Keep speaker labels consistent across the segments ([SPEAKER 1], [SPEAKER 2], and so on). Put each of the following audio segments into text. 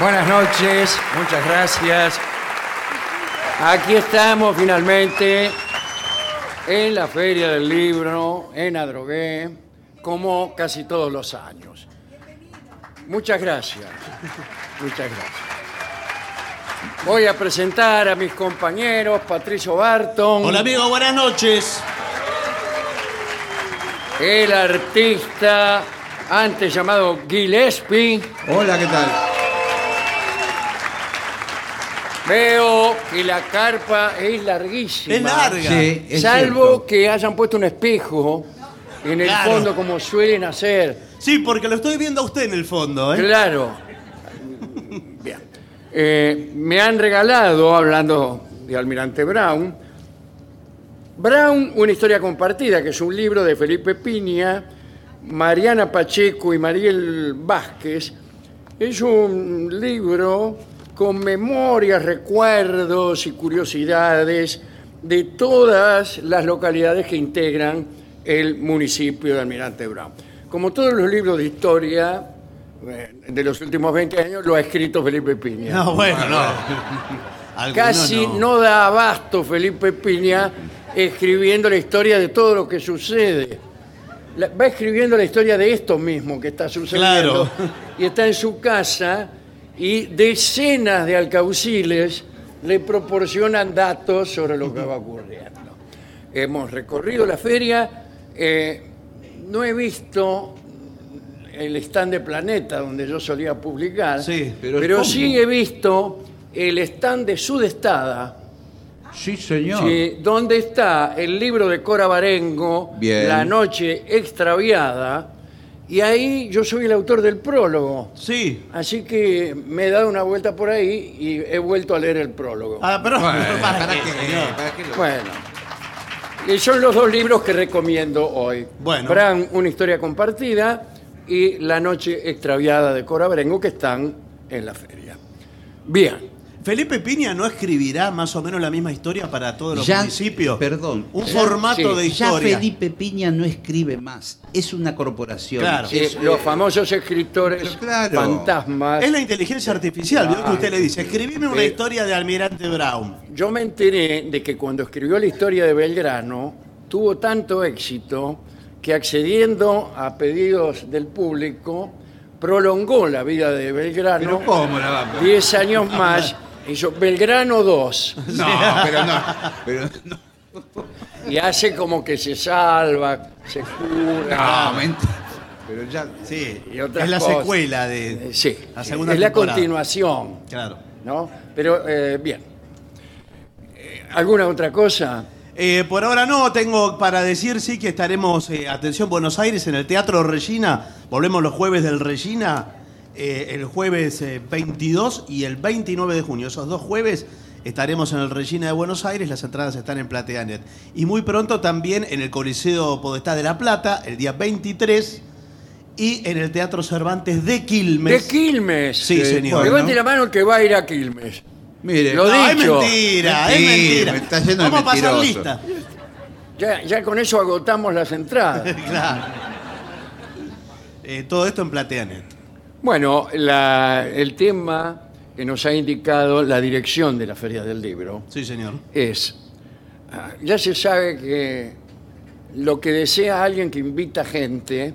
[SPEAKER 1] Buenas noches, muchas gracias. Aquí estamos finalmente en la Feria del Libro, en Adrogué, como casi todos los años. Muchas gracias, muchas gracias. Voy a presentar a mis compañeros Patricio Barton,
[SPEAKER 2] Hola amigo, buenas noches.
[SPEAKER 1] el artista antes llamado Gillespie.
[SPEAKER 3] Hola, ¿qué tal?
[SPEAKER 1] Veo que la carpa es larguísima.
[SPEAKER 2] Es larga.
[SPEAKER 3] Sí, es
[SPEAKER 1] Salvo
[SPEAKER 3] cierto.
[SPEAKER 1] que hayan puesto un espejo en el
[SPEAKER 2] Claro.
[SPEAKER 1] fondo como suelen hacer.
[SPEAKER 2] Sí, porque lo estoy viendo a usted en el fondo, ¿eh?
[SPEAKER 1] Claro. Bien. Eh, me han regalado, hablando de Almirante Brown, Brown, una historia compartida, que es un libro de Felipe Piña, Mariana Pacheco y Mariel Vázquez. Es un libro con memorias, recuerdos y curiosidades de todas las localidades que integran el municipio de Almirante Brown. Como todos los libros de historia eh, de los últimos 20 años, lo ha escrito Felipe Piña.
[SPEAKER 2] No, bueno, no. Alguno
[SPEAKER 1] Casi no da abasto Felipe Piña escribiendo la historia de todo lo que sucede. La- va escribiendo la historia de esto mismo que está sucediendo.
[SPEAKER 2] Claro.
[SPEAKER 1] Y está en su casa y decenas de alcauciles le proporcionan datos sobre lo que va ocurriendo. Hemos recorrido la feria. eh, no he visto el stand de Planeta donde yo solía publicar.
[SPEAKER 2] Sí,
[SPEAKER 3] pero-
[SPEAKER 1] pero sí he visto el stand de Sudestada.
[SPEAKER 3] Sí, señor.
[SPEAKER 1] Sí, donde está el libro de Cora Barengo,
[SPEAKER 3] Bien.
[SPEAKER 1] La noche extraviada, y ahí yo soy el autor del prólogo.
[SPEAKER 2] Sí.
[SPEAKER 1] Así que me he dado una vuelta por ahí y he vuelto a leer el prólogo.
[SPEAKER 2] Ah, pero
[SPEAKER 3] Bueno,
[SPEAKER 2] ¿para,
[SPEAKER 3] ¿para
[SPEAKER 2] qué,
[SPEAKER 3] qué?
[SPEAKER 2] señor?
[SPEAKER 3] ¿Para qué lo-
[SPEAKER 1] Bueno, y son los dos libros que recomiendo hoy.
[SPEAKER 2] Bueno.
[SPEAKER 1] Bran, una historia compartida y La noche extraviada de Cora Barengo, que están en la feria. Bien,
[SPEAKER 2] Felipe Piña no escribirá más o menos la misma historia para todos los
[SPEAKER 3] Ya-
[SPEAKER 2] municipios.
[SPEAKER 3] perdón.
[SPEAKER 2] Un
[SPEAKER 1] Ya-
[SPEAKER 2] formato
[SPEAKER 1] sí,
[SPEAKER 2] de
[SPEAKER 3] Ya
[SPEAKER 2] historia.
[SPEAKER 3] Felipe Piña no escribe más. Es una corporación.
[SPEAKER 2] Claro.
[SPEAKER 1] eh,
[SPEAKER 3] Es-
[SPEAKER 1] los famosos escritores
[SPEAKER 3] Pero claro.
[SPEAKER 1] fantasmas.
[SPEAKER 2] Es la inteligencia artificial, ¿vio? Que usted le dice, escribime una
[SPEAKER 1] Sí.
[SPEAKER 2] historia de Almirante Brown.
[SPEAKER 1] Yo me enteré de que cuando escribió la historia de Belgrano tuvo tanto éxito que accediendo a pedidos del público prolongó la vida de Belgrano
[SPEAKER 3] Pero ¿cómo la va a-
[SPEAKER 1] 10 años más. Hizo Belgrano 2
[SPEAKER 3] No, pero no. Pero no.
[SPEAKER 1] y hace como que se salva, se
[SPEAKER 3] No,
[SPEAKER 1] cura.
[SPEAKER 3] mentira. Pero ya.
[SPEAKER 2] Sí.
[SPEAKER 1] Y otras
[SPEAKER 2] es la
[SPEAKER 1] cosas.
[SPEAKER 2] secuela de
[SPEAKER 1] Eh, sí,
[SPEAKER 2] la
[SPEAKER 1] es
[SPEAKER 2] segunda
[SPEAKER 1] la
[SPEAKER 2] temporada.
[SPEAKER 1] continuación,
[SPEAKER 2] Claro.
[SPEAKER 1] ¿no? Pero eh, bien. Eh, ¿Alguna otra cosa?
[SPEAKER 2] Eh, por ahora no, tengo para decir sí que estaremos, eh, atención Buenos Aires, en el Teatro Regina, volvemos los jueves del Regina, eh, el jueves eh, 22 y el 29 de junio, esos dos jueves estaremos en el Regina de Buenos Aires, las entradas están en Plateanet. Y muy pronto también en el Coliseo Podestá de La Plata, el día 23, y en el Teatro Cervantes de Quilmes.
[SPEAKER 1] De Quilmes.
[SPEAKER 2] Sí,
[SPEAKER 1] Eh,
[SPEAKER 2] señor.
[SPEAKER 1] Levante la mano el que va a ir a Quilmes.
[SPEAKER 3] Mire.
[SPEAKER 1] Lo
[SPEAKER 2] No, es
[SPEAKER 1] dicho.
[SPEAKER 2] mentira,
[SPEAKER 3] Sí,
[SPEAKER 2] es mentira.
[SPEAKER 3] me está yendo de
[SPEAKER 2] Vamos a pasar
[SPEAKER 3] mentiroso.
[SPEAKER 2] lista.
[SPEAKER 1] Ya, ya con eso agotamos las entradas.
[SPEAKER 2] Claro. Eh, todo esto en Plateanet.
[SPEAKER 1] bueno, la- el tema que nos ha indicado la dirección de la Feria del Libro
[SPEAKER 2] Sí, señor.
[SPEAKER 1] es, ah, ya se sabe que lo que desea alguien que invita gente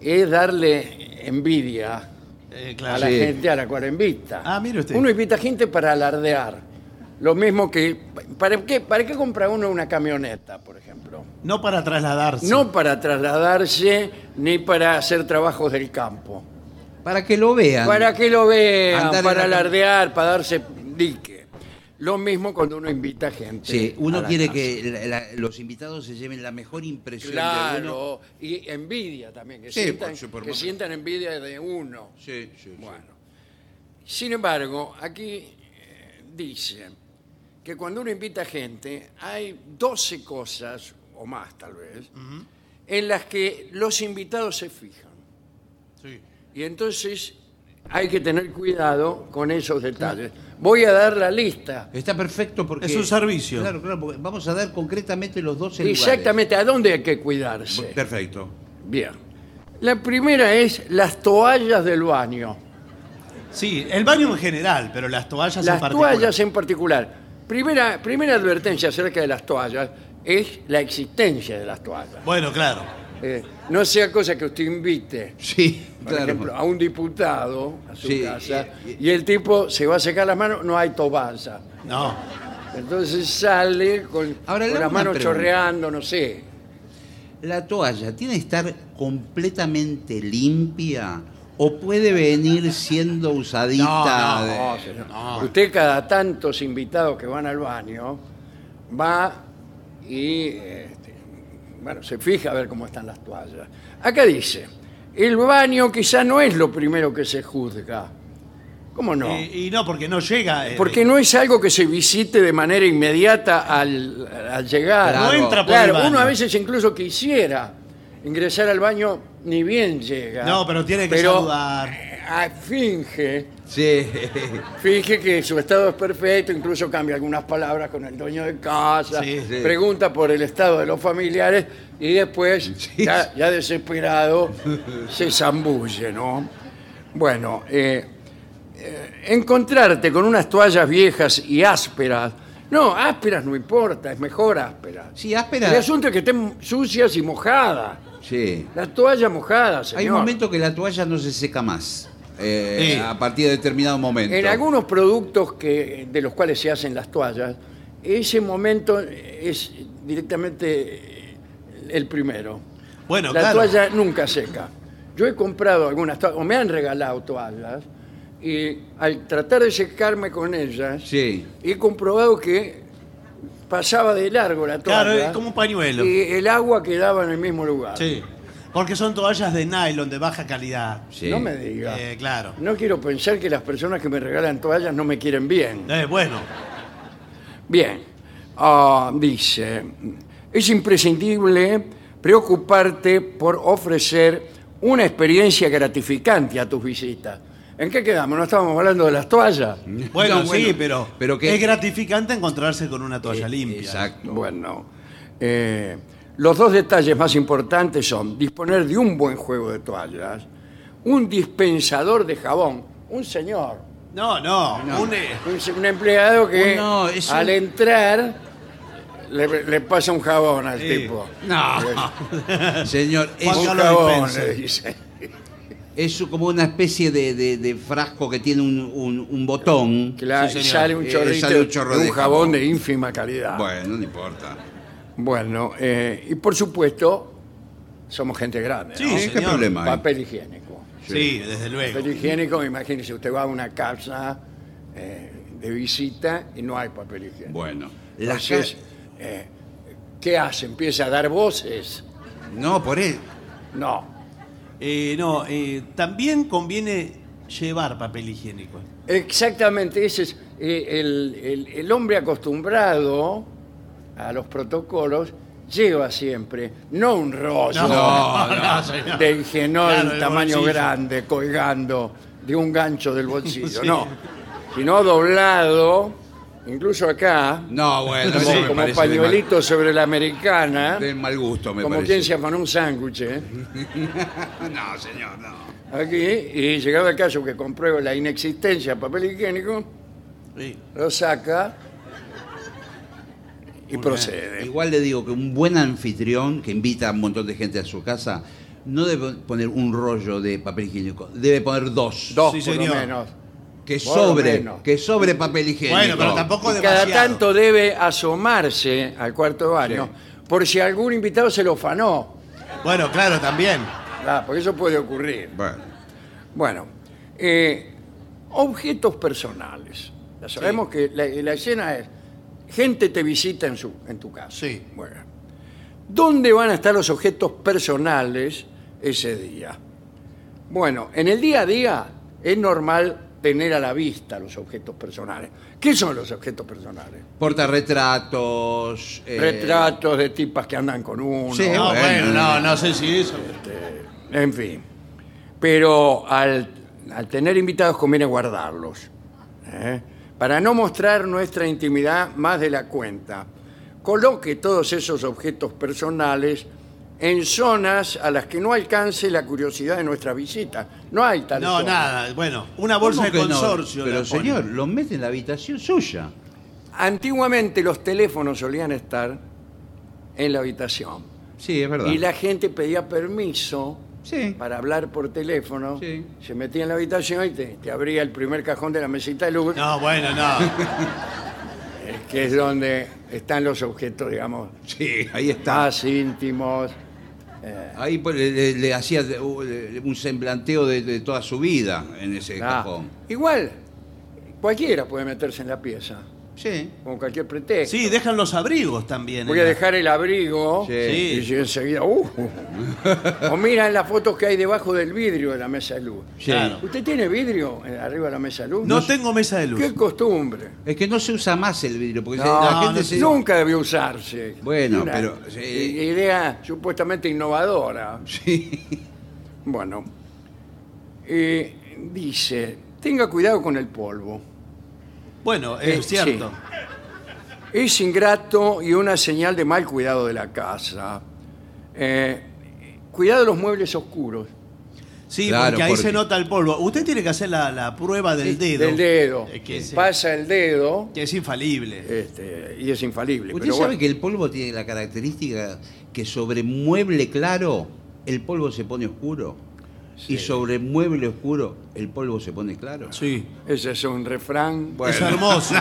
[SPEAKER 1] es darle envidia
[SPEAKER 2] Eh,
[SPEAKER 1] a
[SPEAKER 2] claro.
[SPEAKER 1] la
[SPEAKER 3] Sí.
[SPEAKER 1] gente a la cual invita.
[SPEAKER 2] Ah, mire usted.
[SPEAKER 1] Uno invita gente para alardear. Lo mismo que... ¿Para qué, para qué compra uno una camioneta, por ejemplo?
[SPEAKER 2] No para trasladarse.
[SPEAKER 1] No para trasladarse ni para hacer trabajos del campo.
[SPEAKER 3] Para que lo vean.
[SPEAKER 1] Para que lo vean,
[SPEAKER 3] Andar en
[SPEAKER 1] para
[SPEAKER 3] la cam-
[SPEAKER 1] alardear, para darse dique. Lo mismo cuando uno invita gente. Ah,
[SPEAKER 3] Sí,
[SPEAKER 1] a
[SPEAKER 3] uno
[SPEAKER 1] la
[SPEAKER 3] quiere
[SPEAKER 1] casa.
[SPEAKER 3] que la- la- los invitados se lleven la mejor impresión de uno.
[SPEAKER 1] Claro, y envidia también, que,
[SPEAKER 3] Sí,
[SPEAKER 1] sientan,
[SPEAKER 3] por su- por
[SPEAKER 1] que
[SPEAKER 3] más-
[SPEAKER 1] sientan envidia de uno.
[SPEAKER 3] Sí, sí, sí.
[SPEAKER 1] Bueno.
[SPEAKER 4] Sin embargo, aquí eh, dice que cuando uno invita gente, hay 12 cosas, o más tal vez, en las que los invitados se fijan.
[SPEAKER 2] Sí.
[SPEAKER 4] Y entonces hay que tener cuidado con esos detalles. Voy a dar la lista.
[SPEAKER 3] Está perfecto porque.
[SPEAKER 2] Es un servicio.
[SPEAKER 3] Claro, claro, porque vamos a dar concretamente los 12 lugares.
[SPEAKER 4] Exactamente, ¿a dónde hay que cuidarse?
[SPEAKER 3] Perfecto.
[SPEAKER 4] Bien. La primera es las toallas del baño.
[SPEAKER 2] Sí, el baño en general, pero las toallas en
[SPEAKER 4] Las
[SPEAKER 2] particular.
[SPEAKER 4] toallas en particular. Primera, primera advertencia acerca de las toallas es la existencia de las toallas.
[SPEAKER 2] Bueno, claro.
[SPEAKER 4] Eh, no sea cosa que usted invite,
[SPEAKER 3] Sí,
[SPEAKER 4] por
[SPEAKER 3] claro.
[SPEAKER 4] ejemplo, a un diputado a su
[SPEAKER 3] Sí,
[SPEAKER 4] casa
[SPEAKER 3] y-
[SPEAKER 4] y el tipo se va a secar las manos, no hay toalla.
[SPEAKER 2] No.
[SPEAKER 4] Entonces sale con,
[SPEAKER 3] Ahora, le
[SPEAKER 4] con
[SPEAKER 3] hago una
[SPEAKER 4] las manos
[SPEAKER 3] pregunta.
[SPEAKER 4] chorreando, no sé.
[SPEAKER 3] ¿La toalla tiene que estar completamente limpia o puede venir siendo usadita?
[SPEAKER 2] No,
[SPEAKER 3] de-
[SPEAKER 4] No, señor. Eh, Usted cada tantos invitados que van al baño va y este, bueno, se fija a ver cómo están las toallas. Acá dice, el baño quizá no es lo primero que se juzga. ¿Cómo no?
[SPEAKER 2] Y, y no, porque no llega. eh,
[SPEAKER 4] Porque no es algo que se visite de manera inmediata al, al llegar.
[SPEAKER 3] No entra
[SPEAKER 2] por el
[SPEAKER 4] Claro,
[SPEAKER 2] baño.
[SPEAKER 4] uno a veces incluso quisiera ingresar al baño ni bien llega.
[SPEAKER 2] No, pero tiene que
[SPEAKER 4] Pero,
[SPEAKER 2] saludar.
[SPEAKER 4] eh, ah, finge
[SPEAKER 3] Sí.
[SPEAKER 4] Finge que su estado es perfecto, incluso cambia algunas palabras con el dueño de casa,
[SPEAKER 3] Sí, sí.
[SPEAKER 4] pregunta por el estado de los familiares y después,
[SPEAKER 3] Sí.
[SPEAKER 4] ya, ya desesperado, se zambulle, ¿no? Bueno, eh, eh, encontrarte con unas toallas viejas y ásperas, no, ásperas no importa, es mejor ásperas.
[SPEAKER 3] Sí, áspera.
[SPEAKER 4] El asunto es que estén sucias y mojadas.
[SPEAKER 3] Sí.
[SPEAKER 4] La toalla mojada, señor.
[SPEAKER 3] Hay momentos que la toalla no se seca más. eh,
[SPEAKER 2] Sí.
[SPEAKER 3] A partir de determinado momento.
[SPEAKER 4] En algunos productos que, de los cuales se hacen las toallas, ese momento es directamente eh, el primero.
[SPEAKER 2] Bueno,
[SPEAKER 4] la
[SPEAKER 2] claro.
[SPEAKER 4] toalla nunca seca. Yo he comprado algunas toallas, o me han regalado toallas, y al tratar de secarme con ellas,
[SPEAKER 3] Sí.
[SPEAKER 4] he comprobado que pasaba de largo la toalla.
[SPEAKER 2] Claro, es como un pañuelo.
[SPEAKER 4] Y el agua quedaba en el mismo lugar.
[SPEAKER 2] Sí. Porque son toallas de nylon de baja calidad.
[SPEAKER 3] Sí.
[SPEAKER 4] No me diga.
[SPEAKER 2] Eh, claro.
[SPEAKER 4] No quiero pensar que las personas que me regalan toallas no me quieren bien.
[SPEAKER 2] Eh, bueno.
[SPEAKER 4] Bien, Ah, dice, es imprescindible preocuparte por ofrecer una experiencia gratificante a tus visitas. ¿En qué quedamos? ¿No estábamos hablando de las toallas?
[SPEAKER 2] Bueno,
[SPEAKER 3] No,
[SPEAKER 2] sí,
[SPEAKER 3] bueno,
[SPEAKER 2] pero,
[SPEAKER 3] pero que- Eh,
[SPEAKER 2] es gratificante encontrarse con una toalla limpia.
[SPEAKER 3] Exacto.
[SPEAKER 4] Bueno, eh, los dos detalles más importantes son disponer de un buen juego de toallas, un dispensador de jabón, un señor,
[SPEAKER 2] No, no. un, eh,
[SPEAKER 4] un, se- un empleado que
[SPEAKER 3] Oh, No, es un-
[SPEAKER 4] al entrar le, le pasa un jabón al
[SPEAKER 2] Sí.
[SPEAKER 4] tipo.
[SPEAKER 3] No. Señor, es,
[SPEAKER 2] Juan
[SPEAKER 4] Un
[SPEAKER 2] Carlos
[SPEAKER 4] jabón,
[SPEAKER 2] Dispense.
[SPEAKER 4] le dice.
[SPEAKER 3] es como una especie de, de- de frasco que tiene un, un- un botón.
[SPEAKER 4] Que la-
[SPEAKER 3] Sí,
[SPEAKER 4] y
[SPEAKER 3] señor.
[SPEAKER 4] sale un
[SPEAKER 3] Eh,
[SPEAKER 4] chorrito
[SPEAKER 3] sale un chorro
[SPEAKER 4] de un
[SPEAKER 3] de
[SPEAKER 4] jabón, de ínfima calidad. Bueno,
[SPEAKER 3] Bueno, no importa.
[SPEAKER 4] eh, y por supuesto, somos gente grande,
[SPEAKER 2] Sí,
[SPEAKER 4] ¿no?
[SPEAKER 3] Sí, ¿Qué
[SPEAKER 2] señor.
[SPEAKER 3] problema hay?
[SPEAKER 4] Papel higiénico.
[SPEAKER 2] sí, desde luego.
[SPEAKER 4] Papel higiénico, imagínese, usted va a una casa eh, de visita y no hay papel higiénico.
[SPEAKER 3] Bueno. Las
[SPEAKER 4] Entonces,
[SPEAKER 3] ca-
[SPEAKER 4] eh, ¿qué hace? ¿Empieza a dar voces?
[SPEAKER 3] No, por él.
[SPEAKER 4] No.
[SPEAKER 2] Eh, no, eh, también conviene llevar papel higiénico.
[SPEAKER 4] Exactamente, ese es eh, el, el- el hombre acostumbrado a los protocolos lleva siempre, no un rollo
[SPEAKER 3] No, no,
[SPEAKER 2] señor.
[SPEAKER 4] de ingenol
[SPEAKER 2] Claro, del
[SPEAKER 4] tamaño
[SPEAKER 2] bolsillo.
[SPEAKER 4] grande colgando de un gancho del bolsillo, no, sino doblado, incluso acá,
[SPEAKER 3] No, bueno,
[SPEAKER 4] como,
[SPEAKER 3] eso me
[SPEAKER 4] como
[SPEAKER 3] parece de mal-
[SPEAKER 4] pañuelito sobre la americana,
[SPEAKER 3] De mal gusto, me
[SPEAKER 4] como quien
[SPEAKER 3] parece.
[SPEAKER 4] se afanó un sándwich, ¿eh?
[SPEAKER 3] No, señor, no.
[SPEAKER 4] aquí, y llegado el caso que compruebe la inexistencia de papel higiénico,
[SPEAKER 2] Sí.
[SPEAKER 4] lo saca y procede.
[SPEAKER 3] Igual le digo que un buen anfitrión que invita a un montón de gente a su casa no debe poner un rollo de papel higiénico, debe poner dos.
[SPEAKER 4] Dos
[SPEAKER 2] Sí,
[SPEAKER 4] por lo
[SPEAKER 2] señor.
[SPEAKER 4] menos.
[SPEAKER 3] Que
[SPEAKER 4] Por lo
[SPEAKER 3] sobre,
[SPEAKER 4] menos.
[SPEAKER 3] que sobre papel higiénico.
[SPEAKER 2] Bueno, pero tampoco
[SPEAKER 4] Y cada
[SPEAKER 2] demasiado.
[SPEAKER 4] tanto debe asomarse al cuarto de baño por si algún invitado se lo ufanó.
[SPEAKER 2] Bueno, claro, también.
[SPEAKER 4] Ah, porque eso puede ocurrir.
[SPEAKER 3] Bueno,
[SPEAKER 4] Bueno, eh, objetos personales. Ya sabemos que la, la escena es gente te visita en, su, en tu casa.
[SPEAKER 2] Sí.
[SPEAKER 4] Bueno. ¿Dónde van a estar los objetos personales ese día? Bueno, en el día a día es normal tener a la vista los objetos personales. ¿Qué son los objetos personales?
[SPEAKER 3] Portarretratos. eh,
[SPEAKER 4] Retratos de tipas que andan con uno.
[SPEAKER 3] Sí,
[SPEAKER 2] No,
[SPEAKER 3] bueno,
[SPEAKER 2] bueno, no,
[SPEAKER 3] no.
[SPEAKER 2] no sé si eso.
[SPEAKER 4] En fin. Pero al, al tener invitados conviene guardarlos. ¿eh? Para no mostrar nuestra intimidad más de la cuenta, coloque todos esos objetos personales en zonas a las que no alcance la curiosidad de nuestra visita. No hay tal
[SPEAKER 2] No,
[SPEAKER 4] zona.
[SPEAKER 2] nada. Bueno, una
[SPEAKER 3] ¿Cómo
[SPEAKER 2] bolsa de
[SPEAKER 3] que no?
[SPEAKER 2] consorcio. la
[SPEAKER 3] Pero
[SPEAKER 2] ponen.
[SPEAKER 3] señor, lo mete en la habitación suya.
[SPEAKER 4] Antiguamente los teléfonos solían estar en la habitación
[SPEAKER 3] Sí, es verdad.
[SPEAKER 4] y la gente pedía permiso
[SPEAKER 3] Sí.
[SPEAKER 4] para hablar por teléfono,
[SPEAKER 3] Sí.
[SPEAKER 4] se metía en la habitación y te, te abría el primer cajón de la mesita de luz,
[SPEAKER 2] No, bueno, no.
[SPEAKER 4] eh, que es donde están los objetos, digamos,
[SPEAKER 3] Ah, Sí, ahí está.
[SPEAKER 4] más íntimos.
[SPEAKER 3] Ahí pues, le, le- le hacía de- u- le- un semblanteo de, de toda su vida en ese
[SPEAKER 4] Ah,
[SPEAKER 3] cajón.
[SPEAKER 4] Igual, cualquiera puede meterse en la pieza,
[SPEAKER 3] Sí.
[SPEAKER 4] con cualquier pretexto.
[SPEAKER 2] Sí, dejan los abrigos también.
[SPEAKER 4] Voy
[SPEAKER 2] en
[SPEAKER 4] a
[SPEAKER 2] la-
[SPEAKER 4] dejar el abrigo
[SPEAKER 3] Sí.
[SPEAKER 4] y si enseguida, ¡uh! o miran las fotos que hay debajo del vidrio de la mesa de luz.
[SPEAKER 3] Sí.
[SPEAKER 2] Claro.
[SPEAKER 4] ¿Usted tiene vidrio eh, arriba de la mesa de luz?
[SPEAKER 2] No tengo mesa de luz.
[SPEAKER 4] ¡Qué costumbre!
[SPEAKER 3] Es que no se usa más el vidrio, porque se-
[SPEAKER 4] No,
[SPEAKER 3] la gente
[SPEAKER 2] no
[SPEAKER 3] se...
[SPEAKER 4] Nunca debió usarse.
[SPEAKER 3] Bueno,
[SPEAKER 4] Una
[SPEAKER 3] pero, sí.
[SPEAKER 4] i- Idea supuestamente innovadora.
[SPEAKER 3] Sí.
[SPEAKER 4] Bueno, eh, dice, tenga cuidado con el polvo.
[SPEAKER 2] Bueno, es
[SPEAKER 4] Eh,
[SPEAKER 2] cierto.
[SPEAKER 4] Es ingrato y una señal de mal cuidado de la casa. Eh, cuidado de los muebles oscuros.
[SPEAKER 2] Sí,
[SPEAKER 3] Claro,
[SPEAKER 2] porque ahí
[SPEAKER 3] porque-
[SPEAKER 2] se nota el polvo. Usted tiene que hacer la, la prueba del dedo.
[SPEAKER 4] Del dedo.
[SPEAKER 2] Eh, Que, es-
[SPEAKER 4] Pasa el dedo
[SPEAKER 2] que es infalible.
[SPEAKER 4] este, y es infalible.
[SPEAKER 3] Usted
[SPEAKER 4] pero
[SPEAKER 3] sabe
[SPEAKER 4] bueno,
[SPEAKER 3] que el polvo tiene la característica que sobre mueble claro el polvo se pone oscuro
[SPEAKER 4] Sí.
[SPEAKER 3] y sobre mueble oscuro el polvo se pone claro.
[SPEAKER 2] Sí.
[SPEAKER 4] Ese es un refrán.
[SPEAKER 2] Es hermoso.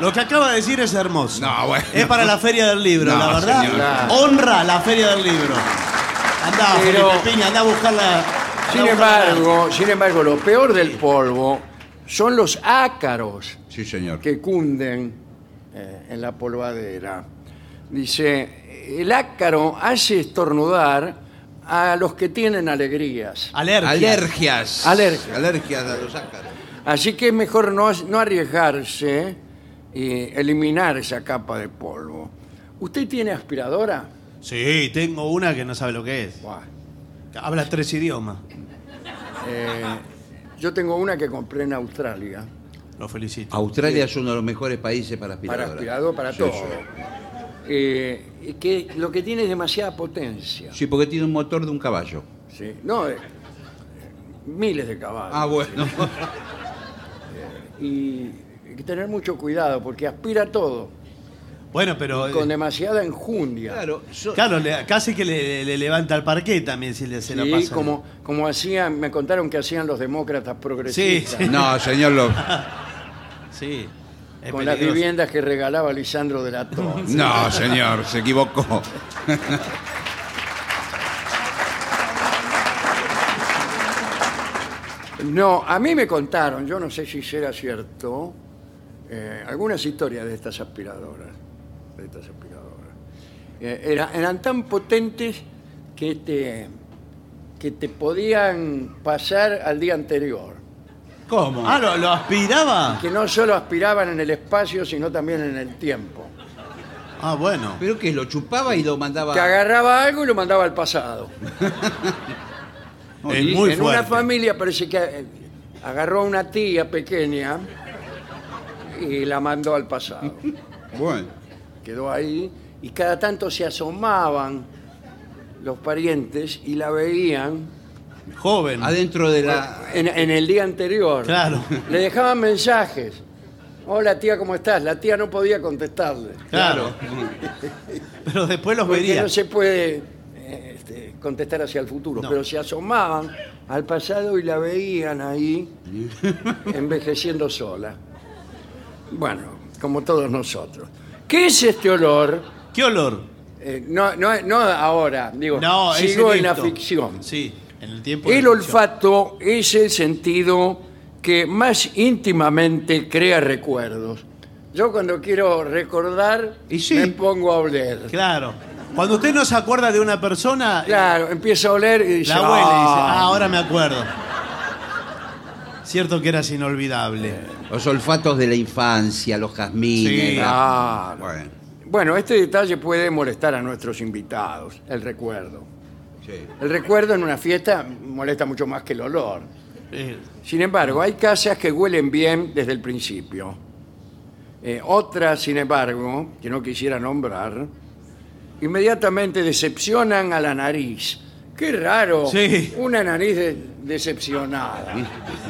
[SPEAKER 2] Lo que acaba de decir es hermoso.
[SPEAKER 3] No, bueno.
[SPEAKER 2] Es para la Feria del Libro,
[SPEAKER 3] No,
[SPEAKER 2] la verdad.
[SPEAKER 3] señor.
[SPEAKER 4] Claro.
[SPEAKER 2] Honra la Feria del Libro. Andá,
[SPEAKER 4] Pero-
[SPEAKER 2] Felipe Piña, andá a buscarla. andá a
[SPEAKER 4] Sin
[SPEAKER 2] buscarla.
[SPEAKER 4] embargo, sin embargo, lo peor del polvo son los ácaros
[SPEAKER 3] Sí, señor.
[SPEAKER 4] que cunden eh, en la polvadera. Dice, el ácaro hace estornudar a los que tienen alegrías.
[SPEAKER 2] Alergia.
[SPEAKER 3] Alergias.
[SPEAKER 4] Alergias.
[SPEAKER 3] Alergias a los ácaros.
[SPEAKER 4] Así que es mejor no, no arriesgarse y eliminar esa capa de polvo. ¿Usted tiene aspiradora?
[SPEAKER 2] Sí, tengo una que no sabe lo que es.
[SPEAKER 4] Buah.
[SPEAKER 2] Habla tres idiomas.
[SPEAKER 4] Eh, yo tengo una que compré en Australia.
[SPEAKER 2] Lo felicito.
[SPEAKER 3] Australia es uno de los mejores países para
[SPEAKER 4] para
[SPEAKER 3] aspiradora.
[SPEAKER 4] aspirador, para
[SPEAKER 3] Sí,
[SPEAKER 4] todo.
[SPEAKER 3] sí.
[SPEAKER 4] Eh, y que lo que tiene es demasiada potencia.
[SPEAKER 3] Sí, porque tiene un motor de un caballo.
[SPEAKER 4] ¿sí? No, eh, miles de caballos.
[SPEAKER 3] Ah, bueno.
[SPEAKER 4] Y hay que tener mucho cuidado porque aspira todo
[SPEAKER 2] Bueno, pero. eh,
[SPEAKER 4] con demasiada enjundia.
[SPEAKER 3] claro. so-
[SPEAKER 2] Claro, le- casi que le, le levanta el parqué también si le, se la
[SPEAKER 4] Sí,
[SPEAKER 2] pasa.
[SPEAKER 4] como, como hacían, me contaron que hacían los demócratas progresistas
[SPEAKER 2] Sí,
[SPEAKER 3] No, señor, lo-
[SPEAKER 2] Sí. es
[SPEAKER 4] con las
[SPEAKER 2] peligroso.
[SPEAKER 4] viviendas que regalaba Lisandro de la Torre.
[SPEAKER 3] no, señor, se equivocó.
[SPEAKER 4] No, a mí me contaron, yo no sé si será cierto, eh, algunas historias de estas aspiradoras. De estas aspiradoras. Eh, era- eran tan potentes que te, que te podían pasar al día anterior.
[SPEAKER 3] ¿Cómo?
[SPEAKER 2] Ah, ¿lo, lo aspiraba?
[SPEAKER 4] Que no solo aspiraban en el espacio, sino también en el tiempo.
[SPEAKER 2] Ah, bueno.
[SPEAKER 3] ¿Pero qué? ¿Lo chupaba y lo mandaba?
[SPEAKER 4] Te agarraba algo y lo mandaba al pasado.
[SPEAKER 2] Es muy
[SPEAKER 4] en
[SPEAKER 2] fuerte.
[SPEAKER 4] una familia parece que eh, agarró a una tía pequeña y la mandó al pasado.
[SPEAKER 3] Bueno.
[SPEAKER 4] quedó ahí y cada tanto se asomaban los parientes y la veían
[SPEAKER 2] Joven.
[SPEAKER 3] Adentro de la.
[SPEAKER 4] en, en el día anterior.
[SPEAKER 2] Claro.
[SPEAKER 4] Le dejaban mensajes. Hola tía, ¿cómo estás? La tía no podía contestarle.
[SPEAKER 2] Claro. Pero después los
[SPEAKER 4] Porque
[SPEAKER 2] vería.
[SPEAKER 4] no se puede eh, este, contestar hacia el futuro,
[SPEAKER 2] No.
[SPEAKER 4] pero se asomaban al pasado y la veían ahí envejeciendo sola. Bueno, como todos nosotros. ¿Qué es este olor?
[SPEAKER 2] ¿Qué olor?
[SPEAKER 4] Eh, no, no, no ahora, digo,
[SPEAKER 2] No, es
[SPEAKER 4] sigo en la
[SPEAKER 2] esto.
[SPEAKER 4] ficción.
[SPEAKER 2] Sí, en el tiempo. de
[SPEAKER 4] El
[SPEAKER 2] ficción.
[SPEAKER 4] olfato es el sentido que más íntimamente crea recuerdos. Yo cuando quiero recordar,
[SPEAKER 3] Y sí.
[SPEAKER 4] me pongo a oler.
[SPEAKER 2] Claro. Cuando usted no se acuerda de una persona,
[SPEAKER 4] Claro, empiezo a oler y dice,
[SPEAKER 2] la abuela dice,
[SPEAKER 4] "Ah".
[SPEAKER 2] ah, ahora me acuerdo. Cierto que eras inolvidable.
[SPEAKER 3] Los olfatos de la infancia, los jazmines.
[SPEAKER 2] Sí,
[SPEAKER 3] la-
[SPEAKER 4] claro.
[SPEAKER 3] Bueno,
[SPEAKER 4] Bueno, este detalle puede molestar a nuestros invitados, el recuerdo.
[SPEAKER 3] sí.
[SPEAKER 4] El recuerdo en una fiesta molesta mucho más que el olor.
[SPEAKER 2] Eh,
[SPEAKER 4] Sin embargo, hay casas que huelen bien desde el principio. Eh, otras, sin embargo, que no quisiera nombrar, inmediatamente decepcionan a la nariz. Qué raro,
[SPEAKER 2] Sí.
[SPEAKER 4] una nariz de- decepcionada.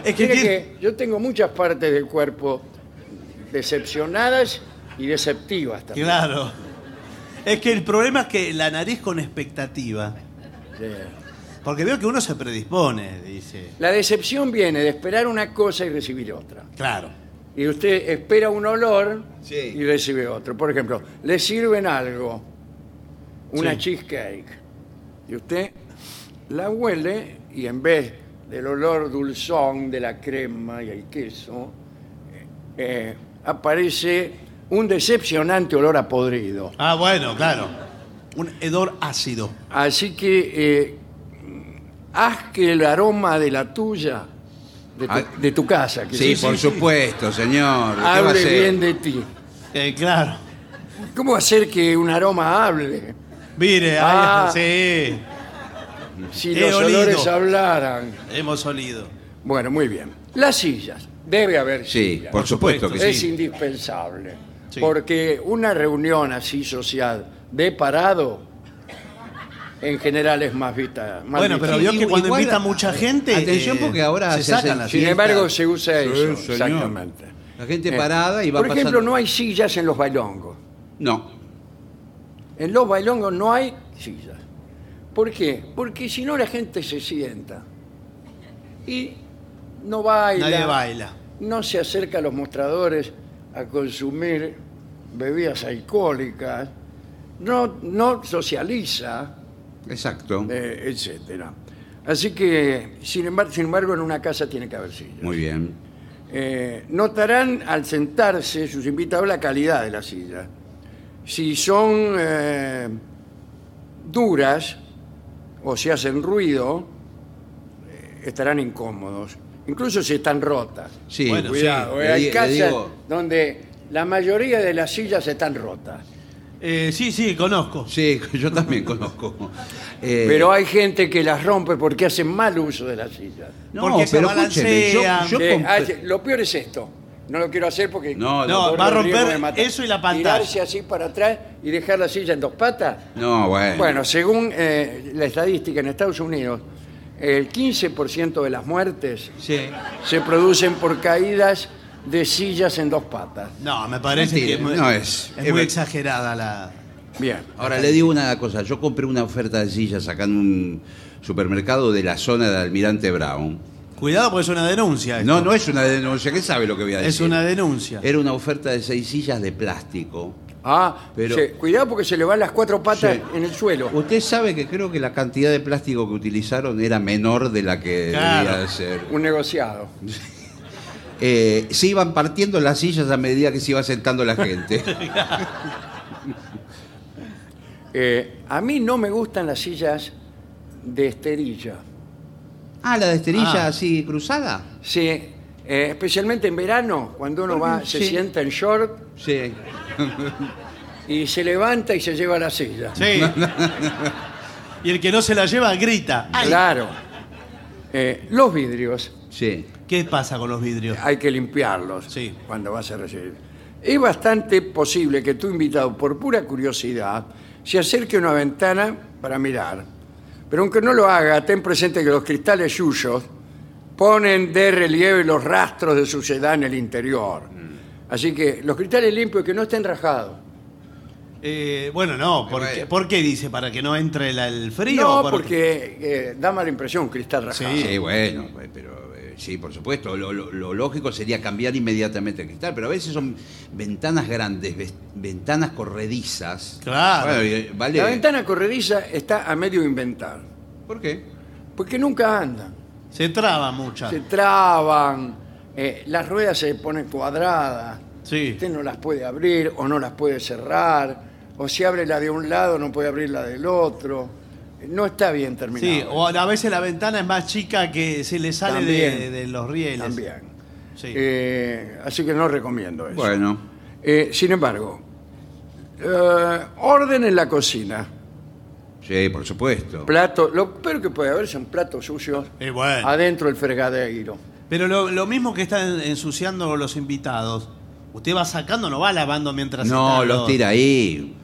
[SPEAKER 2] Es que
[SPEAKER 4] Mire
[SPEAKER 2] tiene-
[SPEAKER 4] que yo tengo muchas partes del cuerpo decepcionadas y deceptivas también.
[SPEAKER 2] claro. Es que el problema es que la nariz con expectativa.
[SPEAKER 4] Sí.
[SPEAKER 2] Porque veo que uno se predispone, dice.
[SPEAKER 4] La decepción viene de esperar una cosa y recibir otra.
[SPEAKER 2] Claro.
[SPEAKER 4] y usted espera un olor
[SPEAKER 3] Sí.
[SPEAKER 4] y recibe otro. Por ejemplo, le sirven algo, una cheesecake, y usted la huele y en vez del olor dulzón de la crema y el queso, eh, aparece un decepcionante olor a podrido.
[SPEAKER 2] Ah, bueno, claro. Un hedor ácido.
[SPEAKER 4] Así que eh, haz que el aroma de la tuya, de tu,
[SPEAKER 3] Ah.
[SPEAKER 4] de tu casa, que
[SPEAKER 3] Sí,
[SPEAKER 4] se-
[SPEAKER 3] por
[SPEAKER 2] sí.
[SPEAKER 3] supuesto, señor. ¿Qué va a
[SPEAKER 4] hable
[SPEAKER 3] hacer?
[SPEAKER 4] bien de ti.
[SPEAKER 2] Eh, claro.
[SPEAKER 4] ¿Cómo hacer que un aroma hable?
[SPEAKER 2] Mire,
[SPEAKER 4] Ah.
[SPEAKER 2] ahí,
[SPEAKER 4] Si
[SPEAKER 2] He
[SPEAKER 3] Eh,
[SPEAKER 4] los
[SPEAKER 2] olido.
[SPEAKER 4] olores hablaran.
[SPEAKER 2] sí. Hemos olido.
[SPEAKER 4] Bueno, muy bien. Las sillas. Debe haber
[SPEAKER 3] Sí,
[SPEAKER 4] sillas.
[SPEAKER 3] por supuesto que
[SPEAKER 4] es
[SPEAKER 3] sí.
[SPEAKER 4] indispensable.
[SPEAKER 2] Sí.
[SPEAKER 4] Porque una reunión así social de parado en general es más vista. más
[SPEAKER 2] Bueno, pero vio
[SPEAKER 4] vista.
[SPEAKER 2] que
[SPEAKER 3] Igual-
[SPEAKER 2] cuando invita
[SPEAKER 3] a-
[SPEAKER 2] mucha gente. eh,
[SPEAKER 3] Atención, porque ahora
[SPEAKER 2] se,
[SPEAKER 3] se
[SPEAKER 2] sacan
[SPEAKER 3] hacen
[SPEAKER 2] las
[SPEAKER 4] Sin
[SPEAKER 3] fiestas.
[SPEAKER 4] embargo, se usa
[SPEAKER 3] Sí,
[SPEAKER 4] eso.
[SPEAKER 3] señor.
[SPEAKER 4] Exactamente.
[SPEAKER 3] La gente
[SPEAKER 4] Eh,
[SPEAKER 3] parada y va
[SPEAKER 4] Por ejemplo,
[SPEAKER 3] pasando-
[SPEAKER 4] no hay sillas en los bailongos.
[SPEAKER 3] No.
[SPEAKER 4] En los bailongos no hay sillas. ¿Por qué? Porque si no la gente se sienta y no baila.
[SPEAKER 2] Nadie baila.
[SPEAKER 4] No se acerca a los mostradores a consumir bebidas alcohólicas. No, no socializa,
[SPEAKER 3] Exacto.
[SPEAKER 4] eh, etcétera. Así que, sin embargo, sin embargo, en una casa tiene que haber sillas.
[SPEAKER 3] Muy bien.
[SPEAKER 4] Eh, notarán al sentarse sus invitados la calidad de la silla. Si son eh, duras o si hacen ruido, eh, estarán incómodos. Incluso si están rotas.
[SPEAKER 3] Sí,
[SPEAKER 2] Bueno,
[SPEAKER 4] Cuidado,
[SPEAKER 3] sí.
[SPEAKER 4] eh,
[SPEAKER 3] Ah, Le di-
[SPEAKER 4] hay
[SPEAKER 3] le
[SPEAKER 4] casas
[SPEAKER 3] digo-
[SPEAKER 4] donde la mayoría de las sillas están rotas.
[SPEAKER 2] Eh, sí, sí, conozco.
[SPEAKER 3] Sí, yo también conozco. Eh,
[SPEAKER 4] Pero hay gente que las rompe porque hacen mal uso de las sillas.
[SPEAKER 3] Eh, no,
[SPEAKER 2] porque se
[SPEAKER 3] pero escúcheme, yo,
[SPEAKER 2] balancean.
[SPEAKER 3] yo
[SPEAKER 4] Eh,
[SPEAKER 3] compré-
[SPEAKER 4] hay- lo peor es esto. No lo quiero hacer porque
[SPEAKER 3] No,
[SPEAKER 2] No,
[SPEAKER 4] corro
[SPEAKER 2] va a
[SPEAKER 4] el riesgo
[SPEAKER 2] romper
[SPEAKER 4] de matar.
[SPEAKER 2] eso y la pantalla.
[SPEAKER 4] Tirarse así para atrás y dejar la silla en dos patas.
[SPEAKER 3] No, bueno.
[SPEAKER 4] Bueno, según eh, la estadística en Estados Unidos, el 15% de las muertes
[SPEAKER 2] Sí.
[SPEAKER 4] se producen por caídas de sillas en dos patas.
[SPEAKER 2] No, me parece
[SPEAKER 3] Mentira,
[SPEAKER 2] que muy-
[SPEAKER 3] no es.
[SPEAKER 2] es muy
[SPEAKER 3] Eh,
[SPEAKER 2] exagerada la.
[SPEAKER 4] Bien.
[SPEAKER 3] Ahora le digo una cosa, yo compré una oferta de sillas acá en un supermercado de la zona de Almirante Brown.
[SPEAKER 2] Cuidado porque es una denuncia. esto.
[SPEAKER 3] No, no es una denuncia, ¿qué sabe lo que voy a decir?
[SPEAKER 2] Es una denuncia.
[SPEAKER 3] Era una oferta de seis sillas de plástico.
[SPEAKER 4] Ah,
[SPEAKER 3] Pero-
[SPEAKER 4] se- cuidado porque se le van las cuatro patas
[SPEAKER 3] Sí.
[SPEAKER 4] en el suelo.
[SPEAKER 3] Usted sabe que creo que la cantidad de plástico que utilizaron era menor de la que
[SPEAKER 2] Claro.
[SPEAKER 3] debía de ser.
[SPEAKER 4] Un negociado.
[SPEAKER 3] Eh, se iban partiendo las sillas a medida que se iba sentando la gente.
[SPEAKER 4] Eh, a mí no me gustan las sillas de esterilla.
[SPEAKER 3] ah, la de esterilla
[SPEAKER 2] Ah.
[SPEAKER 3] así cruzada.
[SPEAKER 4] Sí, eh, especialmente en verano, cuando uno va, se
[SPEAKER 3] Sí.
[SPEAKER 4] sienta en short
[SPEAKER 3] Sí.
[SPEAKER 4] y se levanta y se lleva la silla.
[SPEAKER 2] Sí. y el que no se la lleva grita. ¡Ay!
[SPEAKER 4] Claro. Eh, los vidrios
[SPEAKER 3] Sí.
[SPEAKER 2] ¿Qué pasa con los vidrios?
[SPEAKER 4] hay que limpiarlos
[SPEAKER 2] Sí.
[SPEAKER 4] cuando vas a recibir. Es bastante posible que tu invitado, por pura curiosidad, se acerque a una ventana para mirar. Pero aunque no lo haga, ten presente que los cristales suyos ponen de relieve los rastros de suciedad en el interior.
[SPEAKER 2] Mm.
[SPEAKER 4] Así que los cristales limpios que no estén rajados.
[SPEAKER 2] Eh, bueno, no. ¿por,
[SPEAKER 3] Bueno.
[SPEAKER 2] qué, por qué dice? ¿Para que no entre la- el frío?
[SPEAKER 4] No,
[SPEAKER 2] ¿Por-
[SPEAKER 4] porque eh, da mala impresión un cristal rajado.
[SPEAKER 2] Sí.
[SPEAKER 3] Sí, bueno, eh, pero eh, sí, por supuesto. Lo, lo- lo lógico sería cambiar inmediatamente el cristal, pero a veces son ventanas grandes, ves- ventanas corredizas.
[SPEAKER 2] Claro.
[SPEAKER 3] Bueno, y, eh, vale.
[SPEAKER 4] La ventana corrediza está a medio inventar,
[SPEAKER 3] ¿Por qué?
[SPEAKER 4] porque nunca andan,
[SPEAKER 2] Se traba mucha.
[SPEAKER 4] se traban, eh, las ruedas se ponen cuadradas,
[SPEAKER 2] Sí.
[SPEAKER 4] usted no las puede abrir o no las puede cerrar, o si abre la de un lado no puede abrir la del otro. no está bien terminado.
[SPEAKER 2] Sí, o a veces la ventana es más chica que se le sale de,
[SPEAKER 4] También.
[SPEAKER 2] de los rieles.
[SPEAKER 4] También.
[SPEAKER 2] Sí.
[SPEAKER 4] Eh, así que no recomiendo eso.
[SPEAKER 3] Bueno,
[SPEAKER 4] Eh, sin embargo, eh, orden en la cocina.
[SPEAKER 3] sí, por supuesto.
[SPEAKER 4] Platos, lo peor que puede haber son platos sucios
[SPEAKER 2] Eh, bueno.
[SPEAKER 4] adentro del fregadero.
[SPEAKER 2] Pero lo, lo mismo que están ensuciando los invitados, usted va sacando, no va lavando mientras
[SPEAKER 3] No,
[SPEAKER 2] están
[SPEAKER 3] los tira ahí.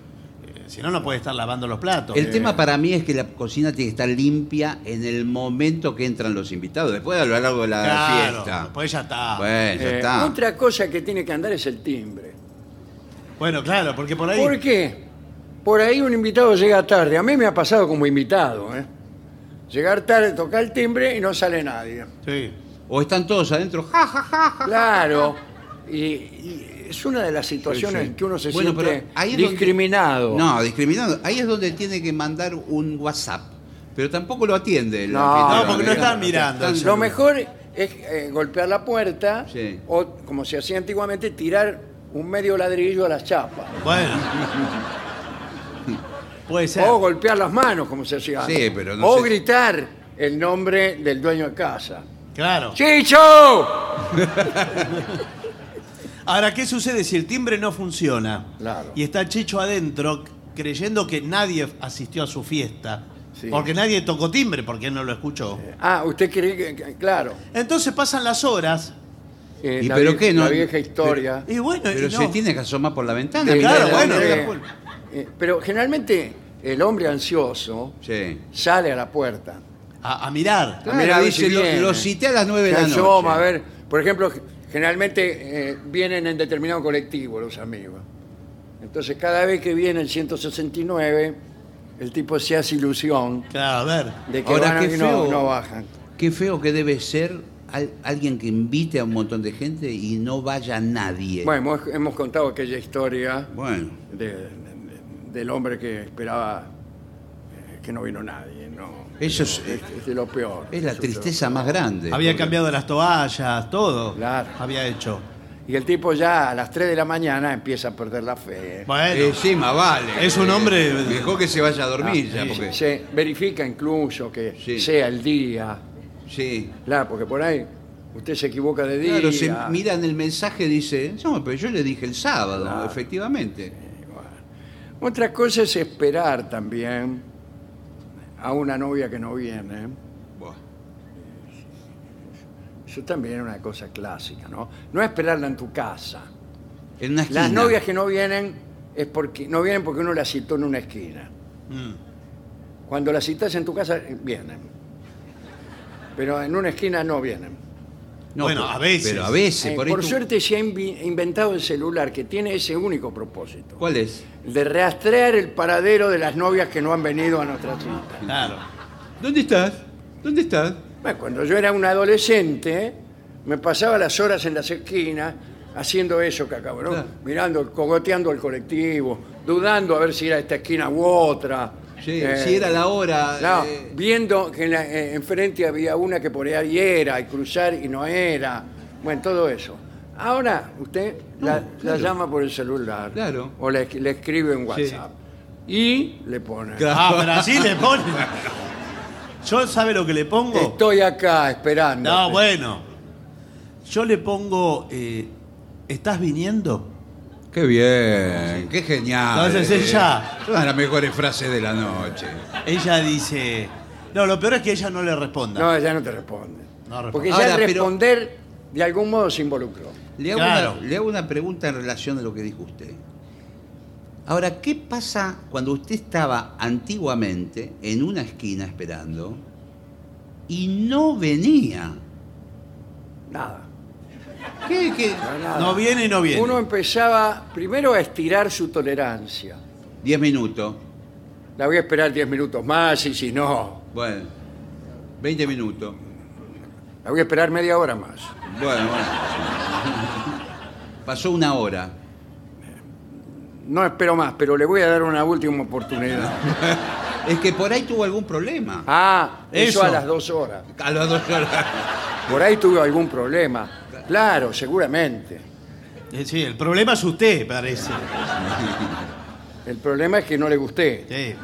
[SPEAKER 2] Eh, Si no, no puede estar lavando los platos.
[SPEAKER 3] El tema para mí es que la cocina tiene que estar limpia en el momento que entran los invitados, después a lo largo de la
[SPEAKER 2] Claro,
[SPEAKER 3] fiesta.
[SPEAKER 2] pues ya está.
[SPEAKER 3] Bueno, ya
[SPEAKER 4] Eh,
[SPEAKER 3] está.
[SPEAKER 4] Otra cosa que tiene que andar es el timbre.
[SPEAKER 2] Bueno, claro, porque por ahí.
[SPEAKER 4] ¿Por qué? Por ahí un invitado llega tarde. A mí me ha pasado como invitado. ¿eh? Llegar tarde, tocar el timbre y no sale nadie.
[SPEAKER 2] Sí.
[SPEAKER 3] O están todos adentro, ja, ja, ja, ja.
[SPEAKER 4] Claro. Y, y es una de las situaciones
[SPEAKER 3] Sí,
[SPEAKER 4] en
[SPEAKER 3] sí.
[SPEAKER 4] que uno se
[SPEAKER 3] Bueno,
[SPEAKER 4] siente
[SPEAKER 3] pero ahí es donde-
[SPEAKER 4] discriminado.
[SPEAKER 3] No, discriminado. Ahí es donde tiene que mandar un WhatsApp. Pero tampoco lo atiende. el
[SPEAKER 4] No,
[SPEAKER 3] anfitrión,
[SPEAKER 4] no, porque no
[SPEAKER 3] digamos.
[SPEAKER 2] están mirando.
[SPEAKER 3] Están-
[SPEAKER 4] Lo mejor es eh, golpear la puerta
[SPEAKER 3] Sí.
[SPEAKER 4] o, como se hacía antiguamente, tirar un medio ladrillo a las chapas.
[SPEAKER 2] Bueno. puede ser.
[SPEAKER 4] O golpear las manos, como se hacía
[SPEAKER 3] Sí,
[SPEAKER 4] antes.
[SPEAKER 3] pero no
[SPEAKER 4] O
[SPEAKER 3] sé-
[SPEAKER 4] gritar el nombre del dueño de casa.
[SPEAKER 2] Claro.
[SPEAKER 4] ¡Chicho!
[SPEAKER 2] Ahora, ¿qué sucede si el timbre no funciona?
[SPEAKER 4] Claro.
[SPEAKER 2] Y está Chicho adentro creyendo que nadie asistió a su fiesta.
[SPEAKER 4] Sí.
[SPEAKER 2] Porque nadie tocó timbre, porque él no lo escuchó.
[SPEAKER 4] Ah, usted cree que, que- claro.
[SPEAKER 2] Entonces pasan las horas.
[SPEAKER 4] eh,
[SPEAKER 3] ¿Y
[SPEAKER 4] la
[SPEAKER 3] pero
[SPEAKER 4] vie-
[SPEAKER 3] qué, no?
[SPEAKER 4] La vieja historia.
[SPEAKER 2] Y bueno, y
[SPEAKER 3] Pero
[SPEAKER 2] no.
[SPEAKER 3] se tiene que asomar por la ventana.
[SPEAKER 4] de-
[SPEAKER 3] mirá,
[SPEAKER 2] claro,
[SPEAKER 4] de-
[SPEAKER 3] la
[SPEAKER 2] bueno,
[SPEAKER 3] hombre.
[SPEAKER 4] de-
[SPEAKER 2] la culpa.
[SPEAKER 4] eh, pero generalmente el hombre ansioso
[SPEAKER 3] Sí.
[SPEAKER 4] sale a la puerta.
[SPEAKER 2] a, a mirar.
[SPEAKER 4] A mirar a
[SPEAKER 3] Claro,
[SPEAKER 4] ver
[SPEAKER 3] dice,
[SPEAKER 4] si
[SPEAKER 3] lo,
[SPEAKER 4] viene.
[SPEAKER 3] lo cité a las 9 de
[SPEAKER 4] Se
[SPEAKER 3] la noche.
[SPEAKER 4] asoma, a ver. Por ejemplo, generalmente eh, vienen en determinado colectivo los amigos. Entonces, cada vez que viene el 169, el tipo se hace ilusión
[SPEAKER 2] Claro, a ver.
[SPEAKER 4] de que
[SPEAKER 3] Ahora,
[SPEAKER 4] van a-
[SPEAKER 3] qué
[SPEAKER 4] y no,
[SPEAKER 3] feo.
[SPEAKER 4] no bajan.
[SPEAKER 3] Qué feo que debe ser al- alguien que invite a un montón de gente y no vaya nadie.
[SPEAKER 4] Bueno, hemos, hemos contado aquella historia
[SPEAKER 3] Bueno.
[SPEAKER 4] de- de- del hombre que esperaba eh, que no vino nadie. No,
[SPEAKER 3] Eso es, eh,
[SPEAKER 4] es, es de lo peor.
[SPEAKER 3] es la
[SPEAKER 4] Eso es lo-
[SPEAKER 3] tristeza más grande.
[SPEAKER 2] Había
[SPEAKER 3] Porque-
[SPEAKER 2] cambiado las toallas, todo.
[SPEAKER 4] Claro.
[SPEAKER 2] Había hecho.
[SPEAKER 4] Y el tipo ya a las 3 de la mañana empieza a perder la fe.
[SPEAKER 2] Bueno.
[SPEAKER 3] Eh, sí, más vale.
[SPEAKER 2] Es un hombre- Ah,
[SPEAKER 3] Mejor que se vaya a dormir ya,
[SPEAKER 4] Y
[SPEAKER 3] porque. Sí.
[SPEAKER 4] Se verifica incluso que
[SPEAKER 3] Sí.
[SPEAKER 4] sea el día. Claro, porque por ahí usted se equivoca de día.
[SPEAKER 3] Claro, se mira en el mensaje dice, no, pero yo le dije el sábado,
[SPEAKER 4] Claro.
[SPEAKER 3] efectivamente.
[SPEAKER 4] Otra cosa es esperar también a una novia que no viene.
[SPEAKER 3] Buah.
[SPEAKER 4] Eso también es una cosa clásica, ¿no? No esperarla en tu casa.
[SPEAKER 3] En una esquina.
[SPEAKER 4] Las novias que no vienen es porque no vienen porque uno las citó en una esquina.
[SPEAKER 2] Mm.
[SPEAKER 4] Cuando las citas en tu casa eh, vienen. Pero en una esquina no vienen.
[SPEAKER 3] No,
[SPEAKER 2] Bueno,
[SPEAKER 3] pero-
[SPEAKER 2] a veces.
[SPEAKER 3] Pero a veces,
[SPEAKER 4] Eh,
[SPEAKER 3] por,
[SPEAKER 4] por
[SPEAKER 3] ahí tú-
[SPEAKER 4] suerte se ha invi- inventado el celular que tiene ese único propósito.
[SPEAKER 3] ¿Cuál es?
[SPEAKER 4] El de rastrear el paradero de las novias que no han venido a nuestra cita.
[SPEAKER 2] Claro.
[SPEAKER 3] ¿Dónde estás? ¿Dónde estás?
[SPEAKER 4] Bueno, cuando yo era un adolescente, me pasaba las horas en las esquinas haciendo eso que acabo, ¿no?
[SPEAKER 3] Claro.
[SPEAKER 4] Mirando, cogoteando el colectivo, dudando a ver si era esta esquina u otra.
[SPEAKER 3] Sí,
[SPEAKER 4] Eh,
[SPEAKER 3] si era la hora.
[SPEAKER 4] no,
[SPEAKER 3] eh,
[SPEAKER 4] viendo que en la- eh, enfrente había una que por ahí era, y cruzar y no era. Bueno, todo eso. Ahora usted
[SPEAKER 3] No,
[SPEAKER 4] la, la
[SPEAKER 3] claro.
[SPEAKER 4] llama por el celular.
[SPEAKER 3] Claro.
[SPEAKER 4] O le, le escribe en WhatsApp. Y le pone.
[SPEAKER 3] Claro.
[SPEAKER 2] Ah, pero así le ponen. Yo, ¿sabe lo que le pongo?
[SPEAKER 4] Estoy acá esperando.
[SPEAKER 2] No, bueno. Yo le pongo. eh, ¿Estás viniendo?
[SPEAKER 3] Qué bien, qué genial.
[SPEAKER 2] Entonces ella-
[SPEAKER 3] Todas las mejores frases de la noche.
[SPEAKER 2] Ella dice. No, lo peor es que ella no le responda.
[SPEAKER 4] No, ya no te responde.
[SPEAKER 2] No responde.
[SPEAKER 4] Porque ya
[SPEAKER 3] Ahora,
[SPEAKER 4] al
[SPEAKER 3] pero-
[SPEAKER 4] responder de algún modo se involucró.
[SPEAKER 3] Le hago,
[SPEAKER 2] Claro.
[SPEAKER 3] una, le hago una pregunta en relación a lo que dijo usted. Ahora, ¿qué pasa cuando usted estaba antiguamente en una esquina esperando y no venía?
[SPEAKER 4] Nada.
[SPEAKER 3] ¿Qué, qué?
[SPEAKER 4] nada.
[SPEAKER 2] No viene y no viene.
[SPEAKER 4] Uno empezaba primero a estirar su tolerancia.
[SPEAKER 3] Diez minutos.
[SPEAKER 4] La voy a esperar 10 minutos más y si no,
[SPEAKER 3] Bueno. Veinte minutos.
[SPEAKER 4] la voy a esperar media hora más.
[SPEAKER 3] Bueno, bueno. Pasó una hora.
[SPEAKER 4] No espero más, pero le voy a dar una última oportunidad.
[SPEAKER 3] Es que por ahí tuvo algún problema.
[SPEAKER 4] Ah, eso,
[SPEAKER 2] Eso.
[SPEAKER 4] a las dos horas.
[SPEAKER 3] A las dos horas.
[SPEAKER 4] Por ahí tuve algún problema. Claro, seguramente.
[SPEAKER 2] Eh, sí, el problema es usted, parece.
[SPEAKER 4] El problema es que no le gusté.
[SPEAKER 2] Sí.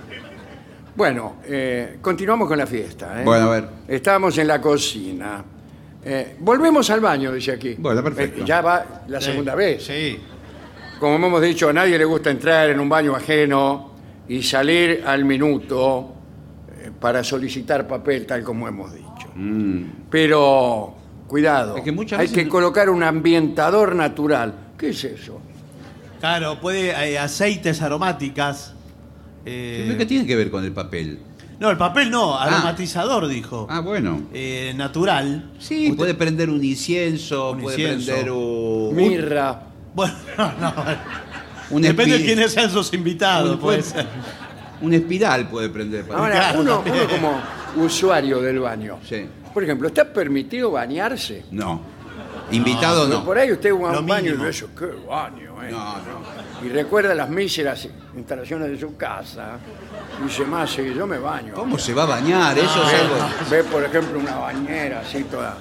[SPEAKER 4] Bueno, eh, continuamos con la fiesta. ¿eh?
[SPEAKER 3] Bueno, a ver.
[SPEAKER 4] Estábamos en la cocina. Eh, volvemos al baño, dice aquí. Eh,
[SPEAKER 3] Bueno, perfecto.
[SPEAKER 4] ya va la segunda vez.
[SPEAKER 2] Sí.
[SPEAKER 4] Como hemos dicho, a nadie le gusta entrar en un baño ajeno y salir al minuto eh, para solicitar papel, tal como hemos dicho. Mm. Pero, cuidado,
[SPEAKER 3] Mm. Es que muchas
[SPEAKER 4] hay
[SPEAKER 3] veces
[SPEAKER 4] que
[SPEAKER 3] no-
[SPEAKER 4] colocar un ambientador natural. ¿Qué es eso?
[SPEAKER 2] Claro, puede eh, aceites aromáticas. eh,
[SPEAKER 3] ¿Pero ¿Qué tiene que ver con el papel?
[SPEAKER 2] no, el papel no,
[SPEAKER 3] Ah.
[SPEAKER 2] aromatizador dijo.
[SPEAKER 3] Ah, bueno.
[SPEAKER 2] Eh, natural.
[SPEAKER 3] Sí,
[SPEAKER 2] Usted-
[SPEAKER 3] puede prender un incienso,
[SPEAKER 2] Un
[SPEAKER 3] puede
[SPEAKER 2] incienso.
[SPEAKER 3] prender un...
[SPEAKER 4] Mirra.
[SPEAKER 2] Bueno, no.
[SPEAKER 3] un
[SPEAKER 2] Depende de
[SPEAKER 3] espi-
[SPEAKER 2] quiénes sean sus invitados,
[SPEAKER 3] Un-
[SPEAKER 2] puede ser.
[SPEAKER 3] Un espiral puede prender. para-
[SPEAKER 4] Ahora,
[SPEAKER 2] Claro,
[SPEAKER 4] uno,
[SPEAKER 2] también.
[SPEAKER 4] uno como usuario del baño,
[SPEAKER 3] Sí.
[SPEAKER 4] por ejemplo, ¿está permitido bañarse?
[SPEAKER 3] No.
[SPEAKER 2] Ah,
[SPEAKER 3] Invitado no.
[SPEAKER 4] Por ahí usted va a
[SPEAKER 2] Lo
[SPEAKER 4] un baño y
[SPEAKER 2] mínimo.
[SPEAKER 4] dice, "Eso, qué baño, eh".
[SPEAKER 3] No, no.
[SPEAKER 4] Y recuerda las míseras instalaciones de su casa. Y dice, más, sí, yo me baño.
[SPEAKER 3] ¿Cómo se va a bañar? Eso
[SPEAKER 2] Ah,
[SPEAKER 3] es algo...
[SPEAKER 4] Ve, por ejemplo, una bañera así toda,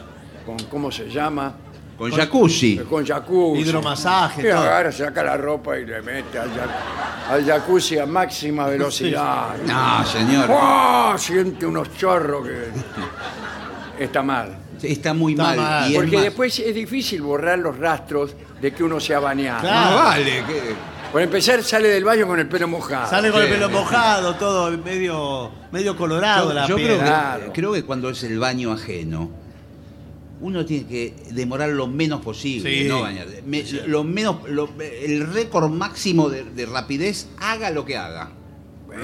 [SPEAKER 4] con, ¿cómo se llama?
[SPEAKER 3] Con jacuzzi.
[SPEAKER 4] Con jacuzzi.
[SPEAKER 2] Hidromasaje,
[SPEAKER 4] Y
[SPEAKER 2] todo.
[SPEAKER 4] agarra, saca la ropa y le mete al, jac- al jacuzzi a máxima velocidad.
[SPEAKER 3] No, señor.
[SPEAKER 4] ¡Ah! Siente unos chorros que... Está mal.
[SPEAKER 3] Está muy
[SPEAKER 2] Está
[SPEAKER 3] mal.
[SPEAKER 2] mal.
[SPEAKER 3] Y es
[SPEAKER 4] Porque
[SPEAKER 3] más-
[SPEAKER 4] después es difícil borrar los rastros de que uno se ha bañado.
[SPEAKER 2] Claro.
[SPEAKER 3] Ah, vale. que-
[SPEAKER 4] Por empezar, sale del baño con el pelo mojado.
[SPEAKER 2] Sale con el
[SPEAKER 3] Ah, sí.
[SPEAKER 2] pelo mojado, todo medio, medio colorado
[SPEAKER 3] Yo,
[SPEAKER 2] la
[SPEAKER 3] yo
[SPEAKER 2] piel.
[SPEAKER 3] creo, que,
[SPEAKER 4] Claro.
[SPEAKER 3] creo que cuando es el baño ajeno, uno tiene que demorar lo menos posible,
[SPEAKER 2] Sí.
[SPEAKER 3] no bañar. Me- lo menos, lo- el récord máximo de, de rapidez, haga lo que haga.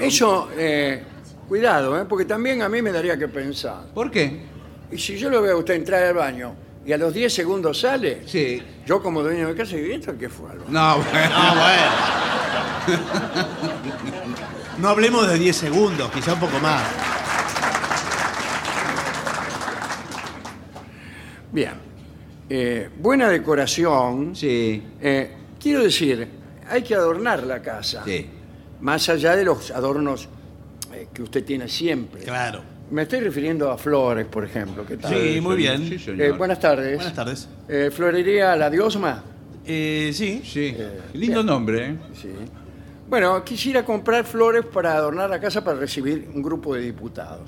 [SPEAKER 4] Eso, eh, cuidado, ¿eh? porque también a mí me daría que pensar.
[SPEAKER 3] ¿Por qué?
[SPEAKER 4] Y si yo lo veo a usted entrar al baño y a los 10 segundos sale,
[SPEAKER 3] Sí.
[SPEAKER 4] yo como dueño de casa, ¿y esto qué fue? Alba?
[SPEAKER 3] No, bueno.
[SPEAKER 2] No, bueno. Ah, No hablemos de 10 segundos, quizá un poco más.
[SPEAKER 4] Bien, Eh, buena decoración.
[SPEAKER 3] Sí.
[SPEAKER 4] Eh, quiero decir, hay que adornar la casa,
[SPEAKER 3] Sí.
[SPEAKER 4] más allá de los adornos eh, que usted tiene siempre.
[SPEAKER 2] Claro.
[SPEAKER 4] Me estoy refiriendo a flores, por ejemplo. ¿qué tal?
[SPEAKER 2] Sí, muy bien.
[SPEAKER 3] Sí, señor.
[SPEAKER 4] Eh, buenas tardes.
[SPEAKER 2] Buenas tardes.
[SPEAKER 4] Eh, ¿Florería La Diosma?
[SPEAKER 2] Eh, sí.
[SPEAKER 3] Sí. Lindo nombre, ¿eh?
[SPEAKER 4] Sí. Bueno, quisiera comprar flores para adornar la casa para recibir un grupo de diputados.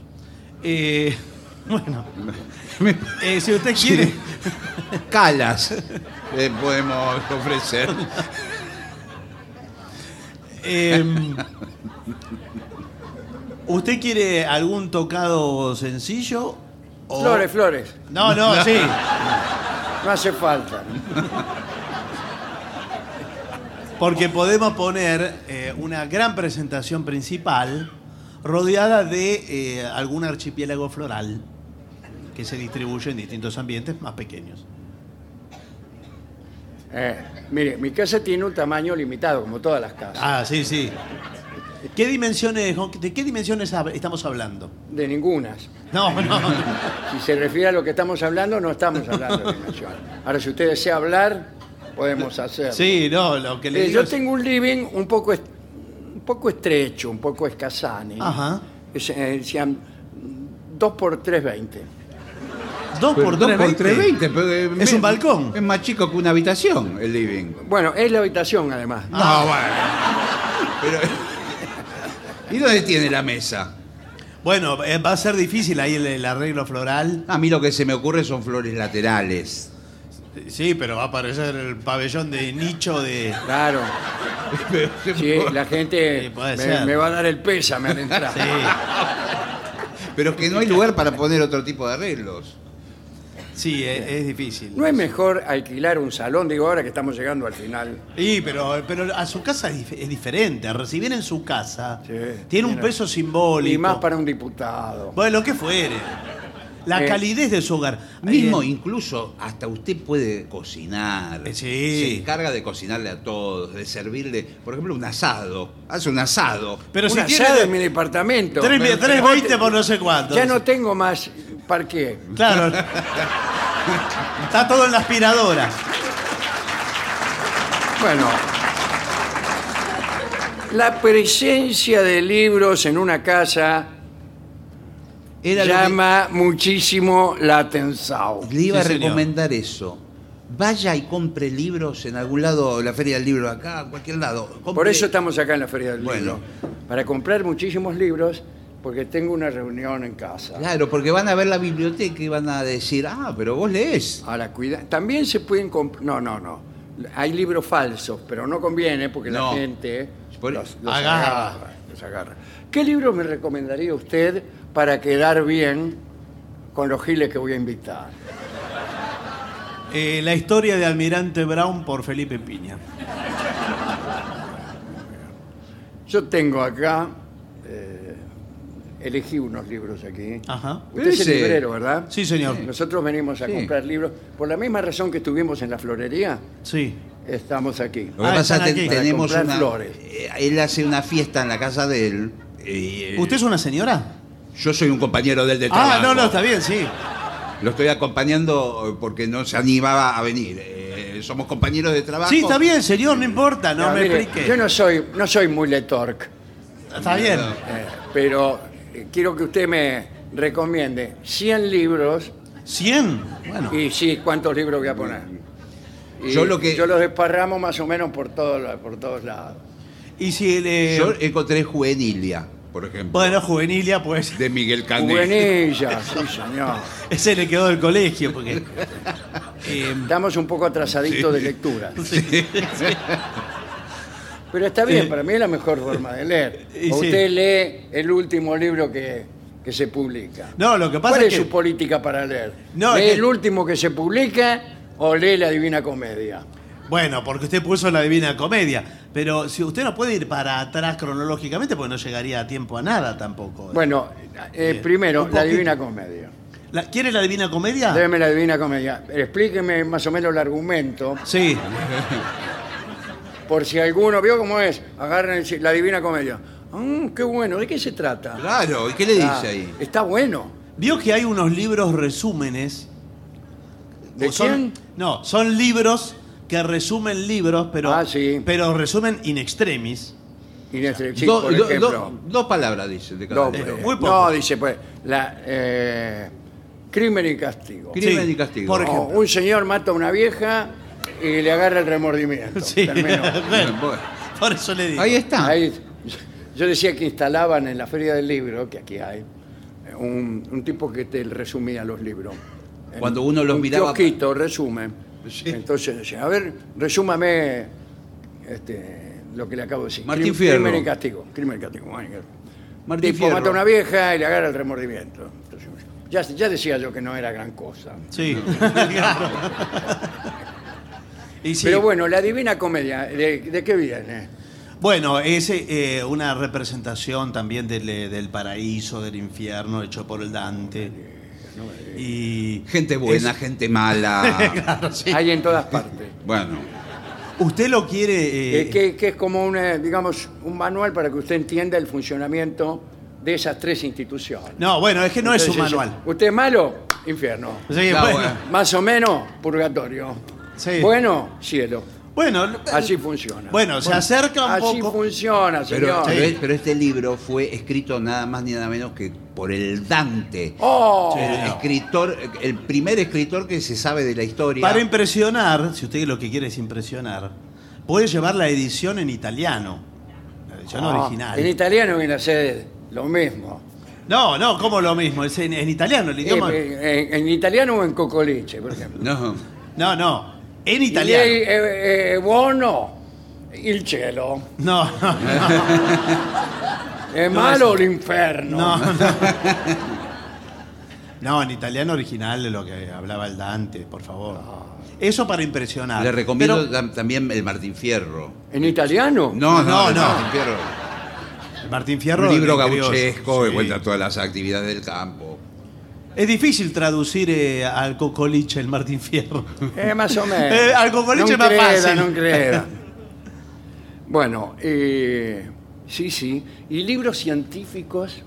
[SPEAKER 2] Eh, bueno. Eh, si usted quiere.
[SPEAKER 3] Calas le podemos ofrecer.
[SPEAKER 2] eh, ¿Usted quiere algún tocado sencillo? o-
[SPEAKER 4] Flores, flores.
[SPEAKER 2] No, no, sí.
[SPEAKER 4] No hace falta.
[SPEAKER 2] Porque podemos poner eh, una gran presentación principal rodeada de eh, algún archipiélago floral que se distribuye en distintos ambientes más pequeños.
[SPEAKER 4] Eh, mire, mi casa tiene un tamaño limitado, como todas las casas.
[SPEAKER 2] Ah, sí, sí. ¿Qué dimensiones, ¿De qué dimensiones hab- estamos hablando?
[SPEAKER 4] De ningunas.
[SPEAKER 2] No, no.
[SPEAKER 4] Si se refiere a lo que estamos hablando, no estamos hablando de dimensiones. Ahora, si usted desea hablar, podemos hacerlo.
[SPEAKER 2] Sí, no, lo que le
[SPEAKER 4] Eh,
[SPEAKER 2] digo
[SPEAKER 4] yo
[SPEAKER 2] es-
[SPEAKER 4] tengo un living un poco, est- un poco estrecho, un poco escasani.
[SPEAKER 2] Ajá.
[SPEAKER 4] Es, eh, decían 2 por 3, 20.
[SPEAKER 2] Dos por
[SPEAKER 3] Dos
[SPEAKER 2] tres
[SPEAKER 3] por
[SPEAKER 2] veinte.
[SPEAKER 3] 320, pero, eh,
[SPEAKER 2] Es
[SPEAKER 3] me-
[SPEAKER 2] un balcón.
[SPEAKER 3] Es más chico que una habitación, el living.
[SPEAKER 4] Bueno, es la habitación además.
[SPEAKER 2] Ah.
[SPEAKER 3] No, bueno. Pero- ¿Y dónde tiene la mesa?
[SPEAKER 2] Bueno, eh, va a ser difícil ahí el, el arreglo floral.
[SPEAKER 3] A mí lo que se me ocurre son flores laterales.
[SPEAKER 2] Sí, pero va a aparecer el pabellón de nicho de.
[SPEAKER 4] Claro. Sí, la gente
[SPEAKER 2] Sí, puede
[SPEAKER 4] me,
[SPEAKER 2] ser.
[SPEAKER 4] me va a dar el pésame al entrar.
[SPEAKER 2] Sí.
[SPEAKER 3] Pero que no hay lugar para poner otro tipo de arreglos.
[SPEAKER 2] Sí, es, es difícil.
[SPEAKER 4] ¿No es mejor alquilar un salón? Digo, ahora que estamos llegando al final.
[SPEAKER 2] Sí, pero, pero a su casa es, dif- es diferente. Recibir en su casa
[SPEAKER 4] Sí,
[SPEAKER 2] tiene un
[SPEAKER 4] tiene-
[SPEAKER 2] peso simbólico.
[SPEAKER 4] Y más para un diputado.
[SPEAKER 2] Bueno, lo que fuere. La
[SPEAKER 4] Eh,
[SPEAKER 2] calidez de su hogar.
[SPEAKER 3] Mismo,
[SPEAKER 2] Eh,
[SPEAKER 3] incluso, hasta usted puede cocinar.
[SPEAKER 2] Eh, sí.
[SPEAKER 3] Se encarga de cocinarle a todos, de servirle, por ejemplo, un asado. Hace un asado.
[SPEAKER 2] pero si
[SPEAKER 4] un
[SPEAKER 2] tiene
[SPEAKER 4] asado en mi departamento.
[SPEAKER 2] tres-
[SPEAKER 4] Pero-
[SPEAKER 2] tres
[SPEAKER 4] pero-
[SPEAKER 2] veinte por no sé cuánto.
[SPEAKER 4] Ya no tengo más parqué.
[SPEAKER 2] Claro. Está todo en la aspiradora.
[SPEAKER 4] Bueno. La presencia de libros en una casa
[SPEAKER 3] Era lo que-
[SPEAKER 4] llama muchísimo la atención.
[SPEAKER 3] Le iba
[SPEAKER 2] Sí,
[SPEAKER 3] a
[SPEAKER 2] señor.
[SPEAKER 3] recomendar eso. Vaya y compre libros en algún lado, la Feria del Libro acá, en cualquier lado. Compre-
[SPEAKER 4] Por eso estamos acá en la Feria del
[SPEAKER 3] Bueno.
[SPEAKER 4] Libro. Para comprar muchísimos libros porque tengo una reunión en casa.
[SPEAKER 3] Claro, porque van a ver la biblioteca y van a decir, ah, pero vos lees.
[SPEAKER 4] Ahora, cuida. También se pueden comprar. No, no, no. Hay libros falsos, pero no conviene porque
[SPEAKER 3] No.
[SPEAKER 4] la gente
[SPEAKER 3] Por-
[SPEAKER 4] los, los
[SPEAKER 2] agarra.
[SPEAKER 4] agarra. los agarra. ¿Qué libro me recomendaría usted para quedar bien con los giles que voy a invitar?
[SPEAKER 2] Eh, la historia de Almirante Brown por Felipe Piña.
[SPEAKER 4] Yo tengo acá. eh, elegí unos libros aquí.
[SPEAKER 2] Ajá.
[SPEAKER 4] Usted es el
[SPEAKER 3] Ese.
[SPEAKER 4] librero, ¿verdad?
[SPEAKER 2] Sí, señor.
[SPEAKER 4] Nosotros venimos a
[SPEAKER 3] Sí.
[SPEAKER 4] comprar libros. Por la misma razón que estuvimos en la florería,
[SPEAKER 2] Sí.
[SPEAKER 4] estamos aquí.
[SPEAKER 3] Lo que
[SPEAKER 2] Ah,
[SPEAKER 3] pasa
[SPEAKER 2] están
[SPEAKER 3] es
[SPEAKER 2] aquí.
[SPEAKER 3] que
[SPEAKER 2] Para
[SPEAKER 3] tenemos
[SPEAKER 4] comprar
[SPEAKER 3] una.
[SPEAKER 4] flores.
[SPEAKER 3] eh, él hace una fiesta en la casa de él. y, eh,
[SPEAKER 2] ¿Usted es una señora?
[SPEAKER 3] Yo soy un compañero del del
[SPEAKER 2] Ah,
[SPEAKER 3] trabajo.
[SPEAKER 2] no, no, está bien, sí.
[SPEAKER 3] Lo estoy acompañando eh, porque no se animaba a venir. Eh, somos compañeros de trabajo.
[SPEAKER 2] Sí, está bien, señor, no importa, no,
[SPEAKER 4] No,
[SPEAKER 2] me
[SPEAKER 4] mire,
[SPEAKER 2] explique.
[SPEAKER 4] Yo no soy, no soy muy letorque,
[SPEAKER 2] Está bien.
[SPEAKER 4] eh, pero eh, quiero que usted me recomiende 100 libros
[SPEAKER 2] 100. Bueno.
[SPEAKER 4] y sí, cuántos libros voy a poner. Y
[SPEAKER 3] Yo lo que-
[SPEAKER 4] yo los desparramos más o menos por todos la- por todos lados.
[SPEAKER 2] Y si el, eh,
[SPEAKER 3] Yo encontré Juvenilia, por ejemplo,
[SPEAKER 2] Bueno, juvenilia, pues.
[SPEAKER 3] de Miguel Canet.
[SPEAKER 4] Juvenilla, sí señor.
[SPEAKER 2] Ese le quedó del colegio, porque. Eh,
[SPEAKER 4] Estamos un poco atrasaditos de lectura. Pero está bien,
[SPEAKER 2] Eh.
[SPEAKER 4] para mí es la mejor forma de leer.
[SPEAKER 2] Y
[SPEAKER 4] O
[SPEAKER 2] sí.
[SPEAKER 4] usted lee el último libro que, que se publica.
[SPEAKER 2] no, lo que pasa
[SPEAKER 4] ¿Cuál
[SPEAKER 2] es
[SPEAKER 4] es
[SPEAKER 2] que.
[SPEAKER 4] su política para leer?
[SPEAKER 2] No,
[SPEAKER 4] ¿Lee
[SPEAKER 2] es que-
[SPEAKER 4] el último que se publica o lee la Divina Comedia?
[SPEAKER 2] Bueno, porque usted puso la divina comedia. Pero si usted no puede ir para atrás cronológicamente, pues no llegaría a tiempo a nada tampoco.
[SPEAKER 4] Bueno, eh,
[SPEAKER 2] Bien.
[SPEAKER 4] primero,
[SPEAKER 2] Un
[SPEAKER 4] la
[SPEAKER 2] poquito.
[SPEAKER 4] Divina Comedia.
[SPEAKER 2] La- ¿Quiere la divina comedia?
[SPEAKER 4] Léeme la Divina Comedia. Explíqueme más o menos el argumento.
[SPEAKER 2] Sí.
[SPEAKER 4] Por si alguno vio cómo es, agarran el- la Divina Comedia. Mm, qué bueno, ¿de qué se trata?
[SPEAKER 3] Claro, ¿y qué le dice
[SPEAKER 4] Ah,
[SPEAKER 3] ahí?
[SPEAKER 4] Está bueno.
[SPEAKER 2] Vio que hay unos libros resúmenes.
[SPEAKER 4] ¿De
[SPEAKER 2] O son-
[SPEAKER 4] quién?
[SPEAKER 2] No, son libros que resumen libros, pero,
[SPEAKER 4] Ah, sí.
[SPEAKER 2] pero resumen in extremis.
[SPEAKER 4] Inés Trexin,
[SPEAKER 3] Do-
[SPEAKER 4] por
[SPEAKER 3] do-
[SPEAKER 4] ejemplo.
[SPEAKER 3] do- eh, dos palabras dice de cada
[SPEAKER 4] No,
[SPEAKER 3] libro.
[SPEAKER 4] pues,
[SPEAKER 2] muy poco.
[SPEAKER 4] no, dice, pues, la, eh, crimen y castigo.
[SPEAKER 3] Crimen
[SPEAKER 2] Sí,
[SPEAKER 3] y castigo.
[SPEAKER 2] por
[SPEAKER 4] No,
[SPEAKER 2] ejemplo.
[SPEAKER 4] un señor mata a una vieja y le agarra el remordimiento.
[SPEAKER 2] Sí.
[SPEAKER 4] Terminó.
[SPEAKER 2] Bueno, por eso le digo.
[SPEAKER 3] Ahí está.
[SPEAKER 4] Ahí- yo decía que instalaban en la Feria del Libro, que aquí hay, eh, un, un tipo que te resumía los libros. En
[SPEAKER 3] Cuando uno los
[SPEAKER 4] un
[SPEAKER 3] miraba-
[SPEAKER 4] kiosquito, resumen.
[SPEAKER 3] Sí.
[SPEAKER 4] Entonces decía, a ver, resúmame este, lo que le acabo de decir.
[SPEAKER 3] Martín
[SPEAKER 4] Crim-
[SPEAKER 3] Fierro.
[SPEAKER 4] Crimen y castigo. Crimen y castigo. Bueno,
[SPEAKER 3] Martín
[SPEAKER 4] tipo mata
[SPEAKER 3] Fierro.
[SPEAKER 4] a una vieja y le agarra el remordimiento. Entonces, ya, ya decía yo que no era gran cosa.
[SPEAKER 2] Sí. Claro. Y sí.
[SPEAKER 4] Pero bueno, la Divina Comedia, ¿de, de qué viene?
[SPEAKER 2] Bueno, es eh, una representación también del, eh, del paraíso, del infierno, hecho por el Dante. Y
[SPEAKER 3] Gente buena,
[SPEAKER 2] es-
[SPEAKER 3] gente mala.
[SPEAKER 2] claro, sí.
[SPEAKER 4] Hay en todas partes.
[SPEAKER 3] bueno,
[SPEAKER 2] ¿Usted lo quiere? eh,
[SPEAKER 4] Eh, que, que es como una, digamos, un manual para que usted entienda el funcionamiento de esas tres instituciones.
[SPEAKER 2] No, bueno, es que no es un
[SPEAKER 4] Entonces,
[SPEAKER 2] manual.
[SPEAKER 4] ¿Usted es malo? Infierno.
[SPEAKER 2] Sí,
[SPEAKER 3] Está
[SPEAKER 2] bueno.
[SPEAKER 3] bueno.
[SPEAKER 4] Más o menos, purgatorio.
[SPEAKER 2] Sí.
[SPEAKER 4] Bueno, cielo.
[SPEAKER 2] Bueno,
[SPEAKER 4] Así funciona.
[SPEAKER 2] bueno, se acerca un
[SPEAKER 4] Así
[SPEAKER 2] poco.
[SPEAKER 4] funciona,
[SPEAKER 3] pero,
[SPEAKER 4] señor.
[SPEAKER 3] pero es- pero este libro fue escrito nada más ni nada menos que por el Dante.
[SPEAKER 4] ¡Oh!
[SPEAKER 3] El escritor, el primer escritor que se sabe de la historia.
[SPEAKER 2] Para impresionar, si usted lo que quiere es impresionar, puede llevar la edición en italiano. La edición
[SPEAKER 4] Ah,
[SPEAKER 2] original.
[SPEAKER 4] En italiano viene a ser lo mismo.
[SPEAKER 2] No, no, como lo mismo, es en, en italiano el idioma.
[SPEAKER 4] Eh, eh, en, en italiano o en cocoliche, por ejemplo.
[SPEAKER 3] No.
[SPEAKER 2] No, no, en italiano.
[SPEAKER 4] Lei, eh, eh, buono, il cielo.
[SPEAKER 2] No, no,
[SPEAKER 4] Es
[SPEAKER 2] No,
[SPEAKER 4] malo
[SPEAKER 2] eso-
[SPEAKER 4] l'inferno.
[SPEAKER 2] no. no. No, en italiano original de lo que hablaba el Dante, por favor. Eso para impresionar.
[SPEAKER 3] Ah. Le recomiendo
[SPEAKER 2] Pero
[SPEAKER 3] tam- también el Martín Fierro.
[SPEAKER 4] ¿En italiano?
[SPEAKER 3] No, no,
[SPEAKER 2] No,
[SPEAKER 3] el
[SPEAKER 2] no.
[SPEAKER 3] Martín Fierro.
[SPEAKER 2] Martín Fierro.
[SPEAKER 3] un libro
[SPEAKER 2] de criollo.
[SPEAKER 3] gauchesco que
[SPEAKER 2] Sí.
[SPEAKER 3] cuenta todas las actividades del campo.
[SPEAKER 2] Es difícil traducir eh, al cocoliche el Martín Fierro.
[SPEAKER 4] Eh, más o menos.
[SPEAKER 2] Eh, al cocoliche
[SPEAKER 4] no
[SPEAKER 2] más
[SPEAKER 4] creda,
[SPEAKER 2] fácil.
[SPEAKER 4] No creda. Bueno, eh, sí, sí. ¿Y libros científicos?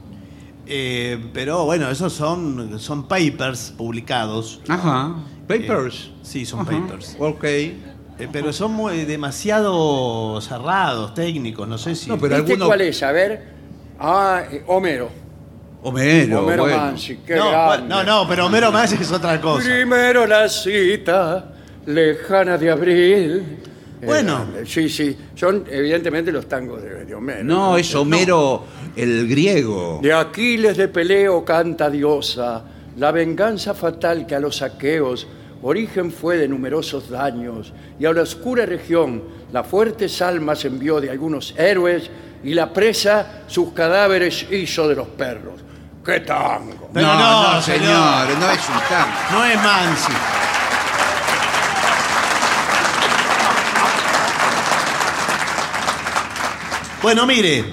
[SPEAKER 2] Eh, pero bueno, esos son, son papers publicados.
[SPEAKER 3] Ajá.
[SPEAKER 2] Eh,
[SPEAKER 3] Papers.
[SPEAKER 2] sí, son papers.
[SPEAKER 3] Ok.
[SPEAKER 2] Eh, pero son muy- demasiado cerrados, técnicos, no sé si...
[SPEAKER 3] No, Pero
[SPEAKER 4] ¿Este
[SPEAKER 3] alguno-
[SPEAKER 4] cuál es? A ver. Ah, eh, Homero.
[SPEAKER 3] Homero.
[SPEAKER 4] Homero
[SPEAKER 3] bueno.
[SPEAKER 4] Mansi, qué
[SPEAKER 2] no,
[SPEAKER 4] grande.
[SPEAKER 2] no, no, pero Homero más es otra cosa.
[SPEAKER 4] Primero la cita lejana de abril.
[SPEAKER 2] Bueno.
[SPEAKER 4] Eh, sí, sí. Son evidentemente los tangos de, de Homero.
[SPEAKER 3] No, es Homero el griego.
[SPEAKER 4] De Aquiles de Peleo canta diosa, la venganza fatal que a los saqueos origen fue de numerosos daños, y a la oscura región las fuertes almas envió de algunos héroes, y la presa sus cadáveres hizo de los perros. ¡Qué tango!
[SPEAKER 2] Pero
[SPEAKER 3] no,
[SPEAKER 2] no,
[SPEAKER 3] señor,
[SPEAKER 2] señor.
[SPEAKER 3] no es un tango.
[SPEAKER 2] No es Mansi. Bueno, mire,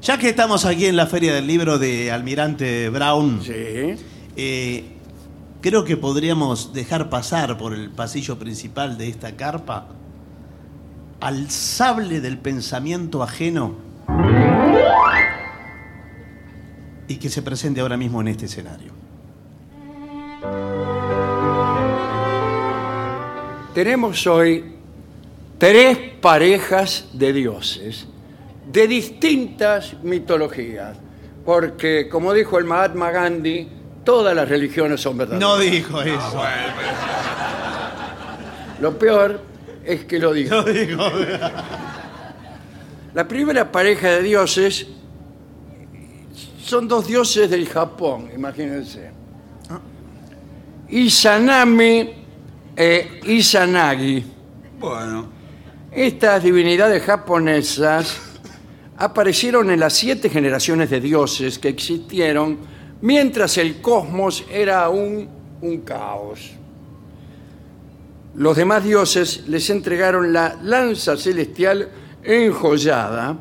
[SPEAKER 2] ya que estamos aquí en la Feria del Libro de Almirante Brown,
[SPEAKER 4] Sí.
[SPEAKER 2] eh, creo que podríamos dejar pasar por el pasillo principal de esta carpa al sable del pensamiento ajeno y que se presente ahora mismo en este escenario.
[SPEAKER 4] Tenemos hoy tres parejas de dioses de distintas mitologías, porque, como dijo el Mahatma Gandhi, todas las religiones son verdaderas.
[SPEAKER 2] No
[SPEAKER 3] Ah,
[SPEAKER 2] dijo eso.
[SPEAKER 4] Lo peor es que lo dijo.
[SPEAKER 2] No dijo.
[SPEAKER 4] La primera pareja de dioses son dos dioses del Japón, imagínense. Izanami e Izanagi.
[SPEAKER 3] Bueno,
[SPEAKER 4] Estas divinidades japonesas aparecieron en las siete generaciones de dioses que existieron mientras el cosmos era aún un caos. Los demás dioses les entregaron la lanza celestial enjollada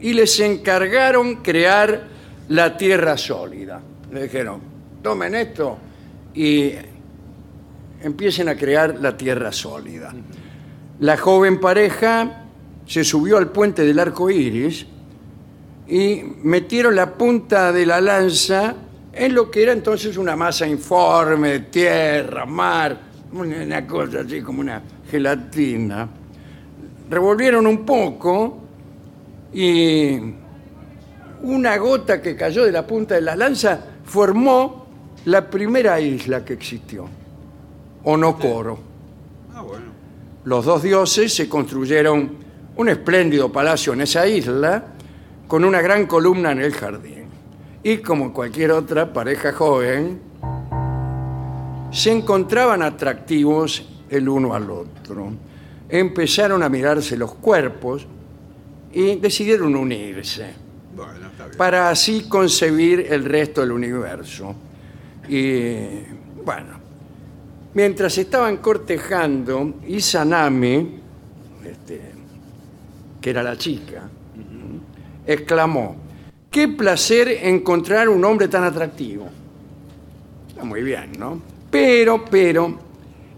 [SPEAKER 4] y les encargaron crear la tierra sólida. Le dijeron, tomen esto y empiecen a crear la tierra sólida. La joven pareja se subió al puente del arco iris y metieron la punta de la lanza en lo que era entonces una masa informe, de tierra, mar, una una cosa así como una gelatina. Revolvieron un poco y una gota que cayó de la punta de la lanza formó la primera isla que existió, Onokoro los dos dioses se construyeron un espléndido palacio en esa isla con una gran columna en el jardín. Y como cualquier otra pareja joven, se encontraban atractivos el uno al otro. Empezaron a mirarse los cuerpos y decidieron unirse
[SPEAKER 3] bueno, está bien.
[SPEAKER 4] para así concebir el resto del universo. Y bueno, mientras estaban cortejando, Izanami, este, que era la chica, exclamó, qué placer encontrar un hombre tan atractivo. Está muy bien, ¿no? Pero, pero,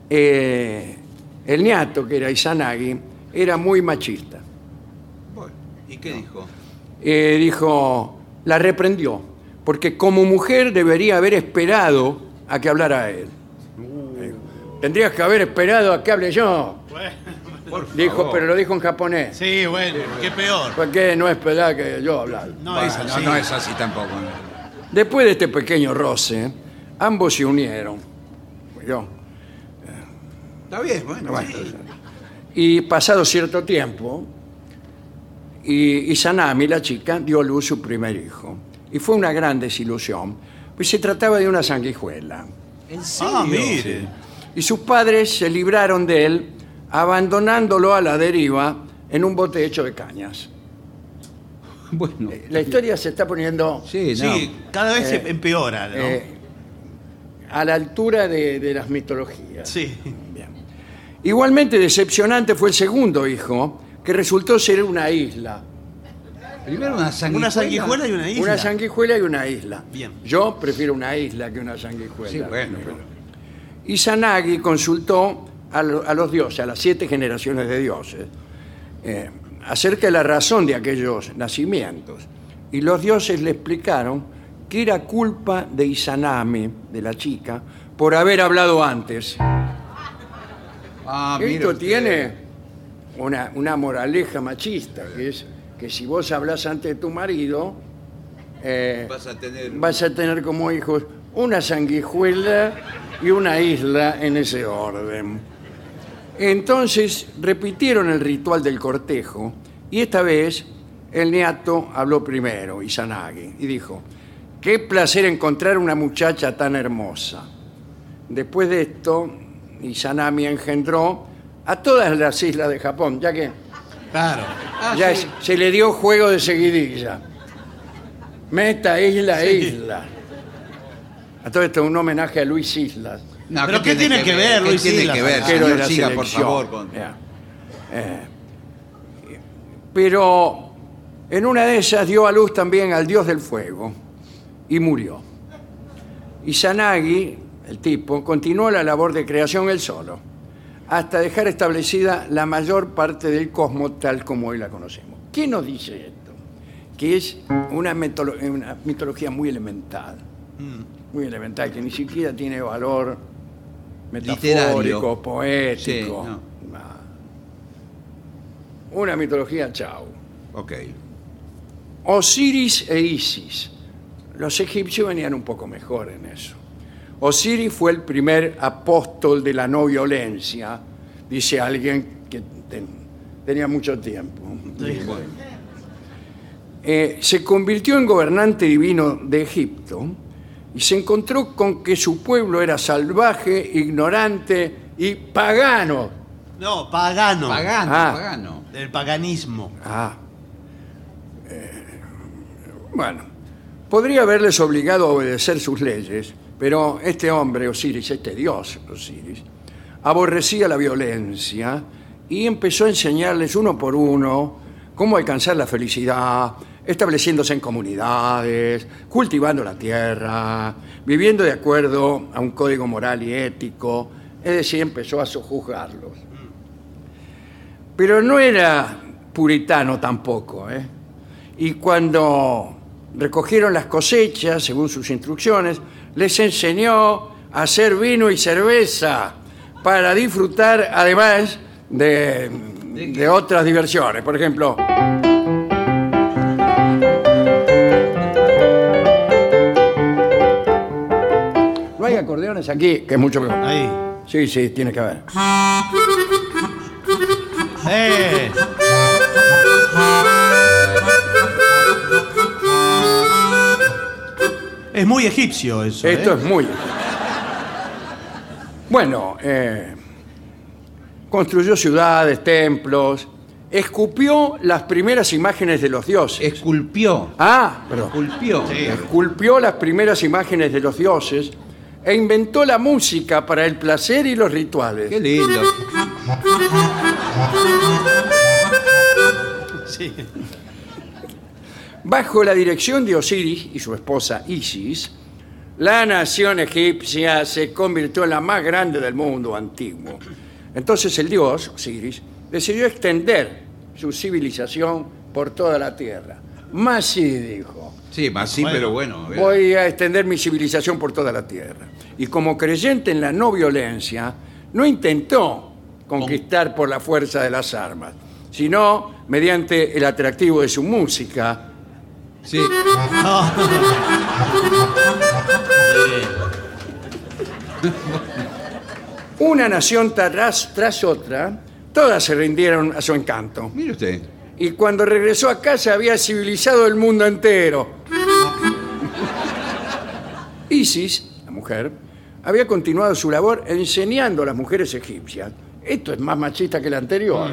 [SPEAKER 4] eh, el ñato, que era Izanagi, era muy machista.
[SPEAKER 3] Bueno, ¿Y qué dijo?
[SPEAKER 4] Eh, dijo, la reprendió, porque como mujer debería haber esperado a que hablara él. Dijo, Tendrías que haber esperado a que hable yo.
[SPEAKER 3] Por
[SPEAKER 4] Dijo,
[SPEAKER 3] favor.
[SPEAKER 4] pero lo dijo en japonés.
[SPEAKER 2] Sí, bueno, qué peor.
[SPEAKER 4] ¿Por qué no esperar que yo hablara?
[SPEAKER 2] No,
[SPEAKER 3] Bueno,
[SPEAKER 2] es
[SPEAKER 3] no,
[SPEAKER 2] así.
[SPEAKER 3] no es así tampoco. ¿no?
[SPEAKER 4] Después de este pequeño roce, ambos se unieron. Yo.
[SPEAKER 3] Está bien, bueno.
[SPEAKER 4] Bueno,
[SPEAKER 3] sí.
[SPEAKER 4] Y pasado cierto tiempo, y Izanami, la chica, dio a luz su primer hijo. Y fue una gran desilusión, pues se trataba de una sanguijuela.
[SPEAKER 3] ¿En
[SPEAKER 2] Ah,
[SPEAKER 3] serio?
[SPEAKER 2] mire.
[SPEAKER 4] Y sus padres se libraron de él, abandonándolo a la deriva en un bote hecho de cañas.
[SPEAKER 3] Bueno.
[SPEAKER 4] La historia se está poniendo
[SPEAKER 3] Sí, no.
[SPEAKER 2] Sí, cada vez se empeora, ¿no?
[SPEAKER 4] eh, a la altura de, de las mitologías.
[SPEAKER 2] sí.
[SPEAKER 4] Igualmente decepcionante fue el segundo hijo, que resultó ser una isla.
[SPEAKER 3] Primero una sanguijuela.
[SPEAKER 2] Una sanguijuela y una isla.
[SPEAKER 4] Una sanguijuela y una isla.
[SPEAKER 2] Bien.
[SPEAKER 4] Yo prefiero una isla que una sanguijuela.
[SPEAKER 3] Sí, bueno, pero...
[SPEAKER 4] Y Izanagi consultó a, lo- a los dioses, a las siete generaciones de dioses, eh, acerca de la razón de aquellos nacimientos. Y los dioses le explicaron que era culpa de Izanami, de la chica, por haber hablado antes.
[SPEAKER 3] Ah, mire
[SPEAKER 4] Esto
[SPEAKER 3] usted.
[SPEAKER 4] tiene una, una moraleja machista, que es que si vos hablas antes de tu marido, eh,
[SPEAKER 3] Vas a tener...
[SPEAKER 4] vas a tener como hijos una sanguijuela y una isla en ese orden. Entonces repitieron el ritual del cortejo y esta vez el neato habló primero, Izanagi, y dijo, qué placer encontrar una muchacha tan hermosa. Después de esto, Izanami engendró a todas las islas de Japón, ya que
[SPEAKER 2] Claro.
[SPEAKER 4] ya es- se le dio juego de seguidilla. Meta, isla, isla. A todo esto un homenaje a Luis Islas.
[SPEAKER 3] No,
[SPEAKER 2] ¿Pero qué tiene que ver, Luis
[SPEAKER 3] ¿Qué tiene
[SPEAKER 2] Islas?
[SPEAKER 3] que ver,
[SPEAKER 2] Ah,
[SPEAKER 4] Pero
[SPEAKER 3] señor?
[SPEAKER 4] era
[SPEAKER 3] Siga, por
[SPEAKER 4] selección.
[SPEAKER 3] favor. con-
[SPEAKER 4] Ya. Eh, pero en una de ellas dio a luz también al dios del fuego y murió. Y Sanagi, el tipo, continuó la labor de creación él solo, hasta dejar establecida la mayor parte del cosmos tal como hoy la conocemos. ¿Qué nos dice esto? Que es una, mitolo- una mitología muy elemental,
[SPEAKER 3] Mm.
[SPEAKER 4] muy elemental, que ni siquiera tiene valor metafórico,
[SPEAKER 3] Literario.
[SPEAKER 4] poético.
[SPEAKER 3] Sí, no.
[SPEAKER 4] Nah. Una mitología chau.
[SPEAKER 3] Ok.
[SPEAKER 4] Osiris e Isis. Los egipcios venían un poco mejor en eso. Osiris fue el primer apóstol de la no violencia, dice alguien que ten- tenía mucho tiempo. Eh, se convirtió en gobernante divino de Egipto y se encontró con que su pueblo era salvaje, ignorante y pagano.
[SPEAKER 2] No, pagano.
[SPEAKER 3] Pagano,
[SPEAKER 4] Ah.
[SPEAKER 3] pagano.
[SPEAKER 2] Del paganismo.
[SPEAKER 4] Ah. Eh, bueno, podría haberles obligado a obedecer sus leyes, pero este hombre, Osiris, este dios Osiris, aborrecía la violencia y empezó a enseñarles uno por uno cómo alcanzar la felicidad, estableciéndose en comunidades, cultivando la tierra, viviendo de acuerdo a un código moral y ético, es decir, empezó a sojuzgarlos. Pero no era puritano tampoco. ¿eh? Y cuando recogieron las cosechas, según sus instrucciones, les enseñó a hacer vino y cerveza para disfrutar además de, de otras diversiones. Por ejemplo, no hay acordeones aquí, que es mucho mejor.
[SPEAKER 2] Ahí.
[SPEAKER 4] Sí, sí, tiene que haber.
[SPEAKER 2] Eh. Es muy egipcio eso. ¿eh?
[SPEAKER 4] Esto es muy. Bueno, eh, construyó ciudades, templos, escupió las primeras imágenes de los dioses.
[SPEAKER 3] Esculpió.
[SPEAKER 4] Ah, perdón.
[SPEAKER 3] Esculpió.
[SPEAKER 2] Sí.
[SPEAKER 4] Esculpió las primeras imágenes de los dioses e inventó la música para el placer y los
[SPEAKER 3] Qué
[SPEAKER 4] rituales.
[SPEAKER 3] lindo.
[SPEAKER 2] Sí.
[SPEAKER 4] Bajo la dirección de Osiris y su esposa Isis, la nación egipcia se convirtió en la más grande del mundo antiguo. Entonces el dios, Osiris, decidió extender su civilización por toda la tierra. Más sí, dijo,
[SPEAKER 3] Sí, más sí,
[SPEAKER 2] Bueno.
[SPEAKER 3] pero bueno. eh. a ver.
[SPEAKER 4] voy a extender mi civilización por toda la tierra. Y como creyente en la no violencia, no intentó conquistar por la fuerza de las armas, sino mediante el atractivo de su música
[SPEAKER 3] Sí.
[SPEAKER 4] una nación tras, tras otra, todas se rindieron a su encanto.
[SPEAKER 3] Mire usted.
[SPEAKER 4] Y cuando regresó a casa había civilizado el mundo entero. Isis, la mujer, había continuado su labor enseñando a las mujeres egipcias, esto es más machista que el anterior,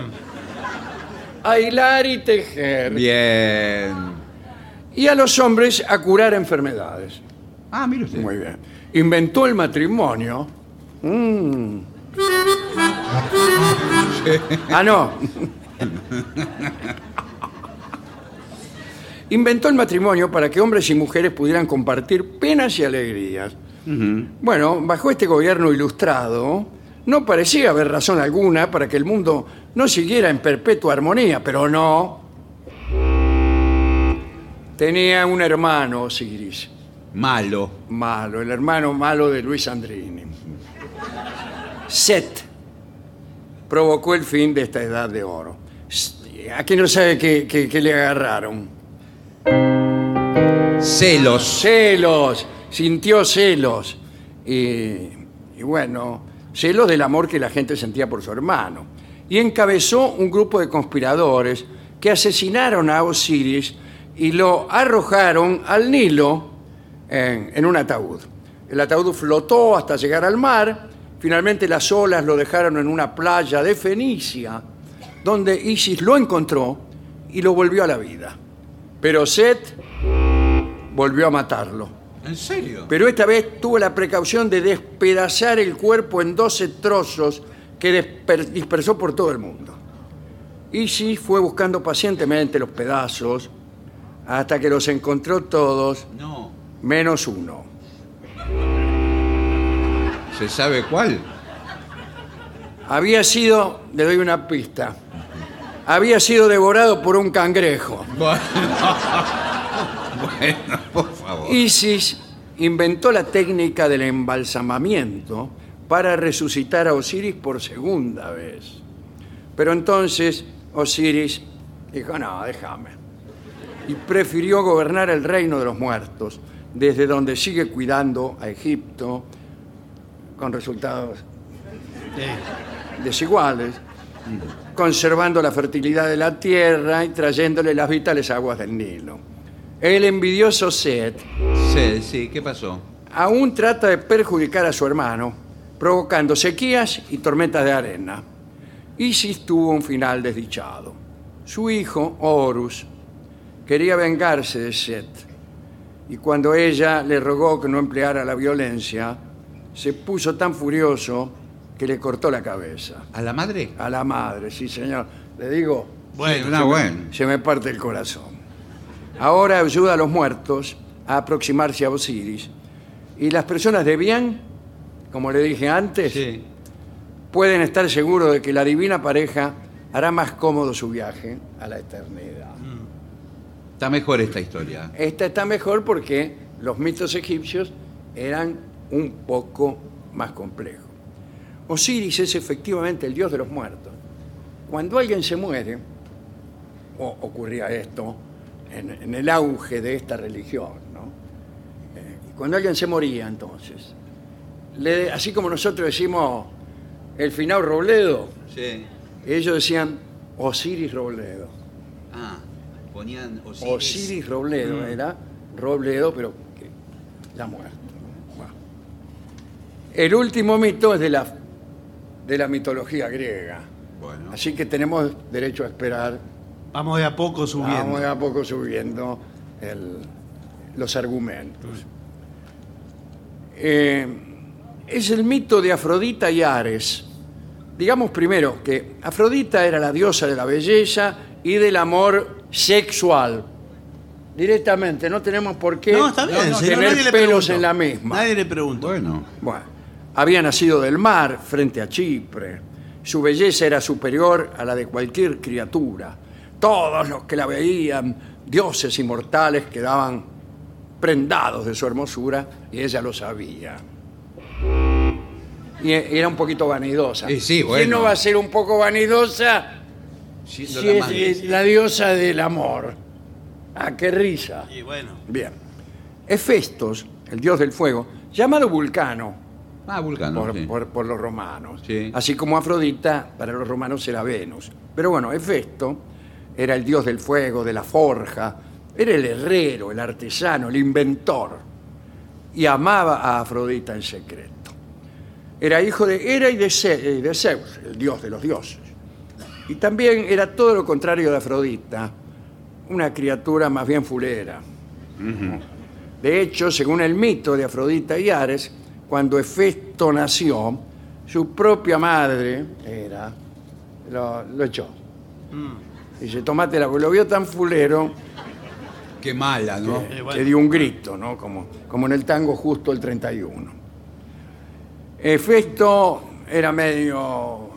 [SPEAKER 4] a hilar y tejer,
[SPEAKER 3] Bien.
[SPEAKER 4] y a los hombres a curar enfermedades.
[SPEAKER 3] Ah, mire usted.
[SPEAKER 4] Muy bien. Inventó el matrimonio. Mm. Ah, no. Inventó el matrimonio para que hombres y mujeres pudieran compartir penas y alegrías. Bueno, bajo este gobierno ilustrado, no parecía haber razón alguna para que el mundo no siguiera en perpetua armonía, pero no. Tenía un hermano, Osiris
[SPEAKER 3] Malo.
[SPEAKER 4] malo, el hermano malo de Luis Andrini. Set provocó el fin de esta edad de oro. S- ¿A quién no sabe que, que- que le agarraron?
[SPEAKER 3] Celos.
[SPEAKER 4] Celos, sintió celos. Y, y bueno, celos del amor que la gente sentía por su hermano, y encabezó un grupo de conspiradores que asesinaron a Osiris y lo arrojaron al Nilo en, en un ataúd. El ataúd flotó hasta llegar al mar, finalmente las olas lo dejaron en una playa de Fenicia, donde Isis lo encontró y lo volvió a la vida. Pero Set volvió a matarlo.
[SPEAKER 3] ¿En serio?
[SPEAKER 4] Pero esta vez tuvo la precaución de despedazar el cuerpo en 12 trozos que desper- dispersó por todo el mundo. Isis fue buscando pacientemente los pedazos hasta que los encontró todos
[SPEAKER 3] No.
[SPEAKER 4] menos uno.
[SPEAKER 3] ¿Se sabe cuál?
[SPEAKER 4] Había sido, le doy una pista, había sido devorado por un cangrejo.
[SPEAKER 3] Bueno, bueno por favor.
[SPEAKER 4] Isis inventó la técnica del embalsamamiento para resucitar a Osiris por segunda vez. Pero entonces Osiris dijo, no, déjame. Y prefirió gobernar el reino de los muertos, desde donde sigue cuidando a Egipto, con resultados desiguales, conservando la fertilidad de la tierra y trayéndole las vitales aguas del Nilo. El envidioso Set
[SPEAKER 3] Sí, sí, ¿qué pasó?
[SPEAKER 4] aún trata de perjudicar a su hermano, provocando sequías y tormentas de arena. Isis tuvo un final desdichado. Su hijo, Horus, quería vengarse de Set, y cuando ella le rogó que no empleara la violencia, se puso tan furioso que le cortó la cabeza.
[SPEAKER 3] ¿A la madre?
[SPEAKER 4] A la madre, sí señor. Le digo,
[SPEAKER 3] Bueno, no, bueno.
[SPEAKER 4] se me parte el corazón. Ahora ayuda a los muertos a aproximarse a Osiris. Y las personas de bien, como le dije antes,
[SPEAKER 3] Sí.
[SPEAKER 4] pueden estar seguros de que la divina pareja hará más cómodo su viaje a la eternidad.
[SPEAKER 3] Está mejor esta historia.
[SPEAKER 4] Esta está mejor porque los mitos egipcios eran un poco más complejos. Osiris es efectivamente el dios de los muertos. Cuando alguien se muere, o ocurría esto en, en el auge de esta religión, ¿no? Eh, y cuando alguien se moría entonces, le- así como nosotros decimos el final Robledo,
[SPEAKER 3] Sí.
[SPEAKER 4] ellos decían Osiris Robledo.
[SPEAKER 3] Ah, ponían Osiris.
[SPEAKER 4] Osiris Robledo era Robledo, pero que ya muerto. Bueno. El último mito es de la, de la mitología griega.
[SPEAKER 3] Bueno.
[SPEAKER 4] Así que tenemos derecho a esperar.
[SPEAKER 2] Vamos de a poco subiendo.
[SPEAKER 4] Vamos de a poco subiendo el- los argumentos. Eh, es el mito de Afrodita y Ares. Digamos primero que Afrodita era la diosa de la belleza y del amor sexual. Directamente, no tenemos por qué
[SPEAKER 2] No, está bien,
[SPEAKER 4] no
[SPEAKER 2] señor,
[SPEAKER 4] tener
[SPEAKER 2] nadie le
[SPEAKER 4] pelos
[SPEAKER 2] preguntó.
[SPEAKER 4] en la misma.
[SPEAKER 2] Nadie le preguntó.
[SPEAKER 3] Bueno.
[SPEAKER 4] Bueno, había nacido del mar frente a Chipre. Su belleza era superior a la de cualquier criatura. Todos los que la veían, dioses inmortales, quedaban prendados de su hermosura y ella lo sabía. Y e- era un poquito vanidosa.
[SPEAKER 3] Y sí,
[SPEAKER 4] ¿Quién
[SPEAKER 3] bueno.
[SPEAKER 4] no va a ser un poco vanidosa
[SPEAKER 3] Siendo
[SPEAKER 4] si
[SPEAKER 3] la
[SPEAKER 4] es
[SPEAKER 3] madre.
[SPEAKER 4] es la diosa del amor? Ah, qué risa.
[SPEAKER 2] Y bueno.
[SPEAKER 4] Bien. Hefestos, el dios del fuego, llamado Vulcano
[SPEAKER 3] Ah, Vulcano.
[SPEAKER 4] por,
[SPEAKER 3] sí.
[SPEAKER 4] por- por los romanos.
[SPEAKER 3] Sí.
[SPEAKER 4] Así como Afrodita, para los romanos era Venus. Pero bueno, Hefesto era el dios del fuego, de la forja, era el herrero, el artesano, el inventor. Y amaba a Afrodita en secreto. Era hijo de Hera y de, Ze- y de Zeus, el dios de los dioses. Y también era todo lo contrario de Afrodita, una criatura más bien fulera. De hecho, según el mito de Afrodita y Ares, cuando Hefesto nació, su propia madre era lo, lo echó. Dice, tomate la, lo vio tan fulero
[SPEAKER 3] Qué mala, ¿no?
[SPEAKER 4] que,
[SPEAKER 2] Eh, bueno.
[SPEAKER 4] que dio un grito, ¿no? Como, como en el tango justo el 31. Hefesto Eh, era medio.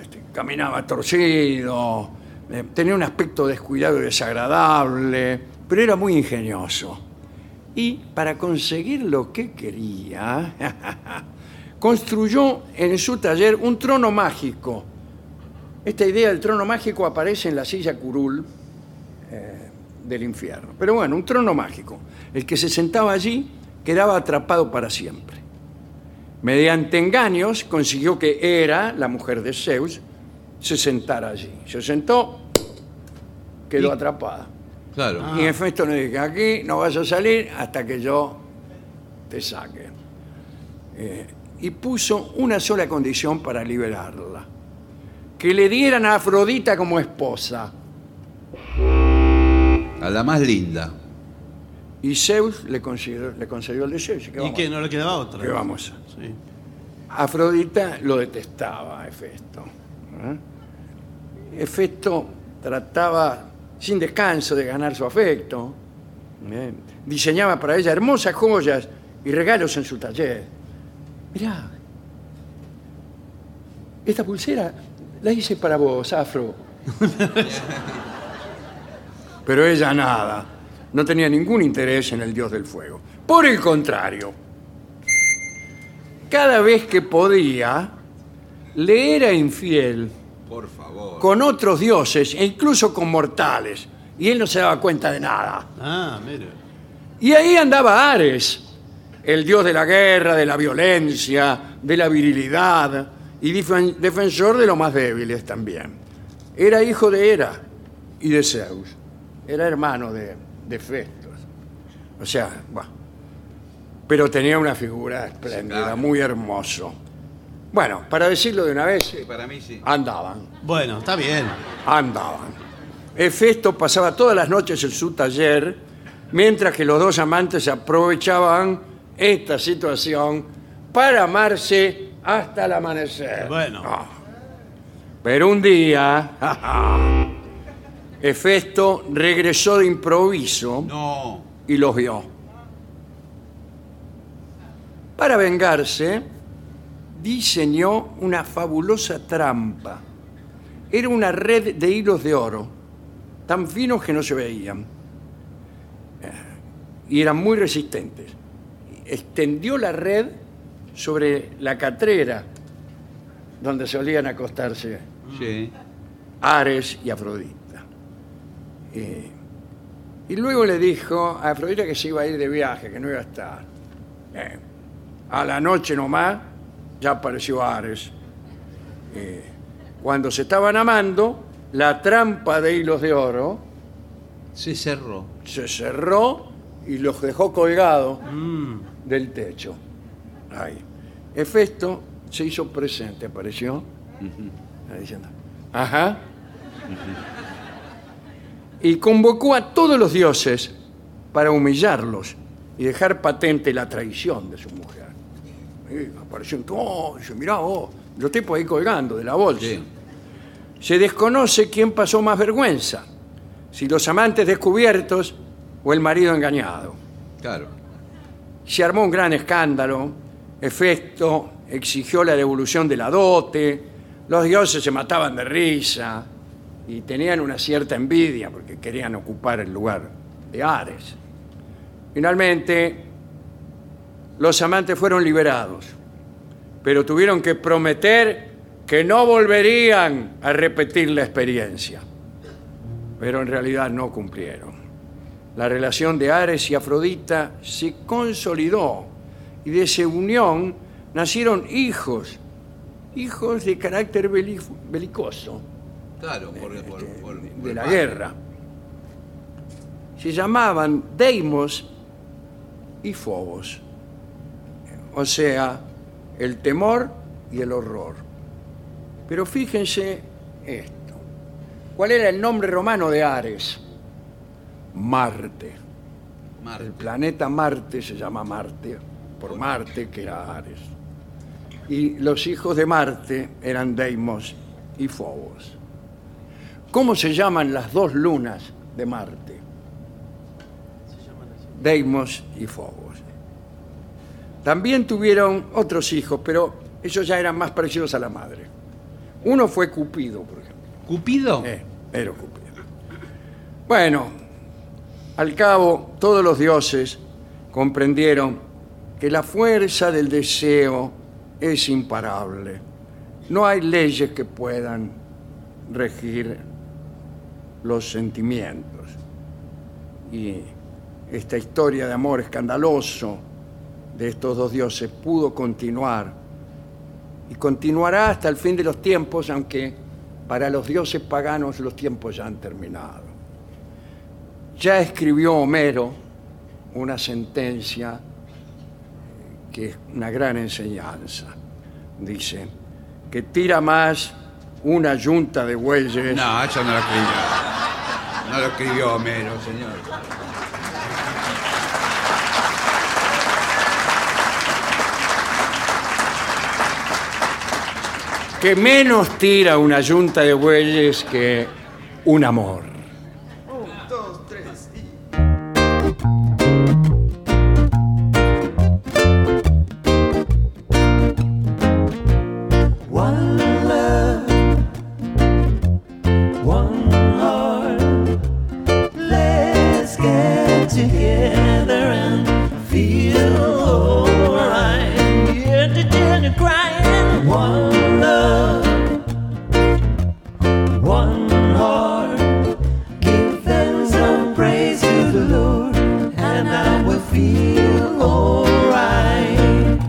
[SPEAKER 4] este, caminaba torcido, eh, tenía un aspecto descuidado y desagradable, pero era muy ingenioso. Y para conseguir lo que quería, construyó en su taller un trono mágico. Esta idea del trono mágico aparece en la silla curul del infierno. Pero bueno, un trono mágico. El que se sentaba allí quedaba atrapado para siempre. mediante engaños consiguió que Hera, la mujer de Zeus, se sentara allí. Se sentó, quedó
[SPEAKER 3] Y- Ah.
[SPEAKER 4] atrapada.
[SPEAKER 3] Claro.
[SPEAKER 4] Y en efecto le dije, aquí no vas a salir hasta que yo te saque. Eh, y puso una sola condición para liberarla. Que le dieran a Afrodita como esposa.
[SPEAKER 3] A la más linda.
[SPEAKER 4] Y Zeus le concedió, le concedió el deseo. Dice, ¿qué
[SPEAKER 2] Y
[SPEAKER 4] vamos?
[SPEAKER 2] que no le quedaba otra.
[SPEAKER 4] ¿Qué vamos?
[SPEAKER 2] Sí.
[SPEAKER 4] Afrodita lo detestaba a Hefesto. ¿eh? Hefesto trataba sin descanso de ganar su afecto. ¿eh? Diseñaba para ella hermosas joyas y regalos en su taller. Mirá, esta pulsera la hice para vos, Afro. Pero ella nada. No tenía ningún interés en el dios del fuego. Por el contrario, cada vez que podía, le era infiel
[SPEAKER 3] Por favor.
[SPEAKER 4] con otros dioses e incluso con mortales. Y él no se daba cuenta de nada.
[SPEAKER 2] Ah, mire.
[SPEAKER 4] Y ahí andaba Ares, el dios de la guerra, de la violencia, de la virilidad y difen- defensor de los más débiles también. Era hijo de Hera y de Zeus. Era hermano de, de Festos. O sea, bueno. Pero tenía una figura espléndida,
[SPEAKER 3] claro.
[SPEAKER 4] muy hermoso. Bueno, para decirlo de una vez,
[SPEAKER 3] Para mí sí.
[SPEAKER 4] andaban.
[SPEAKER 2] Bueno, está bien.
[SPEAKER 4] Andaban. Hefesto pasaba todas las noches en su taller, mientras que los dos amantes aprovechaban esta situación para amarse hasta el amanecer.
[SPEAKER 2] Bueno.
[SPEAKER 4] Ah. Pero un día, Hefesto regresó de improviso
[SPEAKER 3] No.
[SPEAKER 4] y los vio. Para vengarse, diseñó una fabulosa trampa. Era una red de hilos de oro, tan finos que no se veían. Eh, Y eran muy resistentes. Extendió la red sobre la catrera donde solían acostarse
[SPEAKER 3] Sí.
[SPEAKER 4] Ares y Afrodita. Eh, y luego le dijo a Afrodita que se iba a ir de viaje, que no iba a estar. Eh, a la noche nomás ya apareció Ares. Eh, cuando se estaban amando, la trampa de hilos de oro
[SPEAKER 3] Se cerró.
[SPEAKER 4] se cerró y los dejó colgados
[SPEAKER 2] Mm.
[SPEAKER 4] del techo. Ahí. Hefesto se hizo presente, apareció. Ahí diciendo, ajá. Y convocó a todos los dioses para humillarlos y dejar patente la traición de su mujer. Y apareció entonces, dice, mirá vos, los tipos ahí colgando de la bolsa.
[SPEAKER 3] Sí.
[SPEAKER 4] Se desconoce quién pasó más vergüenza, si los amantes descubiertos o el marido engañado
[SPEAKER 3] Claro.
[SPEAKER 4] se armó un gran escándalo. Efecto exigió la devolución de la dote. Los dioses se mataban de risa y tenían una cierta envidia porque querían ocupar el lugar de Ares. Finalmente, los amantes fueron liberados, pero tuvieron que prometer que no volverían a repetir la experiencia. Pero en realidad no cumplieron. La relación de Ares y Afrodita se consolidó y de esa unión nacieron hijos, hijos de carácter beli- belicoso,
[SPEAKER 3] Claro. Por, por, por- por-
[SPEAKER 4] de la guerra. Se llamaban Deimos y Fobos, o sea, el temor y el horror. Pero fíjense esto. ¿Cuál era el nombre romano de Ares? Marte.
[SPEAKER 3] Marte.
[SPEAKER 4] El planeta Marte se llama Marte, por Marte, que era Ares. Y los hijos de Marte eran Deimos y Fobos. ¿Cómo se llaman las dos lunas de Marte? Deimos y Fobos. También tuvieron otros hijos, pero ellos ya eran más parecidos a la madre. Uno fue Cupido, por ejemplo.
[SPEAKER 3] ¿Cupido?
[SPEAKER 4] Eh, pero Cupido. Bueno, al cabo, todos los dioses comprendieron que la fuerza del deseo es imparable. No hay leyes que puedan regir los sentimientos. Y esta historia de amor escandaloso de estos dos dioses pudo continuar y continuará hasta el fin de los tiempos, aunque para los dioses paganos los tiempos ya han terminado. Ya escribió Homero una sentencia que es una gran enseñanza. Dice que tira más una yunta de bueyes
[SPEAKER 3] No, eso no lo escribió. No lo escribió Homero, señor.
[SPEAKER 4] que menos tira una yunta de bueyes que un amor.
[SPEAKER 5] One love, one heart. Let's get together and feel alright. Hear the children crying. One love, one heart. Give thanks and praise to the Lord, and I will feel alright.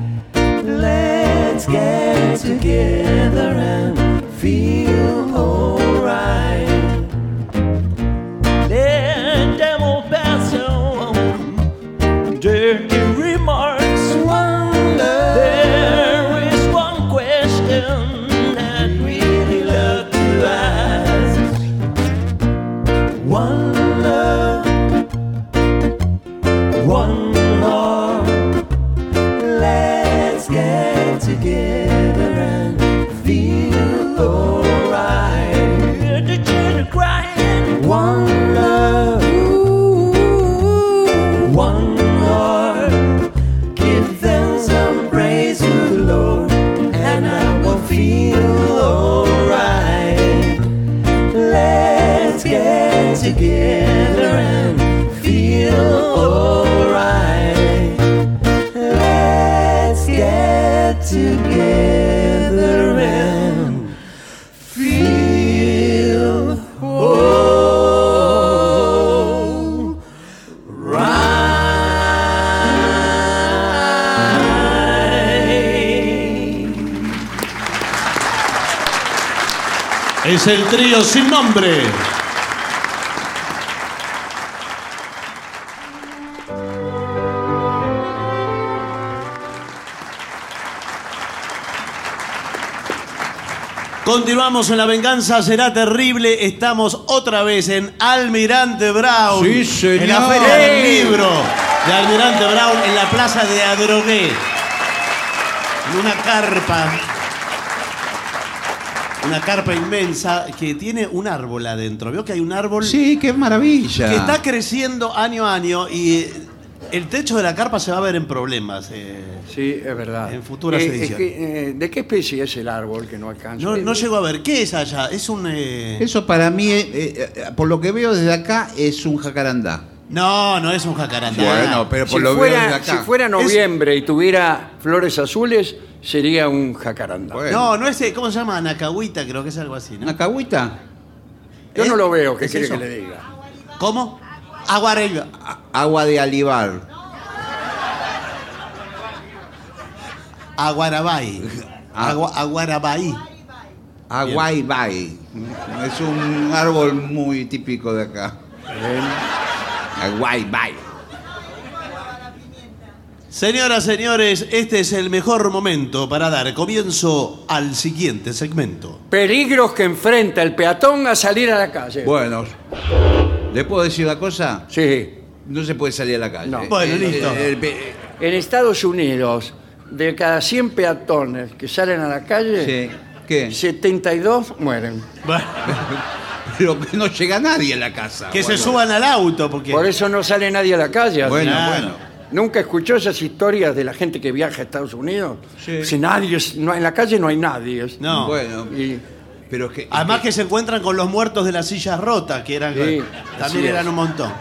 [SPEAKER 5] Let's get together and feel alright. Let them all pass on dirty remarks. One love. There is one question that really love to ask. One love, one heart. Let's get together and feel alright. Hear the children crying. One love, one heart. Give them some praise to the Lord, and I will feel alright. Let's get together and feel alright. Let's get together and feel all right.
[SPEAKER 2] Es el trío sin nombre. Continuamos en La Venganza Será Terrible. Estamos otra vez en Almirante Brown.
[SPEAKER 1] Sí, señor.
[SPEAKER 2] En la Feria del Libro de Almirante Brown en la Plaza de Adrogué. En una carpa una carpa inmensa que tiene un árbol adentro. Veo que hay un árbol
[SPEAKER 3] Sí, qué maravilla.
[SPEAKER 2] que está creciendo año a año y el techo de la carpa se va a ver en problemas. eh.
[SPEAKER 4] Sí, es verdad.
[SPEAKER 2] En futuras
[SPEAKER 4] Eh, es
[SPEAKER 2] ediciones.
[SPEAKER 4] que, eh, ¿De qué especie es el árbol que no alcanza?
[SPEAKER 2] No, no llego a ver. ¿Qué es allá? Es un. eh,
[SPEAKER 3] Eso para mí, eh, eh, eh, por lo que veo desde acá, es un jacarandá.
[SPEAKER 2] No, no es un jacarandá.
[SPEAKER 3] pero
[SPEAKER 4] si, fuera, si fuera noviembre y tuviera flores azules, sería un jacarandá.
[SPEAKER 3] Bueno.
[SPEAKER 2] No, no es. eh, ¿Cómo se llama? Anacahuita, creo que es algo así, ¿no?
[SPEAKER 3] ¿Una cagüita?
[SPEAKER 4] Yo
[SPEAKER 2] ¿es-
[SPEAKER 4] no lo veo,
[SPEAKER 2] ¿eh?
[SPEAKER 4] ¿qué
[SPEAKER 2] es
[SPEAKER 4] quiere
[SPEAKER 2] eso?
[SPEAKER 4] que le diga?
[SPEAKER 2] ¿Cómo? Aguarelva.
[SPEAKER 3] A- Agua de alibar.
[SPEAKER 2] Aguarabay.
[SPEAKER 3] Ah.
[SPEAKER 2] Agua- Aguarabay.
[SPEAKER 3] Aguaybay. Es un árbol muy típico de acá. Aguaybay.
[SPEAKER 2] Señoras, señores, este es el mejor momento para dar comienzo al siguiente segmento.
[SPEAKER 4] Peligros que enfrenta el peatón a salir a la calle.
[SPEAKER 3] Bueno, ¿le puedo decir una cosa?
[SPEAKER 4] Sí.
[SPEAKER 3] No se puede salir a la calle.
[SPEAKER 4] No.
[SPEAKER 2] Bueno,
[SPEAKER 3] Eh,
[SPEAKER 2] listo.
[SPEAKER 3] eh, el pe-
[SPEAKER 4] En Estados Unidos, de cada 100 peatones que salen a la calle,
[SPEAKER 3] sí. eh, ¿Qué?
[SPEAKER 4] 72 mueren.
[SPEAKER 2] Bueno.
[SPEAKER 3] Pero que no llega nadie a la casa.
[SPEAKER 2] Que se
[SPEAKER 3] Bueno.
[SPEAKER 2] suban al auto, porque.
[SPEAKER 4] Por eso no sale nadie a la calle.
[SPEAKER 3] Bueno,
[SPEAKER 2] Claro.
[SPEAKER 3] bueno.
[SPEAKER 4] ¿Nunca escuchó esas historias de la gente que viaja a Estados Unidos?
[SPEAKER 3] Sí.
[SPEAKER 4] Si nadie, es- no, en la calle no hay nadie. es-
[SPEAKER 2] No.
[SPEAKER 3] Bueno,
[SPEAKER 4] Y-
[SPEAKER 3] pero es que.
[SPEAKER 2] Además que se encuentran con los muertos de las sillas rotas, que eran.
[SPEAKER 4] Sí, así
[SPEAKER 2] también
[SPEAKER 4] es.
[SPEAKER 2] eran un montón.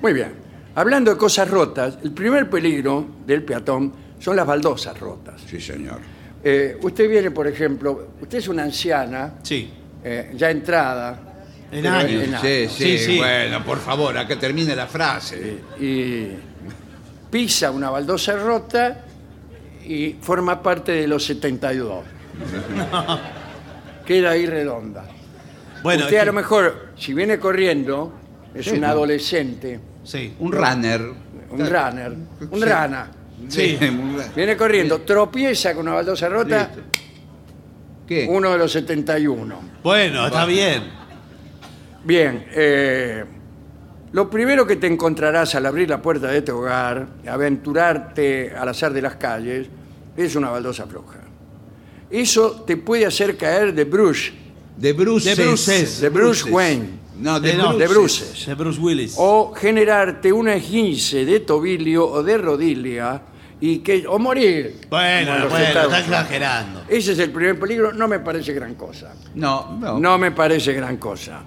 [SPEAKER 4] muy bien. Hablando de cosas rotas, el primer peligro del peatón son las baldosas rotas.
[SPEAKER 3] Sí, señor.
[SPEAKER 4] Eh, usted viene, por ejemplo, usted es una anciana,
[SPEAKER 2] Sí.
[SPEAKER 4] eh, ya entrada,
[SPEAKER 2] En
[SPEAKER 4] Pero
[SPEAKER 2] años.
[SPEAKER 4] en-
[SPEAKER 3] Sí, sí,
[SPEAKER 2] Sí, sí.
[SPEAKER 3] Bueno, por favor, acá termine la frase.
[SPEAKER 4] y pisa una baldosa rota y forma parte de los 72. Queda ahí redonda.
[SPEAKER 2] Bueno,
[SPEAKER 4] Usted
[SPEAKER 2] es
[SPEAKER 4] a lo
[SPEAKER 2] que-
[SPEAKER 4] mejor, si viene corriendo, es
[SPEAKER 3] Sí,
[SPEAKER 4] un
[SPEAKER 3] ¿no?
[SPEAKER 4] adolescente,
[SPEAKER 2] Sí.
[SPEAKER 3] Un runner.
[SPEAKER 4] un runner, un rana.
[SPEAKER 3] Sí.
[SPEAKER 2] Sí.
[SPEAKER 3] un runner.
[SPEAKER 4] Viene corriendo, tropieza con una baldosa rota,
[SPEAKER 3] Listo. ¿Qué?
[SPEAKER 4] uno de los 71.
[SPEAKER 2] Bueno, está bien.
[SPEAKER 4] Bien, eh, lo primero que te encontrarás al abrir la puerta de este hogar, aventurarte al azar de las calles, es una baldosa floja. Eso te puede hacer caer de bruce,
[SPEAKER 3] De Bruce.
[SPEAKER 2] De bruces.
[SPEAKER 4] de Bruce Wayne,
[SPEAKER 3] No, de,
[SPEAKER 2] De- no,
[SPEAKER 3] bruces.
[SPEAKER 4] de Oh, bruces,
[SPEAKER 2] De Bruce Willis.
[SPEAKER 4] o generarte una esguince de tobillo o de rodilla y que o morir. como
[SPEAKER 2] Bueno,
[SPEAKER 4] los
[SPEAKER 2] bueno, está
[SPEAKER 4] Estados Unidos.
[SPEAKER 2] exagerando.
[SPEAKER 4] Ese es el primer peligro, no me parece gran cosa.
[SPEAKER 3] No, no.
[SPEAKER 4] No me parece gran cosa.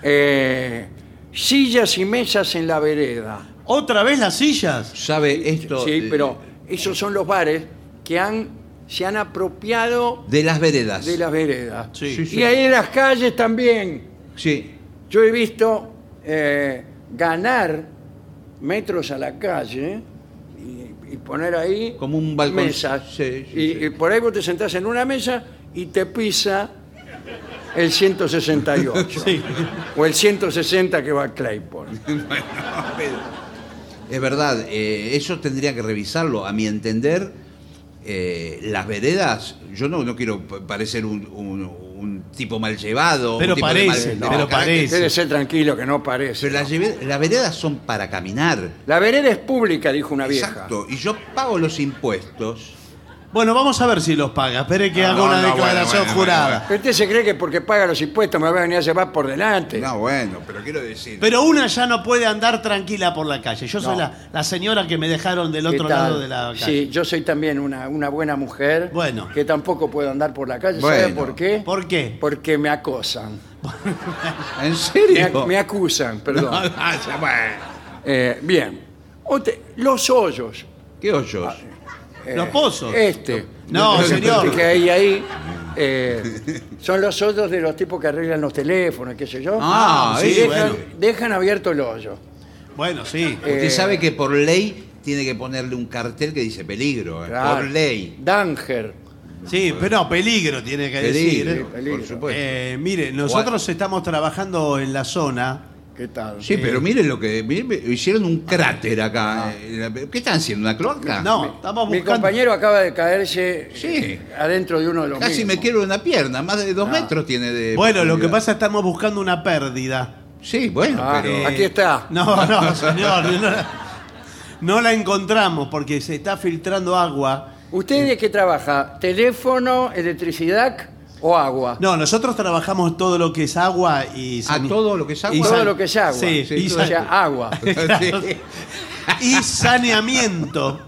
[SPEAKER 4] Eh, sillas y mesas en la vereda.
[SPEAKER 2] ¿Otra vez las sillas?
[SPEAKER 3] Sabe esto.
[SPEAKER 4] sí,
[SPEAKER 3] eh,
[SPEAKER 4] pero esos son los bares que han, se han apropiado
[SPEAKER 3] De las veredas.
[SPEAKER 4] de las veredas.
[SPEAKER 2] Sí.
[SPEAKER 3] Sí, sí.
[SPEAKER 4] Y ahí en las calles también.
[SPEAKER 3] Sí.
[SPEAKER 4] Yo he visto eh, ganar metros a la calle y, y poner ahí
[SPEAKER 3] Como un balcón.
[SPEAKER 4] mesas.
[SPEAKER 3] Sí, sí,
[SPEAKER 4] y,
[SPEAKER 3] sí.
[SPEAKER 4] y por ahí vos te sentás en una mesa y te pisa el 168
[SPEAKER 2] Sí.
[SPEAKER 4] o el 160 que va a Claypole.
[SPEAKER 3] Es verdad, eh, eso tendría que revisarlo. A mi entender, eh, las veredas, yo no, no quiero p- parecer un, un- un tipo mal llevado. un
[SPEAKER 2] Pero
[SPEAKER 3] tipo de
[SPEAKER 2] parece,
[SPEAKER 3] mal-
[SPEAKER 2] pero
[SPEAKER 3] acá-
[SPEAKER 2] parece.
[SPEAKER 4] Debe ser tranquilo que no
[SPEAKER 3] pero
[SPEAKER 4] parece.
[SPEAKER 3] las, lleve- las veredas son para caminar.
[SPEAKER 4] La vereda es pública, dijo una vieja.
[SPEAKER 3] Exacto. Y yo pago los impuestos.
[SPEAKER 2] Bueno, vamos a ver si los paga. Espere que
[SPEAKER 3] Ah,
[SPEAKER 2] haga
[SPEAKER 3] no,
[SPEAKER 2] una
[SPEAKER 3] no,
[SPEAKER 2] declaración
[SPEAKER 3] bueno, bueno,
[SPEAKER 2] jurada.
[SPEAKER 3] bueno,
[SPEAKER 4] Pero usted se cree que porque paga los impuestos me va a venir a llevar por delante.
[SPEAKER 3] No, bueno, pero quiero decir.
[SPEAKER 2] Pero una ya no puede andar tranquila por la calle. Yo soy
[SPEAKER 4] No.
[SPEAKER 2] la, la señora que me dejaron del
[SPEAKER 4] ¿Qué
[SPEAKER 2] otro
[SPEAKER 4] tal?
[SPEAKER 2] lado de la calle.
[SPEAKER 4] Sí, yo soy también una, una buena mujer.
[SPEAKER 2] Bueno.
[SPEAKER 4] Que tampoco puedo andar por la calle. ¿Sabe
[SPEAKER 3] Bueno.
[SPEAKER 4] por qué?
[SPEAKER 2] ¿Por qué?
[SPEAKER 4] Porque me acosan.
[SPEAKER 3] ¿En
[SPEAKER 4] Me,
[SPEAKER 3] serio?
[SPEAKER 4] ac- me acusan, perdón.
[SPEAKER 3] Ah, ya, bueno.
[SPEAKER 4] Eh, bien. Ote- los hoyos.
[SPEAKER 3] ¿Qué hoyos?
[SPEAKER 4] eh,
[SPEAKER 2] Los pozos.
[SPEAKER 4] Este.
[SPEAKER 2] No, señor.
[SPEAKER 4] Que hay ahí. eh, son los hoyos de los tipos que arreglan los teléfonos, qué sé yo.
[SPEAKER 3] Ah,
[SPEAKER 4] Y
[SPEAKER 2] sí,
[SPEAKER 4] dejan,
[SPEAKER 2] bueno.
[SPEAKER 4] dejan abierto el hoyo.
[SPEAKER 2] Bueno, sí.
[SPEAKER 4] Eh,
[SPEAKER 3] Usted sabe que por ley tiene que ponerle un cartel que dice peligro. eh,
[SPEAKER 4] Claro.
[SPEAKER 3] Por ley.
[SPEAKER 4] Danger.
[SPEAKER 2] Sí, pero no, peligro tiene que
[SPEAKER 3] Peligro,
[SPEAKER 2] decir. ¿eh?
[SPEAKER 4] peligro. pues.
[SPEAKER 3] por supuesto.
[SPEAKER 2] Eh, mire, nosotros estamos trabajando en la zona.
[SPEAKER 4] ¿Qué tal?
[SPEAKER 3] Sí, pero miren lo que. miren, hicieron un
[SPEAKER 4] Ah.
[SPEAKER 3] cráter acá. eh, ¿Qué están haciendo? ¿Una cloaca?
[SPEAKER 2] No, estamos
[SPEAKER 4] Mi
[SPEAKER 2] buscando.
[SPEAKER 4] compañero acaba de caerse
[SPEAKER 3] Sí.
[SPEAKER 4] adentro de uno de los
[SPEAKER 3] Casi
[SPEAKER 4] mismos.
[SPEAKER 3] me quiero una pierna, más de dos
[SPEAKER 4] Ah.
[SPEAKER 3] metros tiene de.
[SPEAKER 2] Bueno, lo que
[SPEAKER 3] profundidad.
[SPEAKER 2] pasa es que estamos buscando una pérdida.
[SPEAKER 3] Sí, bueno,
[SPEAKER 4] Ah,
[SPEAKER 3] pero.
[SPEAKER 4] eh, Aquí está.
[SPEAKER 2] No, no, señor. No, la- no la encontramos porque se está filtrando agua.
[SPEAKER 4] ¿Usted de qué trabaja? ¿Teléfono, electricidad o agua?
[SPEAKER 2] No, nosotros trabajamos todo lo que es agua y
[SPEAKER 3] A
[SPEAKER 2] sani-
[SPEAKER 3] todo lo que es agua.
[SPEAKER 4] Todo
[SPEAKER 2] san-
[SPEAKER 4] lo que es agua.
[SPEAKER 2] Sí,
[SPEAKER 3] Sí,
[SPEAKER 2] y,
[SPEAKER 4] o sea,
[SPEAKER 2] san-
[SPEAKER 4] agua.
[SPEAKER 3] Sí.
[SPEAKER 2] y saneamiento.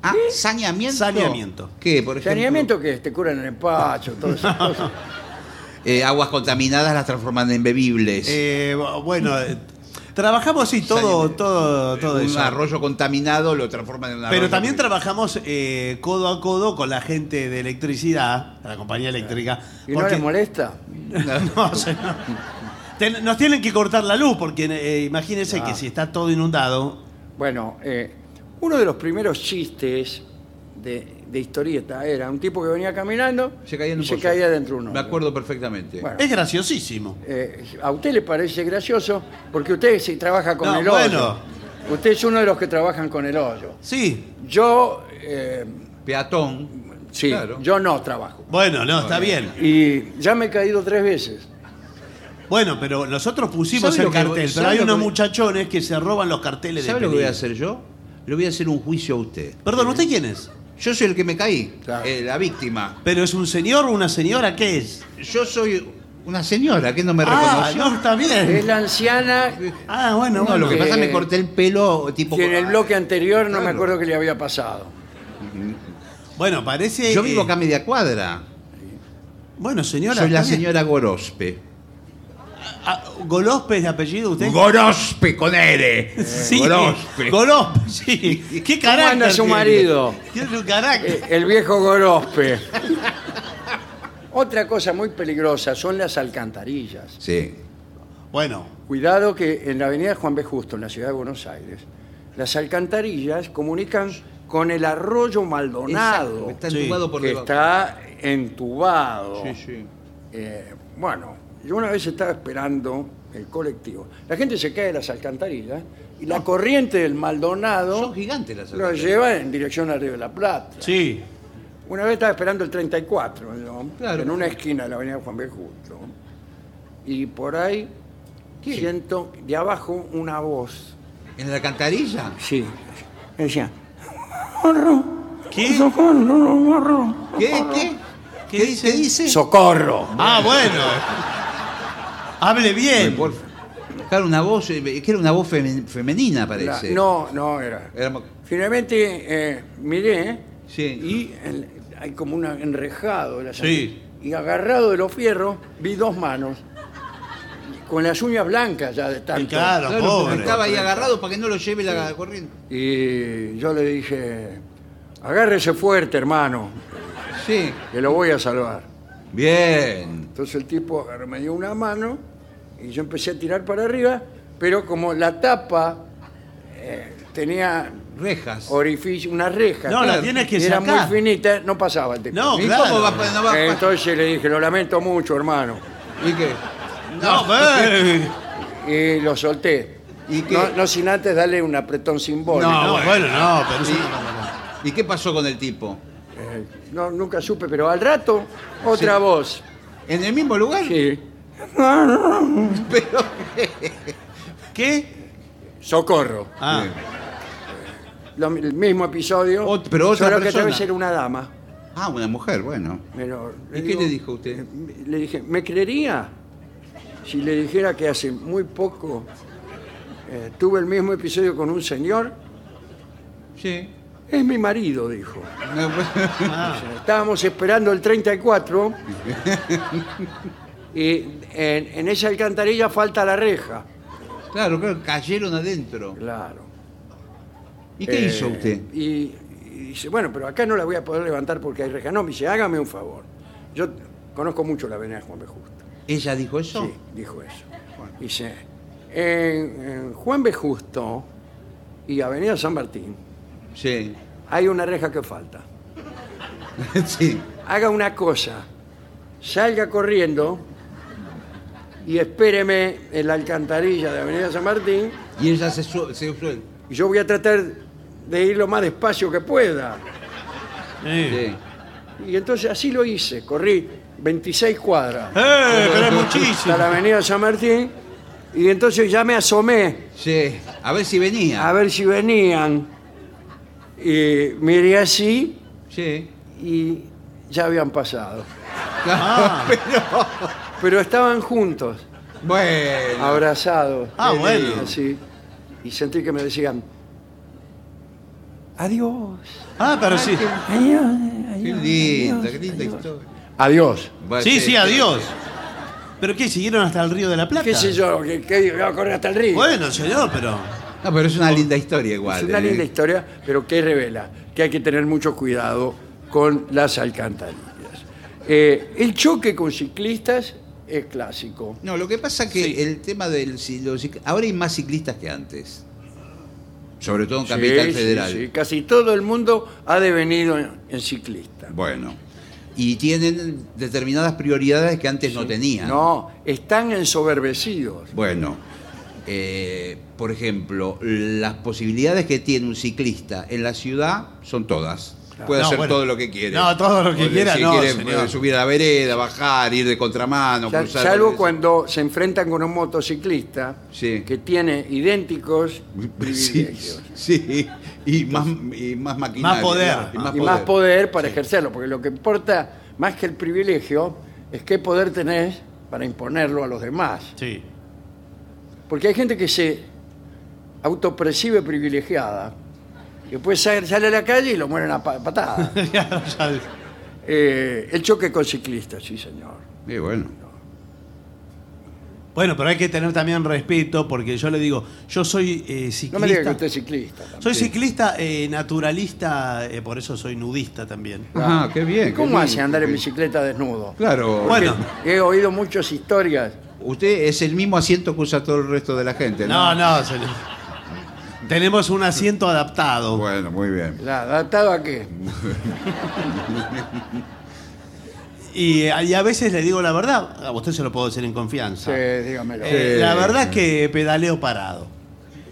[SPEAKER 3] Ah, saneamiento.
[SPEAKER 2] Saneamiento.
[SPEAKER 3] ¿Qué? Por ejemplo.
[SPEAKER 4] ¿Saneamiento qué es? Te curan el empacho, todo eso.
[SPEAKER 3] Eh, aguas contaminadas las transforman en bebibles.
[SPEAKER 2] Eh, bueno, eh, trabajamos sí todo,
[SPEAKER 3] Saneamiento.
[SPEAKER 2] todo, todo
[SPEAKER 3] un
[SPEAKER 2] eso.
[SPEAKER 3] arroyo contaminado lo transforman en un arroyo.
[SPEAKER 2] Pero también trabajamos eh, codo a codo con la gente de electricidad, la compañía eléctrica.
[SPEAKER 4] ¿Y no le molesta?
[SPEAKER 2] No, señor. Ten- nos tienen que cortar la luz porque eh,
[SPEAKER 3] Ah.
[SPEAKER 2] imagínense que si está todo inundado.
[SPEAKER 4] Bueno, eh, uno de los primeros chistes de, de historieta era un tipo que venía caminando
[SPEAKER 3] Se caía en
[SPEAKER 4] y
[SPEAKER 3] un
[SPEAKER 4] se
[SPEAKER 3] pozo.
[SPEAKER 4] caía dentro de uno.
[SPEAKER 3] Me acuerdo perfectamente.
[SPEAKER 4] Bueno.
[SPEAKER 2] Es graciosísimo.
[SPEAKER 4] Eh, a usted le parece gracioso porque usted se trabaja con
[SPEAKER 2] No,
[SPEAKER 4] el hoyo.
[SPEAKER 2] bueno.
[SPEAKER 4] Usted es uno de los que trabajan con el hoyo.
[SPEAKER 2] Sí.
[SPEAKER 4] Yo, eh,
[SPEAKER 3] Peatón.
[SPEAKER 4] sí,
[SPEAKER 3] Claro.
[SPEAKER 4] yo no trabajo.
[SPEAKER 2] Bueno, no, está bien.
[SPEAKER 4] Y ya me he caído tres veces.
[SPEAKER 2] Bueno, pero nosotros pusimos
[SPEAKER 3] ¿Sabe
[SPEAKER 2] el
[SPEAKER 3] lo que voy-
[SPEAKER 2] cartel, pero
[SPEAKER 3] sabe
[SPEAKER 2] hay
[SPEAKER 3] lo que
[SPEAKER 2] unos
[SPEAKER 3] voy-
[SPEAKER 2] muchachones que se roban los carteles de
[SPEAKER 3] ¿Sabe lo que voy a
[SPEAKER 2] peligro.
[SPEAKER 3] hacer yo? Le voy a hacer un juicio a usted.
[SPEAKER 2] Perdón, ¿usted quién es?
[SPEAKER 3] Yo soy el que me caí,
[SPEAKER 4] Claro.
[SPEAKER 3] eh, la víctima.
[SPEAKER 2] ¿Pero es un señor o una señora? ¿Qué es?
[SPEAKER 3] Yo soy una señora que no me
[SPEAKER 2] Ah,
[SPEAKER 3] reconoció.
[SPEAKER 2] no, está
[SPEAKER 4] Es
[SPEAKER 2] bien.
[SPEAKER 4] la anciana
[SPEAKER 2] Ah, bueno,
[SPEAKER 3] No,
[SPEAKER 2] bueno.
[SPEAKER 3] lo que
[SPEAKER 4] Eh,
[SPEAKER 3] pasa es que me corté el pelo tipo.
[SPEAKER 4] que en el bloque anterior no me
[SPEAKER 3] Claro.
[SPEAKER 4] acuerdo que le había pasado.
[SPEAKER 2] Bueno, parece.
[SPEAKER 3] Yo vivo acá a
[SPEAKER 2] eh,
[SPEAKER 3] media cuadra.
[SPEAKER 2] Bueno, señora.
[SPEAKER 3] Soy la
[SPEAKER 2] está bien.
[SPEAKER 3] señora Gorospe.
[SPEAKER 2] Ah, ¿Golospe es de apellido usted?
[SPEAKER 3] Gorospe con R.
[SPEAKER 2] sí.
[SPEAKER 3] Gorospe.
[SPEAKER 2] Golospe, sí. ¿Qué
[SPEAKER 4] ¿Cómo
[SPEAKER 2] carácter?
[SPEAKER 4] anda su
[SPEAKER 2] tiene?
[SPEAKER 4] marido?
[SPEAKER 2] Tiene un carácter.
[SPEAKER 4] Eh, El viejo Gorospe. Otra cosa muy peligrosa son las alcantarillas.
[SPEAKER 3] sí.
[SPEAKER 2] Bueno,
[SPEAKER 4] Cuidado que en la avenida Juan B. Justo, en la ciudad de Buenos Aires, las alcantarillas comunican con el arroyo
[SPEAKER 3] Exacto,
[SPEAKER 4] Maldonado,
[SPEAKER 3] Está
[SPEAKER 2] Sí,
[SPEAKER 3] entubado por
[SPEAKER 4] que
[SPEAKER 3] debajo.
[SPEAKER 4] está entubado.
[SPEAKER 3] Sí, sí.
[SPEAKER 4] Eh, bueno, yo una vez estaba esperando el colectivo. La gente se cae de las alcantarillas y la corriente del Maldonado
[SPEAKER 3] Ah. Son gigantes las
[SPEAKER 4] lo
[SPEAKER 3] alcantarillas.
[SPEAKER 4] lleva en dirección a Río de la Plata.
[SPEAKER 2] Sí.
[SPEAKER 4] Una vez estaba esperando el 34, yo,
[SPEAKER 3] Claro.
[SPEAKER 4] en una esquina de la avenida Juan B. Justo. Y por ahí siento de abajo una voz.
[SPEAKER 3] ¿En la alcantarilla?
[SPEAKER 4] Sí. Decía,
[SPEAKER 2] ¿Qué?
[SPEAKER 3] ¿Qué? ¿Qué? ¿Qué dice? ¿Qué dice?
[SPEAKER 4] ¡socorro!
[SPEAKER 2] Ah, bueno. Hable bien.
[SPEAKER 3] Por- Claro, una voz, eh, que era una voz femen- femenina,
[SPEAKER 4] La-
[SPEAKER 3] parece.
[SPEAKER 4] no, no era.
[SPEAKER 3] Éramos-
[SPEAKER 4] Finalmente eh, miré
[SPEAKER 3] Sí.
[SPEAKER 4] y el- hay como un enrejado. de la
[SPEAKER 2] Sí.
[SPEAKER 4] Y agarrado de los fierros vi dos manos con las uñas blancas ya de tanto.
[SPEAKER 2] Claro,
[SPEAKER 3] Claro, pero
[SPEAKER 2] pobre.
[SPEAKER 3] estaba ahí agarrado para que no lo lleve la corriente.
[SPEAKER 4] Y yo le dije, agárrese fuerte, hermano,
[SPEAKER 3] Sí.
[SPEAKER 4] que lo voy a salvar.
[SPEAKER 3] Bien.
[SPEAKER 4] Entonces el tipo agarró- me dio una mano y yo empecé a tirar para arriba, pero como la tapa eh, tenía
[SPEAKER 3] Rejas.
[SPEAKER 4] orificio, una reja.
[SPEAKER 2] No, la tienes que
[SPEAKER 4] Era
[SPEAKER 2] sacar.
[SPEAKER 4] muy finita, no pasaba el tipo.
[SPEAKER 2] No,
[SPEAKER 3] ¿Y
[SPEAKER 2] claro.
[SPEAKER 3] cómo va, pa- no va pa-
[SPEAKER 4] Eh, Entonces le dije, lo lamento mucho, hermano.
[SPEAKER 3] ¿Y qué?
[SPEAKER 2] No,
[SPEAKER 3] pues.
[SPEAKER 2] eh.
[SPEAKER 4] Y lo solté.
[SPEAKER 3] ¿Y qué?
[SPEAKER 4] no, no sin antes darle un apretón simbólico.
[SPEAKER 2] pues.
[SPEAKER 4] Eh,
[SPEAKER 2] No, bueno, no, pero sí.
[SPEAKER 3] ¿Y qué pasó con el tipo?
[SPEAKER 4] Eh, no, nunca supe, pero al rato, otra voz.
[SPEAKER 3] ¿En el mismo lugar?
[SPEAKER 4] Sí.
[SPEAKER 3] Pero,
[SPEAKER 2] ¿Qué?
[SPEAKER 4] Socorro.
[SPEAKER 2] Ah,
[SPEAKER 4] Lo- el mismo episodio.
[SPEAKER 3] Ot- pero otra
[SPEAKER 4] solo que
[SPEAKER 3] persona.
[SPEAKER 4] esta vez era una dama.
[SPEAKER 3] ah, una mujer, bueno.
[SPEAKER 4] Pero
[SPEAKER 3] ¿Y qué le dijo usted?
[SPEAKER 4] Le dije, ¿me creería si le dijera que hace muy poco eh, tuve el mismo episodio con un señor?
[SPEAKER 3] Sí.
[SPEAKER 4] Es mi marido, dijo.
[SPEAKER 3] No, bueno.
[SPEAKER 2] ah.
[SPEAKER 4] Estábamos esperando el 34 y en, en esa alcantarilla falta la reja.
[SPEAKER 3] Claro, claro, cayeron adentro.
[SPEAKER 4] Claro.
[SPEAKER 3] ¿Y qué
[SPEAKER 4] Eh,
[SPEAKER 3] hizo usted?
[SPEAKER 4] Y, y dice, bueno, pero acá no la voy a poder levantar porque hay reja. No, me dice, hágame un favor. Yo conozco mucho la avenida Juan B. Justo.
[SPEAKER 3] ¿Ella dijo eso?
[SPEAKER 4] Sí, dijo eso. Dice, en, en Juan B. Justo y Avenida San Martín
[SPEAKER 3] Sí.
[SPEAKER 4] hay una reja que falta.
[SPEAKER 3] Sí.
[SPEAKER 4] Haga una cosa, salga corriendo y espéreme en la alcantarilla de Avenida San Martín
[SPEAKER 3] Y ella se, su- se fue.
[SPEAKER 4] y yo voy a tratar de ir lo más despacio que pueda.
[SPEAKER 2] Sí. Eh,
[SPEAKER 3] Sí.
[SPEAKER 4] Y entonces así lo hice, corrí 26 cuadras
[SPEAKER 2] Eh, pero es
[SPEAKER 4] hasta
[SPEAKER 2] muchísimo.
[SPEAKER 4] la Avenida San Martín y entonces ya me asomé
[SPEAKER 3] Sí. A ver si venía.
[SPEAKER 4] a ver si venían. Y miré así
[SPEAKER 3] Sí.
[SPEAKER 4] y ya habían pasado.
[SPEAKER 3] Claro,
[SPEAKER 2] Ah,
[SPEAKER 3] pero.
[SPEAKER 4] Pero estaban juntos,
[SPEAKER 3] Bueno.
[SPEAKER 4] abrazados.
[SPEAKER 2] Ah, bueno.
[SPEAKER 4] Así. Y sentí que me decían, adiós.
[SPEAKER 2] Ah, pero sí.
[SPEAKER 4] Adiós.
[SPEAKER 3] Qué
[SPEAKER 4] adiós,
[SPEAKER 3] linda,
[SPEAKER 4] adiós,
[SPEAKER 3] qué linda
[SPEAKER 4] adiós".
[SPEAKER 3] historia.
[SPEAKER 4] Adiós.
[SPEAKER 3] Bueno, este,
[SPEAKER 2] Sí, sí, adiós. ¿Pero qué? ¿Siguieron hasta el Río de la Plata?
[SPEAKER 4] ¿Qué sé yo? ¿Qué, qué voy a correr hasta el río?
[SPEAKER 2] Bueno, señor, pero.
[SPEAKER 3] No, pero es una linda historia igual.
[SPEAKER 4] es una
[SPEAKER 3] ¿eh?
[SPEAKER 4] linda historia, pero que revela que hay que tener mucho cuidado con las alcantarillas. Eh, el choque con ciclistas es clásico.
[SPEAKER 3] No, lo que pasa que el tema del si- los cic- ahora hay más ciclistas que antes. Sobre todo en Capital
[SPEAKER 4] Sí, sí,
[SPEAKER 3] Federal.
[SPEAKER 4] sí. Casi todo el mundo ha devenido en, en ciclista.
[SPEAKER 3] Bueno. Y tienen determinadas prioridades que antes no tenían.
[SPEAKER 4] No, están ensoberbecidos.
[SPEAKER 3] Bueno, eh, por ejemplo, las posibilidades que tiene un ciclista en la ciudad son todas. Puede
[SPEAKER 2] No,
[SPEAKER 3] hacer
[SPEAKER 2] bueno.
[SPEAKER 3] todo lo que quiere.
[SPEAKER 2] No, todo lo que
[SPEAKER 3] Puede,
[SPEAKER 2] quiera,
[SPEAKER 3] si
[SPEAKER 2] no,
[SPEAKER 3] quiere,
[SPEAKER 2] señor.
[SPEAKER 3] puede subir a la vereda, bajar, ir de contramano,
[SPEAKER 4] Sal-
[SPEAKER 3] cruzar.
[SPEAKER 4] salvo
[SPEAKER 3] Sí.
[SPEAKER 4] cuando se enfrentan con un motociclista
[SPEAKER 3] Sí.
[SPEAKER 4] que tiene idénticos
[SPEAKER 3] Sí,
[SPEAKER 4] privilegios.
[SPEAKER 3] sí, y más, y más maquinaria.
[SPEAKER 2] Más poder.
[SPEAKER 3] Y más
[SPEAKER 4] y
[SPEAKER 3] poder.
[SPEAKER 4] más poder para ejercerlo, porque lo que importa más que el privilegio es qué poder tenés para imponerlo a los demás.
[SPEAKER 2] Sí.
[SPEAKER 4] Porque hay gente que se autopercibe privilegiada, que después sale sale a la calle y lo mueren a pa- patadas.
[SPEAKER 2] Ya, ya-
[SPEAKER 4] Eh, el choque con ciclistas, sí, señor.
[SPEAKER 3] Y bueno.
[SPEAKER 2] Bueno, pero hay que tener también respeto porque yo le digo, yo soy eh,
[SPEAKER 4] No me diga
[SPEAKER 2] ciclista.
[SPEAKER 4] que usted es ciclista. también.
[SPEAKER 2] soy ciclista eh, naturalista, eh, por eso soy nudista también.
[SPEAKER 3] Ah, qué bien. qué
[SPEAKER 4] ¿Cómo
[SPEAKER 3] bien.
[SPEAKER 4] hace andar en bicicleta desnudo?
[SPEAKER 3] Claro.
[SPEAKER 2] Bueno.
[SPEAKER 4] He oído muchas historias.
[SPEAKER 3] Usted es el mismo asiento que usa todo el resto de la gente, ¿no?
[SPEAKER 2] No, no, señor. Tenemos un asiento adaptado.
[SPEAKER 3] Bueno, muy bien.
[SPEAKER 4] ¿La adaptado a qué?
[SPEAKER 2] Y, eh, y a veces le digo la verdad. A usted se lo puedo decir en
[SPEAKER 4] Sí,
[SPEAKER 2] confianza.
[SPEAKER 4] dígamelo.
[SPEAKER 2] Eh,
[SPEAKER 3] Sí.
[SPEAKER 2] La verdad es que pedaleo parado.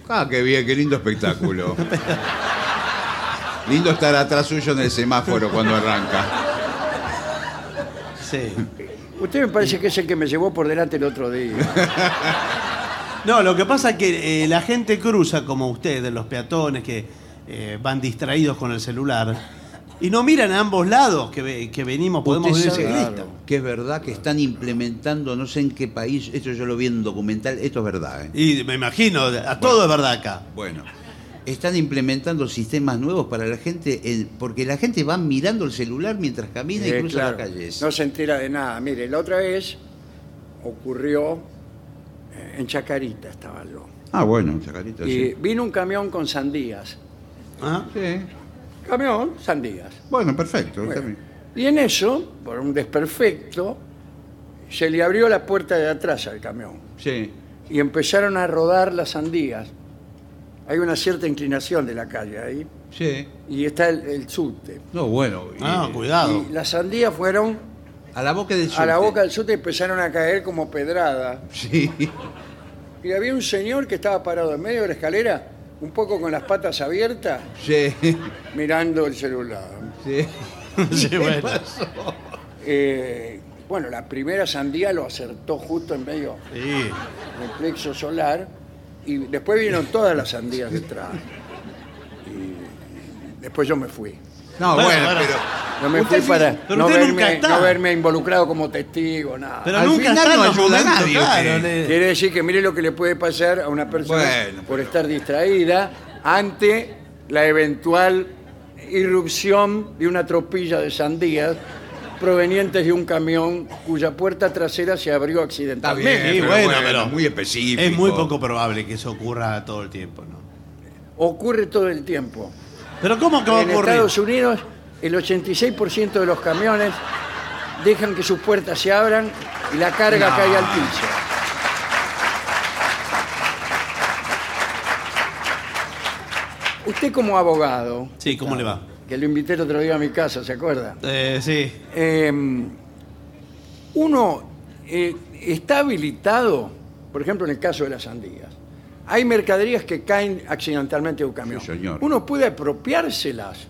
[SPEAKER 3] Ah, qué bien, qué lindo espectáculo. lindo estar atrás suyo en el semáforo cuando arranca.
[SPEAKER 2] Sí.
[SPEAKER 4] Usted me parece que es el que me llevó por delante el otro día.
[SPEAKER 2] No, lo que pasa es que eh, la gente cruza como ustedes, los peatones que eh, van distraídos con el celular y no miran a ambos lados que, ve- que venimos, podemos
[SPEAKER 3] Usted
[SPEAKER 2] venir
[SPEAKER 3] sabe
[SPEAKER 2] ciclistas.
[SPEAKER 3] Que es verdad que están implementando, no sé en qué país, esto yo lo vi en un documental, esto es verdad. ¿eh?
[SPEAKER 2] Y me imagino, a todo es verdad acá.
[SPEAKER 3] Bueno, están implementando sistemas nuevos para la gente, eh, porque la gente va mirando el celular mientras camina
[SPEAKER 4] Eh,
[SPEAKER 3] y cruza
[SPEAKER 4] claro,
[SPEAKER 3] las calles.
[SPEAKER 4] No se entera de nada. Mire, la otra vez ocurrió eh, en Chacarita, estaba yo.
[SPEAKER 3] Ah, bueno, chacarita,
[SPEAKER 4] Y
[SPEAKER 3] sí.
[SPEAKER 4] vino un camión con sandías.
[SPEAKER 2] ¿Ah?
[SPEAKER 3] Sí.
[SPEAKER 4] Camión, sandías.
[SPEAKER 3] Bueno, perfecto. está
[SPEAKER 4] Bueno,
[SPEAKER 3] bien.
[SPEAKER 4] Y en eso, por un desperfecto, se le abrió la puerta de atrás al camión
[SPEAKER 3] Sí.
[SPEAKER 4] y empezaron a rodar las sandías. Hay una cierta inclinación de la calle ahí
[SPEAKER 3] Sí.
[SPEAKER 4] y está el, el subte.
[SPEAKER 3] No, bueno. y-
[SPEAKER 2] Ah, cuidado.
[SPEAKER 4] Y las sandías fueron
[SPEAKER 3] A la boca del
[SPEAKER 4] a la
[SPEAKER 3] subte.
[SPEAKER 4] boca del subte y empezaron a caer como pedrada.
[SPEAKER 3] Sí.
[SPEAKER 4] Y había un señor que estaba parado en medio de la escalera, un poco con las patas abiertas,
[SPEAKER 3] Sí.
[SPEAKER 4] mirando el celular.
[SPEAKER 3] Sí. pues.
[SPEAKER 2] Sí, bueno.
[SPEAKER 4] Eh, bueno, la primera sandía lo acertó justo en medio
[SPEAKER 2] Sí.
[SPEAKER 4] del plexo solar y después vinieron todas las sandías detrás. Y después yo me fui.
[SPEAKER 3] No,
[SPEAKER 2] Bueno,
[SPEAKER 3] bueno,
[SPEAKER 2] bueno.
[SPEAKER 3] pero.
[SPEAKER 4] Yo me
[SPEAKER 2] Usted
[SPEAKER 4] fui
[SPEAKER 2] sí-
[SPEAKER 4] para
[SPEAKER 2] pero
[SPEAKER 4] no
[SPEAKER 2] usted nunca
[SPEAKER 4] verme,
[SPEAKER 2] está.
[SPEAKER 4] no verme involucrado como testigo, nada.
[SPEAKER 2] Pero
[SPEAKER 3] Al
[SPEAKER 2] nunca
[SPEAKER 3] final
[SPEAKER 2] está en
[SPEAKER 3] no
[SPEAKER 2] los
[SPEAKER 3] ayuda a
[SPEAKER 2] momentos,
[SPEAKER 3] nadie,
[SPEAKER 2] claro,
[SPEAKER 3] usted.
[SPEAKER 2] le-
[SPEAKER 4] Quiere decir que mire lo que le puede pasar a una persona
[SPEAKER 3] Bueno,
[SPEAKER 4] por estar distraída ante la eventual irrupción de una tropilla de sandías provenientes de un camión cuya puerta trasera se abrió
[SPEAKER 3] Está
[SPEAKER 4] accidentalmente.
[SPEAKER 3] bien,
[SPEAKER 2] Sí,
[SPEAKER 3] pero
[SPEAKER 2] bueno,
[SPEAKER 3] bueno,
[SPEAKER 2] pero
[SPEAKER 3] muy específico.
[SPEAKER 2] Es muy poco probable que eso ocurra todo el tiempo, ¿no?
[SPEAKER 4] Ocurre todo el tiempo.
[SPEAKER 2] Pero ¿cómo que va a
[SPEAKER 4] En
[SPEAKER 2] ocurrir?
[SPEAKER 4] Estados Unidos, el 86% de los camiones dejan que sus puertas se abran y la carga
[SPEAKER 2] No.
[SPEAKER 4] cae al piso. Usted como abogado,
[SPEAKER 2] Sí, ¿cómo le va?
[SPEAKER 4] que lo invité el otro día a mi casa, ¿se acuerda?
[SPEAKER 2] Eh, sí.
[SPEAKER 4] Eh, uno eh, está habilitado, por ejemplo, en el caso de las sandías. Hay mercaderías que caen accidentalmente de un camión.
[SPEAKER 3] Sí, señor.
[SPEAKER 4] Uno puede apropiárselas.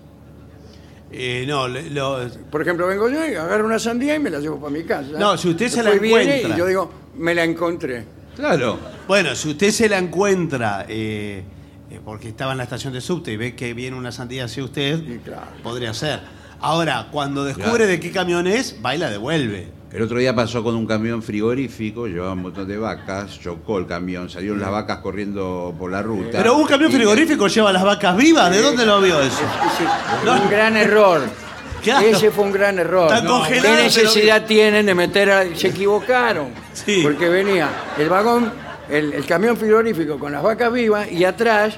[SPEAKER 2] Eh, no, le- lo-
[SPEAKER 4] Por ejemplo, vengo yo y agarro una sandía y me la llevo para mi casa.
[SPEAKER 2] No, si usted se la
[SPEAKER 4] Después viene
[SPEAKER 2] encuentra.
[SPEAKER 4] Y yo digo, me la encontré.
[SPEAKER 3] Claro.
[SPEAKER 2] Bueno, si usted se la encuentra eh, eh, porque estaba en la estación de subte y ve que viene una sandía hacia usted,
[SPEAKER 4] Y claro.
[SPEAKER 2] podría ser. Ahora, cuando descubre
[SPEAKER 3] Claro.
[SPEAKER 2] de qué camión es, va y la devuelve.
[SPEAKER 3] El otro día pasó con un camión frigorífico, llevaba un montón de vacas, chocó el camión, salieron las vacas corriendo por la ruta.
[SPEAKER 2] Pero un camión
[SPEAKER 3] Y-
[SPEAKER 2] frigorífico lleva las vacas vivas, ¿de dónde lo vio eso?
[SPEAKER 4] Sí,
[SPEAKER 2] No.
[SPEAKER 4] Un gran error.
[SPEAKER 2] Claro.
[SPEAKER 4] Ese fue un gran error.
[SPEAKER 2] Está congelado,
[SPEAKER 4] ¿Qué necesidad tienen de meter a... Se equivocaron.
[SPEAKER 2] Sí.
[SPEAKER 4] Porque venía el vagón, el, el camión frigorífico con las vacas vivas y atrás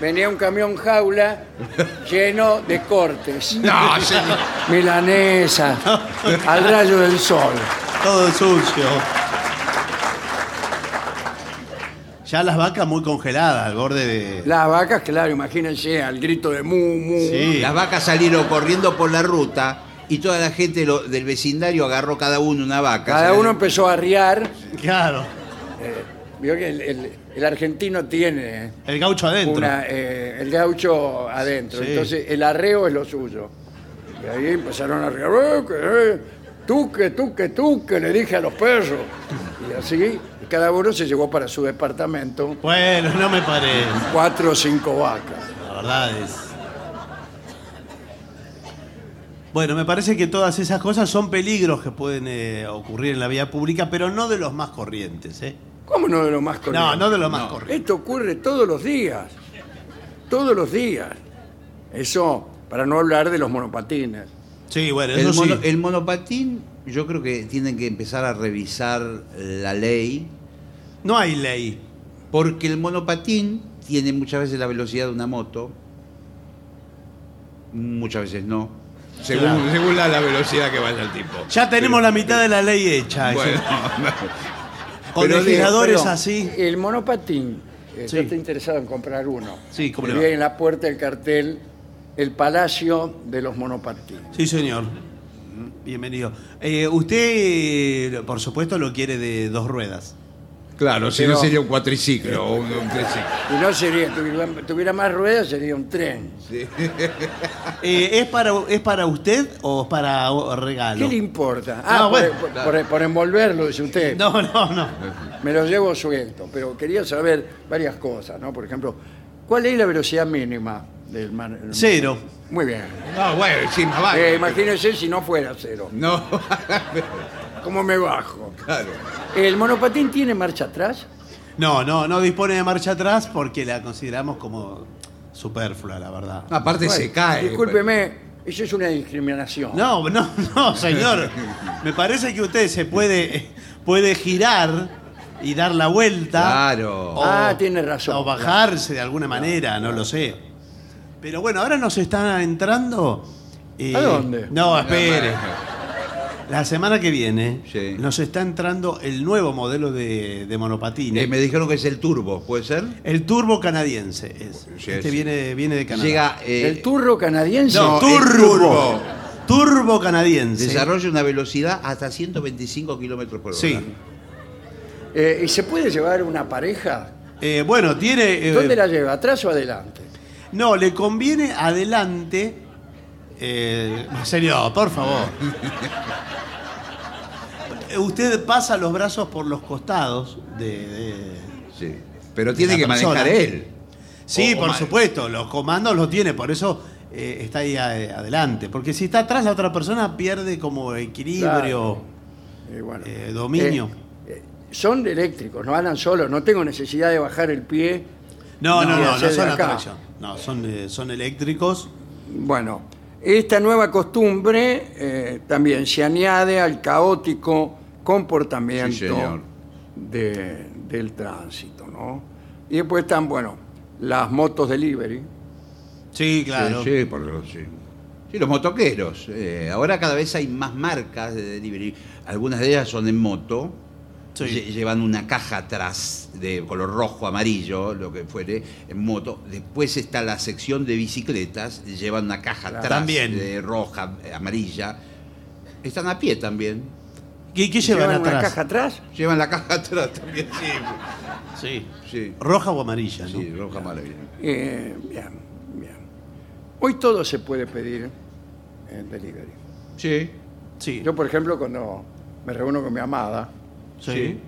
[SPEAKER 4] venía un camión jaula lleno de cortes.
[SPEAKER 3] No, señor.
[SPEAKER 4] Milanesa, al rayo del sol.
[SPEAKER 2] Todo sucio. Ya las vacas muy congeladas al borde de...
[SPEAKER 4] Las vacas, claro, imagínense, al grito de mu, mu.
[SPEAKER 2] Sí.
[SPEAKER 3] Las vacas salieron corriendo por la ruta y toda la gente lo- del vecindario agarró cada uno una vaca.
[SPEAKER 4] Cada
[SPEAKER 3] ¿sabes?
[SPEAKER 4] uno empezó a arriar.
[SPEAKER 2] Claro,
[SPEAKER 4] Vio que el, el- el argentino tiene eh,
[SPEAKER 2] el gaucho adentro.
[SPEAKER 4] una, eh, el gaucho adentro.
[SPEAKER 2] Sí.
[SPEAKER 4] Entonces, el arreo es lo suyo. Y ahí empezaron a arriar. "Eh, que, eh, tú, que tú, que tú, que le dije a los perros. Y así, cada uno se llevó para su departamento
[SPEAKER 2] Bueno, no me parece.
[SPEAKER 4] cuatro o cinco vacas.
[SPEAKER 2] La verdad es. Bueno, me parece que todas esas cosas son peligros que pueden eh, ocurrir en la vía pública, pero no de los más corrientes, ¿eh?
[SPEAKER 4] ¿Cómo no de lo más
[SPEAKER 2] No,
[SPEAKER 4] corriente?
[SPEAKER 2] no de los más corrientes.
[SPEAKER 4] Esto ocurre todos los días. Todos los días. Eso, para no hablar de los monopatines.
[SPEAKER 2] Sí, bueno,
[SPEAKER 3] El,
[SPEAKER 2] eso sí.
[SPEAKER 3] mono- el monopatín, yo creo que tienen que empezar a revisar la ley,
[SPEAKER 2] No hay ley.
[SPEAKER 3] porque el monopatín tiene muchas veces la velocidad de una moto, muchas veces no. Según,
[SPEAKER 2] Claro.
[SPEAKER 3] según la, la velocidad que vaya el tipo.
[SPEAKER 2] Ya tenemos la mitad de la ley hecha.
[SPEAKER 3] Bueno,
[SPEAKER 2] Con
[SPEAKER 3] pero
[SPEAKER 2] legisladores
[SPEAKER 4] Pero
[SPEAKER 2] así.
[SPEAKER 4] El monopatín eh, que
[SPEAKER 2] Sí.
[SPEAKER 4] yo estoy interesado en comprar uno.
[SPEAKER 2] Sí, cómo
[SPEAKER 4] Y
[SPEAKER 2] le va.
[SPEAKER 4] vi en la puerta el cartel El Palacio de los Monopatines.
[SPEAKER 2] Sí, señor. Bienvenido. Eh, usted, por supuesto, lo quiere de dos ruedas.
[SPEAKER 6] Claro, si no
[SPEAKER 4] Pero-
[SPEAKER 6] sería un cuatriciclo o un, un triciclo.
[SPEAKER 4] Y no sería, tuviera, tuviera más ruedas, sería un tren.
[SPEAKER 2] Eh, ¿es, para, ¿Es para usted o es para o- regalo?
[SPEAKER 4] ¿Qué le importa?
[SPEAKER 2] Ah,
[SPEAKER 4] Ah, por-
[SPEAKER 2] bueno,
[SPEAKER 4] por, por- por envolverlo, dice usted.
[SPEAKER 2] No, no, no.
[SPEAKER 4] Me lo llevo suelto, pero quería saber varias cosas, ¿no? Por ejemplo, ¿cuál es la velocidad mínima del mar? el-
[SPEAKER 2] Cero. Ah,
[SPEAKER 4] Muy bien.
[SPEAKER 6] No, bueno, encima va.
[SPEAKER 4] Eh, imagínense si no fuera cero.
[SPEAKER 6] No,
[SPEAKER 4] ¿Cómo me bajo?
[SPEAKER 6] claro.
[SPEAKER 4] ¿El monopatín tiene marcha atrás?
[SPEAKER 2] No, no, no dispone de marcha atrás porque la consideramos como superflua, la verdad.
[SPEAKER 6] Aparte se
[SPEAKER 4] Bueno,
[SPEAKER 6] cae.
[SPEAKER 3] pues.
[SPEAKER 4] Discúlpeme, eso es una discriminación.
[SPEAKER 2] No, no, no, señor. Me parece que usted se puede, puede girar y dar la vuelta.
[SPEAKER 6] Claro.
[SPEAKER 2] Oh,
[SPEAKER 4] Ah, tiene razón.
[SPEAKER 2] O bajarse de alguna manera, no lo sé. Pero bueno, ahora nos está entrando. eh,
[SPEAKER 4] ¿A dónde?
[SPEAKER 2] No, espere. La semana que viene
[SPEAKER 3] Sí.
[SPEAKER 2] nos está entrando el nuevo modelo de, de monopatín.
[SPEAKER 3] Eh, me dijeron que es el turbo, ¿puede ser?
[SPEAKER 2] El turbo canadiense es.
[SPEAKER 3] Sí,
[SPEAKER 2] este
[SPEAKER 3] sí.
[SPEAKER 2] Viene, viene de Canadá.
[SPEAKER 3] Llega. eh,
[SPEAKER 4] ¿El turro canadiense?
[SPEAKER 2] No,
[SPEAKER 3] el
[SPEAKER 2] turbo. turbo.
[SPEAKER 3] turbo.
[SPEAKER 2] canadiense.
[SPEAKER 3] Desarrolla una velocidad hasta 125 kilómetros por hora.
[SPEAKER 2] Sí.
[SPEAKER 4] Eh, ¿Y se puede llevar una pareja?
[SPEAKER 2] Eh, bueno, tiene. eh,
[SPEAKER 4] ¿Dónde la lleva? ¿Atrás o adelante?
[SPEAKER 2] No, le conviene adelante. Eh, en serio, por favor. Usted pasa los brazos por los costados de. de-
[SPEAKER 3] Sí. Pero tiene
[SPEAKER 2] La
[SPEAKER 3] que
[SPEAKER 2] persona.
[SPEAKER 3] manejar él.
[SPEAKER 2] Sí,
[SPEAKER 3] O- o
[SPEAKER 2] por
[SPEAKER 3] ma-
[SPEAKER 2] supuesto, los comandos los tiene, por eso eh, está ahí eh, adelante. Porque si está atrás la otra persona pierde como equilibrio.
[SPEAKER 4] Eh, bueno.
[SPEAKER 2] Eh, dominio.
[SPEAKER 4] Eh, eh, son eléctricos, no andan solos, no tengo necesidad de bajar el pie.
[SPEAKER 2] No, no,
[SPEAKER 4] y
[SPEAKER 2] no, no,
[SPEAKER 4] hacer de
[SPEAKER 2] son
[SPEAKER 4] acá.
[SPEAKER 2] atracción. No, son, eh, son eléctricos.
[SPEAKER 4] Bueno, esta nueva costumbre eh, también se añade al caótico comportamiento
[SPEAKER 3] Sí, señor.
[SPEAKER 4] de- del tránsito, ¿no? Y después están, bueno, las motos delivery.
[SPEAKER 2] Sí, claro.
[SPEAKER 3] Sí, sí, por lo- sí. Sí, los motoqueros. eh, ahora cada vez hay más marcas de delivery. Algunas de ellas son en moto.
[SPEAKER 2] Sí.
[SPEAKER 3] Lle- Llevan una caja atrás de color rojo, amarillo, lo que fuere, en moto. Después está la sección de bicicletas. Llevan una caja atrás
[SPEAKER 2] También.
[SPEAKER 3] de roja, eh, amarilla. Están a pie también.
[SPEAKER 2] ¿Qué, qué llevan,
[SPEAKER 4] una
[SPEAKER 2] atrás?
[SPEAKER 4] caja atrás?
[SPEAKER 3] Llevan la caja atrás también, sí.
[SPEAKER 2] Sí.
[SPEAKER 3] Sí,
[SPEAKER 2] Roja o amarilla, ¿no?
[SPEAKER 3] sí roja maravilla.
[SPEAKER 4] Eh, bien, bien. Hoy todo se puede pedir en delivery.
[SPEAKER 3] Sí.
[SPEAKER 2] Sí.
[SPEAKER 4] Yo, por ejemplo, cuando me reúno con mi amada,
[SPEAKER 2] Sí.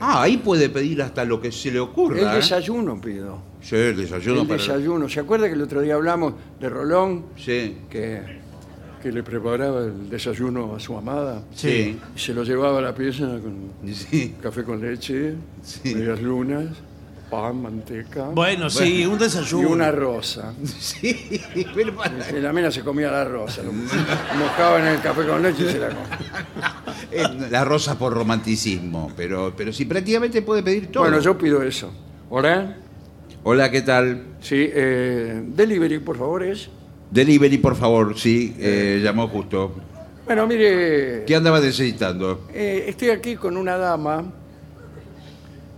[SPEAKER 3] Ah, ahí puede pedir hasta lo que se le
[SPEAKER 4] el
[SPEAKER 3] ocurra. ¿eh?
[SPEAKER 4] desayuno pido.
[SPEAKER 3] Sí, el desayuno
[SPEAKER 4] el
[SPEAKER 3] para-
[SPEAKER 4] desayuno. ¿Se acuerda que el otro día hablamos de Rolón
[SPEAKER 3] Sí.
[SPEAKER 4] que, que le preparaba el desayuno a su amada?
[SPEAKER 3] Sí.
[SPEAKER 4] Y se lo llevaba a la pieza con
[SPEAKER 3] Sí.
[SPEAKER 4] café con leche,
[SPEAKER 3] Sí.
[SPEAKER 4] medias lunas, pan, manteca
[SPEAKER 2] Bueno, sí, un
[SPEAKER 4] y
[SPEAKER 2] desayuno.
[SPEAKER 4] una rosa.
[SPEAKER 3] Sí, pero para-
[SPEAKER 4] Y La mina se comía la rosa, lo mojaba en el café con leche y se la comía.
[SPEAKER 3] eh, la rosa por romanticismo, pero, pero sí, prácticamente puede pedir todo.
[SPEAKER 4] Bueno, yo pido eso. ¿Hola?
[SPEAKER 3] Hola, ¿qué tal?
[SPEAKER 4] Sí, eh, delivery, por favor, es.
[SPEAKER 3] Delivery, por favor, sí, eh, llamó justo.
[SPEAKER 4] Bueno, mire,
[SPEAKER 3] ¿Qué andaba necesitando?
[SPEAKER 4] eh, estoy aquí con una dama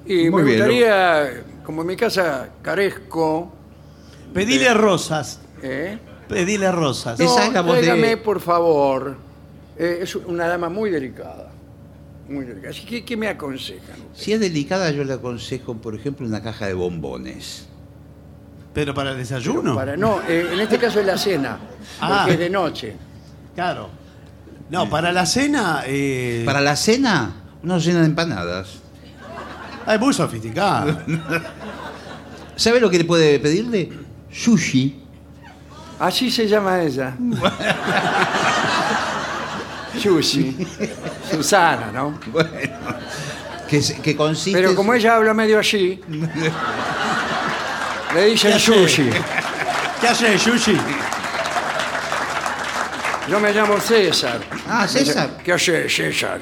[SPEAKER 4] y
[SPEAKER 3] Muy
[SPEAKER 4] me
[SPEAKER 3] bien, lo-
[SPEAKER 4] gustaría, como en mi casa carezco,
[SPEAKER 2] Pedile rosas.
[SPEAKER 4] ¿eh?
[SPEAKER 2] Pedile rosas.
[SPEAKER 3] Esa es la voz de-
[SPEAKER 4] tráigame, por favor. Eh, es una dama muy delicada. Muy delicada. Así que, ¿qué me aconsejan?
[SPEAKER 3] Si es delicada, yo le aconsejo, por ejemplo, una caja de bombones.
[SPEAKER 2] Pero para el desayuno.
[SPEAKER 4] Para, no, eh, en este caso es la cena,
[SPEAKER 2] Ah.
[SPEAKER 4] porque es de noche.
[SPEAKER 2] Claro. No, para la cena. eh,
[SPEAKER 3] Para la cena, una cena de empanadas.
[SPEAKER 2] ah, es muy sofisticado.
[SPEAKER 3] ¿Sabe lo que le puede pedirle? Sushi.
[SPEAKER 4] Así se llama ella. Sushi. Susana, ¿no?
[SPEAKER 3] Que, se- que consiste.
[SPEAKER 4] Pero como ella habla medio así, le dicen
[SPEAKER 2] Ya sé.
[SPEAKER 4] sushi.
[SPEAKER 2] ¿Qué hace, Yushi?
[SPEAKER 4] Yo me llamo César.
[SPEAKER 3] Ah, César.
[SPEAKER 4] Me dice, ¿Qué hace César?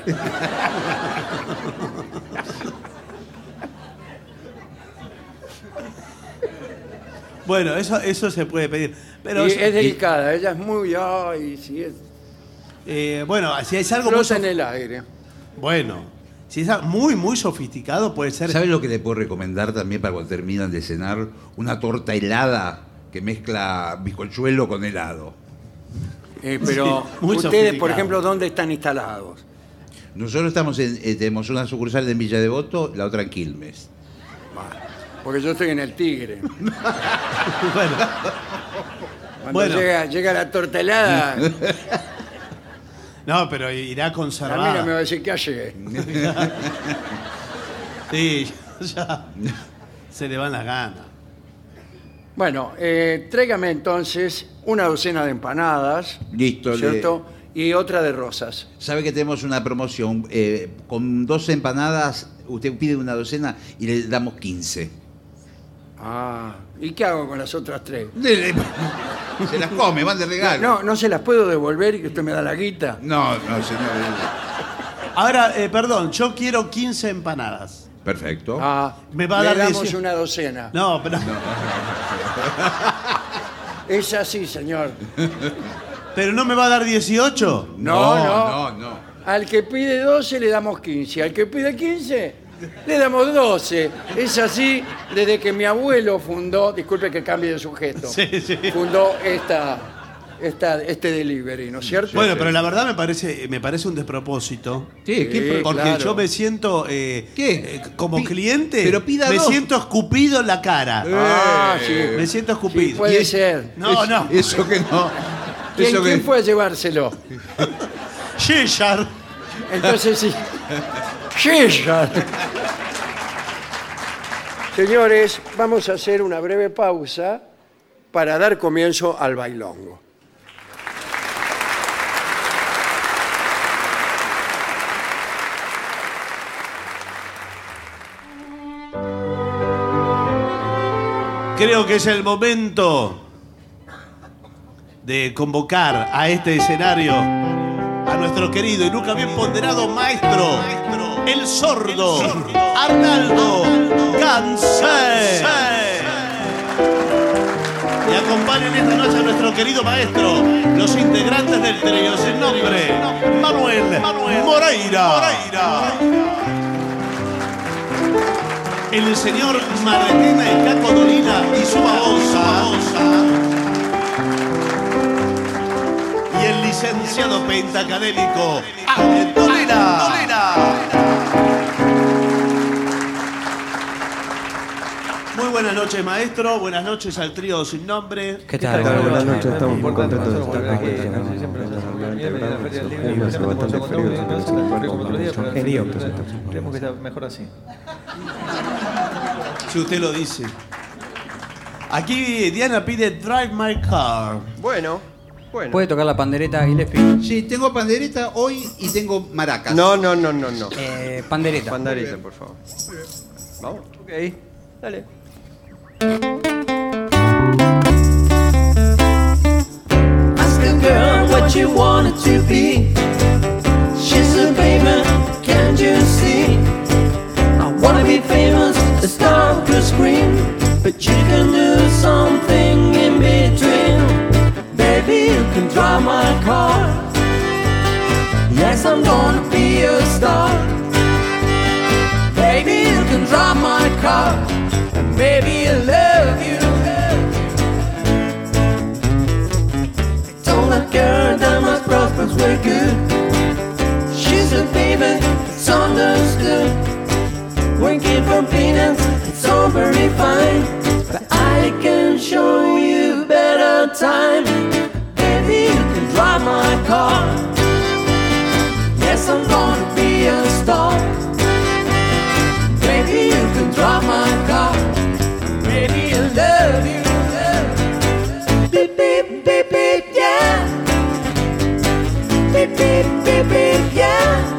[SPEAKER 2] Bueno, eso, eso se puede pedir. Pero
[SPEAKER 4] Y es delicada, ella es muy... Ay, sí, es,
[SPEAKER 2] eh, bueno, si es algo muy
[SPEAKER 4] flota en
[SPEAKER 2] sof-
[SPEAKER 4] el aire.
[SPEAKER 2] Bueno, Si es muy, muy sofisticado, puede ser.
[SPEAKER 3] ¿Sabes lo que le puedo recomendar también para cuando terminan de cenar? Una torta helada que mezcla bizcochuelo con helado.
[SPEAKER 4] Eh, pero
[SPEAKER 2] Sí, muy
[SPEAKER 4] ustedes, por
[SPEAKER 2] sofisticado.
[SPEAKER 4] ejemplo, ¿dónde están instalados?
[SPEAKER 3] Nosotros estamos en, eh, tenemos una sucursal en Villa Devoto, la otra en Quilmes.
[SPEAKER 4] Porque yo estoy en el Tigre.
[SPEAKER 2] Bueno,
[SPEAKER 4] Cuando
[SPEAKER 2] Bueno.
[SPEAKER 4] llega, llega la tortelada,
[SPEAKER 2] no, pero irá
[SPEAKER 4] la mina me va a
[SPEAKER 2] conservada.
[SPEAKER 4] decir que llegué.
[SPEAKER 2] Sí, ya se le van las ganas.
[SPEAKER 4] Bueno, eh, tráigame entonces una docena de empanadas,
[SPEAKER 3] Listo,
[SPEAKER 4] ¿cierto? Y otra de rosas.
[SPEAKER 3] Sabe que tenemos una promoción. eh, con dos empanadas, usted pide una docena y le damos 15.
[SPEAKER 4] Ah, ¿y qué hago con las otras tres?
[SPEAKER 3] Dele, Se las come, van de regalo.
[SPEAKER 4] No, no se las puedo devolver y que usted me da la guita.
[SPEAKER 3] No, no, señor.
[SPEAKER 2] Ahora, eh, perdón, yo quiero 15 empanadas.
[SPEAKER 3] Perfecto.
[SPEAKER 4] Ah,
[SPEAKER 2] Me va a
[SPEAKER 4] le
[SPEAKER 2] dar
[SPEAKER 4] damos
[SPEAKER 2] 18.
[SPEAKER 4] una docena.
[SPEAKER 2] No, pero,
[SPEAKER 4] Es así, señor.
[SPEAKER 2] pero no me va a dar 18.
[SPEAKER 4] No, no.
[SPEAKER 3] no, no.
[SPEAKER 4] Al que pide 12 le damos 15. Al que pide 15 le damos 12. Es así desde que mi abuelo fundó, disculpe que cambie de sujeto,
[SPEAKER 2] Sí, sí.
[SPEAKER 4] fundó esta, esta, este delivery, ¿no es cierto?
[SPEAKER 2] Bueno, pero la verdad me parece, me parece un despropósito.
[SPEAKER 3] Sí, ¿qué
[SPEAKER 4] Sí,
[SPEAKER 3] pro-
[SPEAKER 2] Porque
[SPEAKER 4] claro.
[SPEAKER 2] yo me siento eh,
[SPEAKER 3] ¿Qué?
[SPEAKER 2] eh, como
[SPEAKER 3] Pi-
[SPEAKER 2] cliente,
[SPEAKER 3] pero pida
[SPEAKER 2] me
[SPEAKER 3] dos.
[SPEAKER 2] siento escupido en la cara.
[SPEAKER 4] Ah, sí.
[SPEAKER 2] Me siento escupido.
[SPEAKER 4] Sí, puede
[SPEAKER 2] Y-
[SPEAKER 4] ser.
[SPEAKER 2] No,
[SPEAKER 3] Es-
[SPEAKER 2] no.
[SPEAKER 3] Eso que no.
[SPEAKER 4] ¿Quién,
[SPEAKER 3] eso que-
[SPEAKER 4] quién fue a llevárselo?
[SPEAKER 2] Yeyar.
[SPEAKER 4] Entonces sí. Yeyar. Señores, vamos a hacer una breve pausa para dar comienzo al bailongo.
[SPEAKER 2] Creo que es el momento de convocar a este escenario a nuestro querido y nunca bien ponderado maestro, el sordo, Arnaldo Gansé. Y acompañen esta noche a nuestro querido maestro, los integrantes del trío sin nombre, Manuel, Moreira. el señor Marretina y Caco Dolina y su babosa. Y el licenciado pentacadémico Ángel Dolina. Muy buenas noches, maestro. Buenas noches al trío sin nombre.
[SPEAKER 7] ¿Qué tal?
[SPEAKER 8] Buenas
[SPEAKER 7] Buenas
[SPEAKER 8] noches.
[SPEAKER 7] noches, estamos muy contentos de
[SPEAKER 8] Nosotros
[SPEAKER 7] estar
[SPEAKER 8] volvemos
[SPEAKER 7] aquí.
[SPEAKER 8] a encontrarnos pues, siempre en la Feria del Libro, en la Feria del Libro,
[SPEAKER 7] Hemos
[SPEAKER 8] siempre
[SPEAKER 7] bastante
[SPEAKER 8] estamos
[SPEAKER 7] frío,
[SPEAKER 8] encontrando,
[SPEAKER 7] siempre
[SPEAKER 8] no es
[SPEAKER 7] estamos
[SPEAKER 8] como otros días, pero
[SPEAKER 7] Genio,
[SPEAKER 8] siempre
[SPEAKER 7] pues,
[SPEAKER 8] estamos
[SPEAKER 7] estamos
[SPEAKER 8] Creemos que está mejor así.
[SPEAKER 2] Si usted lo dice. Aquí Diana pide Drive My Car.
[SPEAKER 8] Bueno, bueno.
[SPEAKER 7] ¿Puede tocar la pandereta Gillespie?
[SPEAKER 3] Sí, tengo pandereta hoy y tengo maracas.
[SPEAKER 8] No, no, no, no, no.
[SPEAKER 7] Eh, pandereta.
[SPEAKER 8] Pandarita, por favor. Vamos. Ok, dale.
[SPEAKER 5] Ask a girl what you wanted to be. She said, baby, can't you see? I wanna be famous, a star of the screen. But you can do something in between. Baby, you can drive my car. Yes, I'm gonna be a star. Baby, you can drive my car. And baby, I love you. Told that girl that my prospects were good. She's a baby, it's understood. Working for peanuts, it's all very fine. But I can show you better time. Baby, you can drive my car. Yes, I'm gonna be a star. Baby, you can drive my car. Baby, I love you. Love you beep beep beep beep yeah. Beep beep beep beep yeah.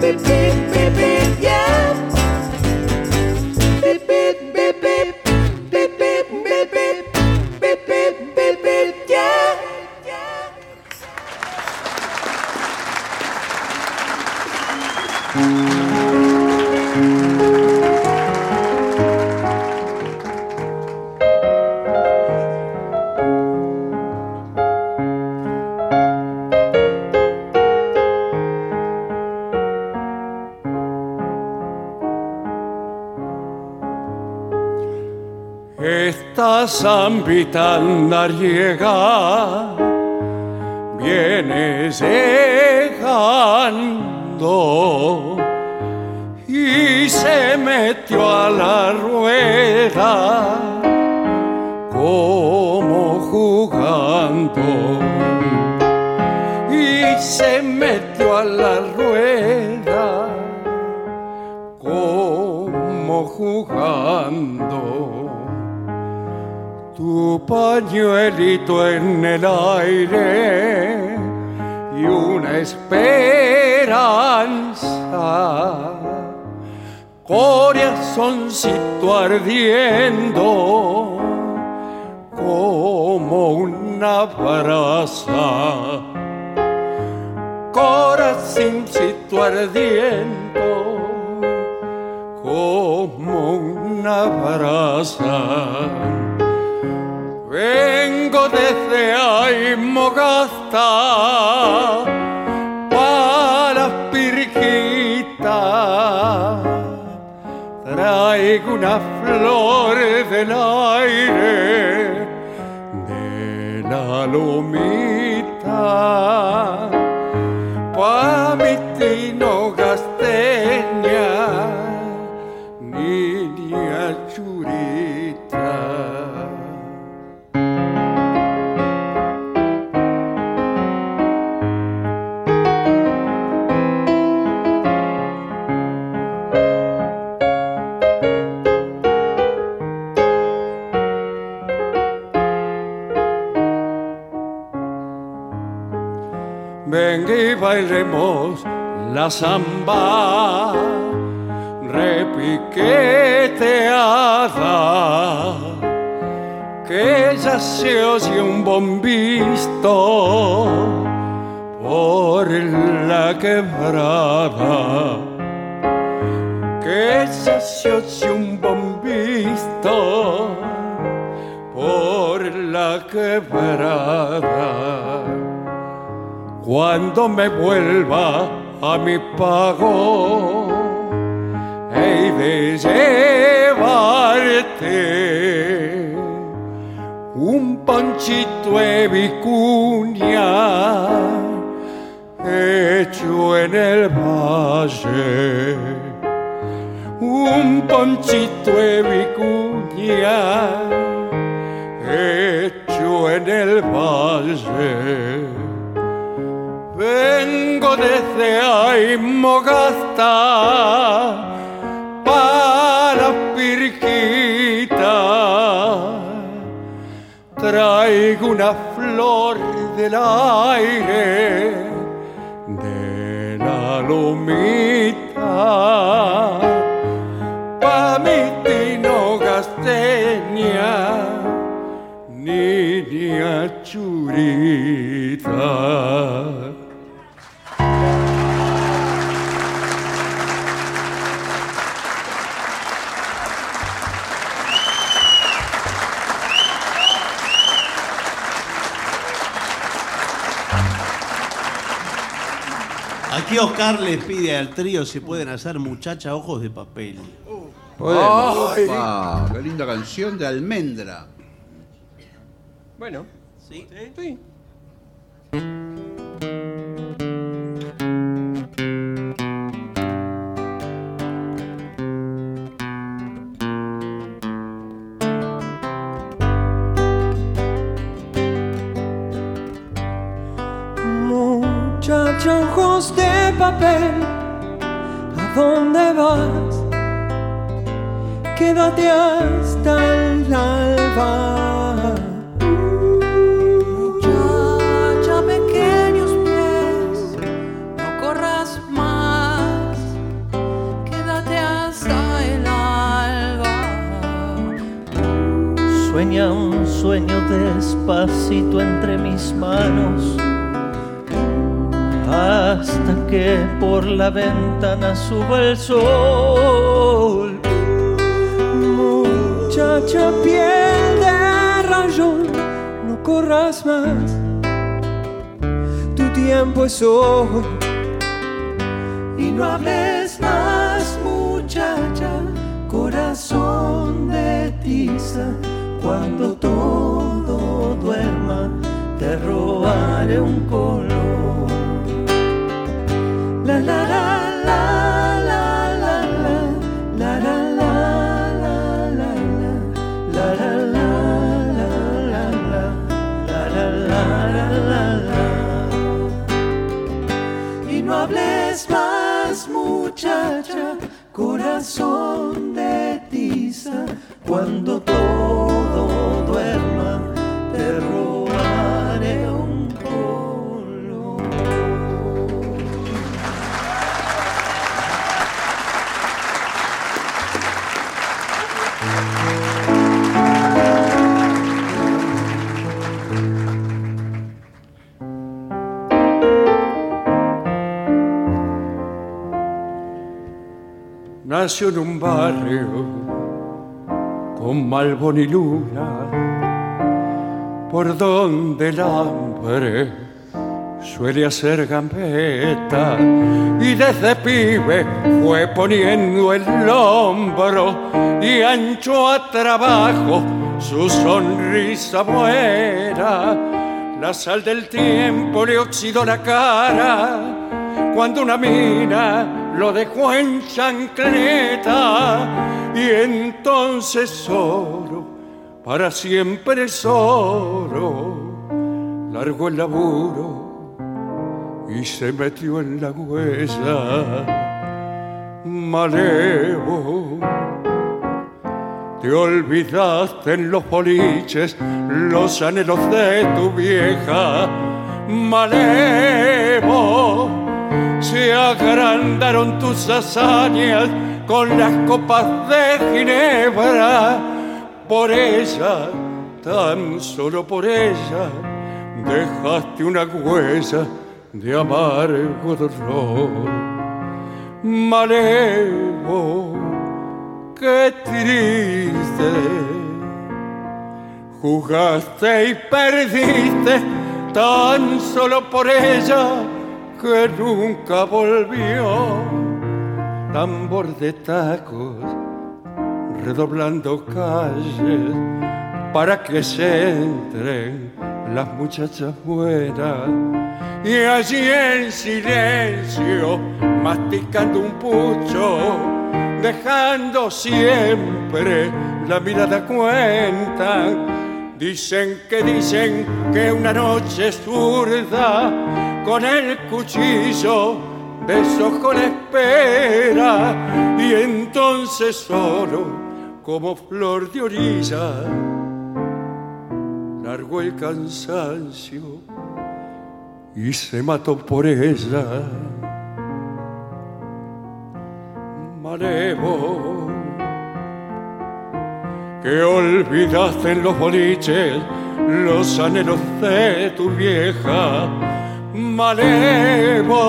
[SPEAKER 5] Beep beep beep beep yeah. Beep beep beep beep beep beep beep beep beep beep beep beep yeah. yeah.
[SPEAKER 1] Esta zambita andariega viene llegando y se metió a la rueda como jugando y se metió a la rueda como jugando. Tu pañuelito en el aire y una esperanza. Corazoncito ardiendo como una brasa corazoncito ardiendo como una brasa. Vengo desde Aymogasta para Pirquita. Traigo una flor del aire de la lomita pa' mi tino gasteña, niña churita. Venga y bailemos la samba repiqueteada que ya se oye un bombisto por la quebrada que ya se oye un bombisto por la quebrada cuando me vuelva a mi pago he de llevarte un panchito de vicuña hecho en el valle un panchito de vicuña hecho en el valle Vengo desde Aymogasta para Pirquita. Traigo una flor del aire de la lomita. Pa' mi tino gasteña niña churita.
[SPEAKER 2] Aquí Oscar les pide al trío si pueden hacer muchacha ojos de papel.
[SPEAKER 3] Podemos. Opa, ¡Qué linda canción de almendra!
[SPEAKER 9] Bueno. Sí. sí.
[SPEAKER 5] Muchacha, ojos de papel, ¿a dónde vas? Quédate hasta el alba. Muchacha, pequeños pies, no corras más. Quédate hasta el alba.
[SPEAKER 10] Sueña un sueño despacito entre mis manos, hasta que por la ventana suba el sol.
[SPEAKER 5] Muchacha piel de rayón, no corras más. Tu tiempo es hoy. Y no hables más, muchacha, corazón de tiza, cuando todo duerma, te robaré un color. La la la la la la la la la la la la la la la la la la la la la la la. Y no hables más muchacha, corazón de tiza, cuando todo duerma, te robaré un color.
[SPEAKER 1] Nació en un barrio con malboniluna, por donde el hambre suele hacer gambeta, y desde pibe fue poniendo el hombro y ancho a trabajo su sonrisa buena. La sal del tiempo le oxidó la cara cuando una mina lo dejó en chancleta y entonces oro, para siempre es oro, largó el laburo y se metió en la huesa, malevo. Te olvidaste en los poliches los anhelos de tu vieja. Malevo, se agrandaron tus hazañas con las copas de Ginebra. Por ella, tan solo por ella, dejaste una huella de amargo dolor. Malevo, qué triste. Jugaste y perdiste tan solo por ella que nunca volvió. Tambor de tacos, redoblando calles para que se entren las muchachas buenas. Y allí en silencio, masticando un pucho, dejando siempre la mirada cuenta. Dicen que dicen que una noche zurda con el cuchillo deshojó la espera y entonces solo como flor de orilla largó el cansancio y se mató por ella. malevo que olvidaste en los boliches los anhelos de tu vieja malevo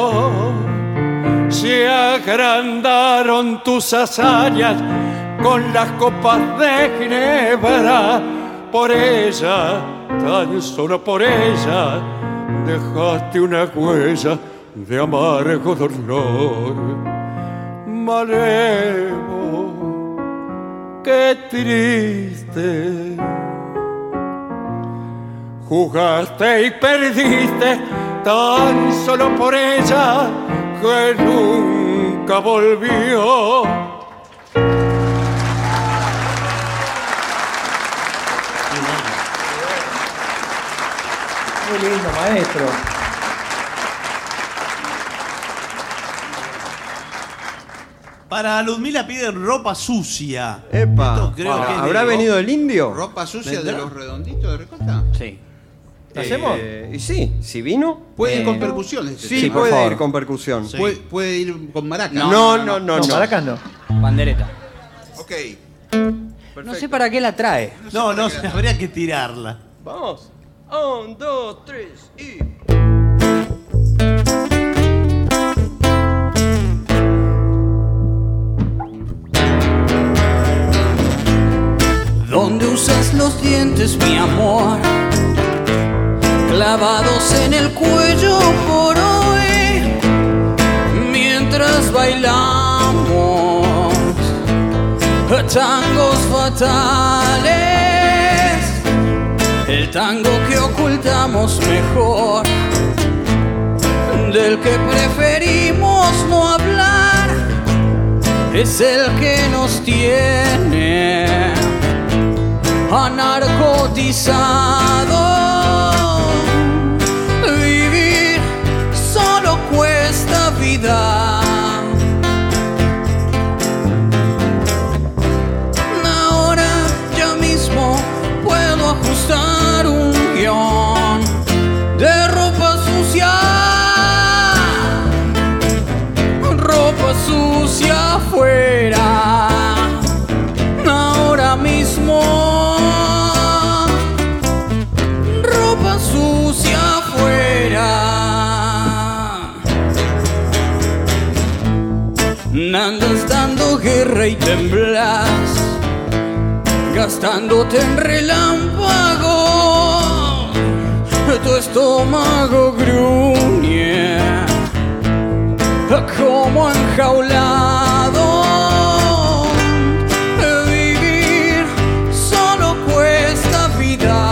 [SPEAKER 1] se agrandaron tus hazañas con las copas de Ginebra por ella tan solo por ella dejaste una huella de amargo dolor malevo, qué triste. Jugaste y perdiste tan solo por ella que nunca volvió.
[SPEAKER 7] Muy lindo, maestro.
[SPEAKER 2] Para Ludmila piden ropa sucia.
[SPEAKER 8] Epa.
[SPEAKER 2] Esto creo
[SPEAKER 8] Ah,
[SPEAKER 2] que es
[SPEAKER 8] ¿Habrá
[SPEAKER 2] de-
[SPEAKER 8] venido el indio?
[SPEAKER 3] ¿Ropa sucia de
[SPEAKER 8] ¿Vendrá?
[SPEAKER 3] los redonditos de Ricota?
[SPEAKER 7] Sí.
[SPEAKER 8] Eh,
[SPEAKER 2] hacemos?
[SPEAKER 8] y sí, si vino.
[SPEAKER 3] Puede ir
[SPEAKER 8] eh,
[SPEAKER 3] con percusiones. este
[SPEAKER 8] Sí,
[SPEAKER 3] tema.
[SPEAKER 8] puede
[SPEAKER 7] favor.
[SPEAKER 8] ir con percusión.
[SPEAKER 2] Sí.
[SPEAKER 3] Puede, puede ir con maracas.
[SPEAKER 8] No, no, no,
[SPEAKER 11] No,
[SPEAKER 8] no.
[SPEAKER 11] maracas no.
[SPEAKER 7] Bandereta.
[SPEAKER 3] Ok.
[SPEAKER 7] No sé para qué la trae.
[SPEAKER 2] No, no, se- habría que tirarla.
[SPEAKER 8] Vamos. Un, dos, tres y.
[SPEAKER 5] ¿Dónde usas los dientes, mi amor? Clavados en el cuello por hoy, mientras bailamos tangos fatales, el tango que ocultamos mejor, del que preferimos no hablar, es el que nos tiene anarcotizado. Vivir solo cuesta vida. Ahora yo mismo puedo ajustar un guión de ropa sucia. Ropa sucia afuera. Ahora mismo. Ropa sucia afuera. Andas dando guerra y temblas gastándote en relámpago. Tu estómago gruñe como enjaulado. Vivir solo cuesta vida.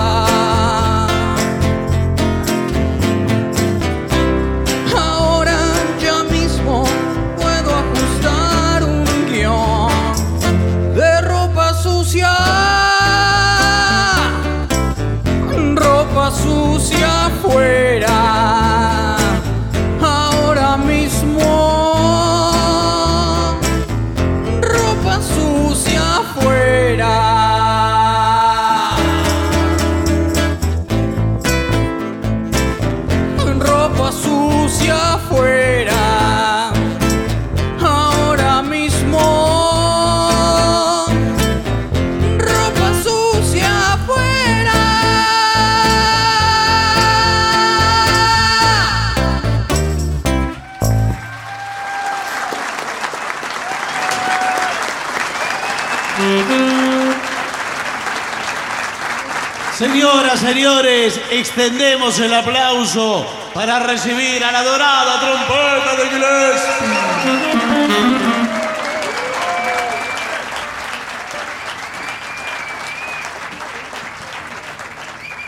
[SPEAKER 5] Ahora ya mismo puedo ajustar un guión de ropa sucia. Ropa sucia afuera. Ahora mismo. Ropa sucia afuera. ropa sucia afuera. Ahora mismo, ropa sucia afuera.
[SPEAKER 2] Señoras, señores, extendemos el aplauso para recibir a la dorada trompeta de Gillespie.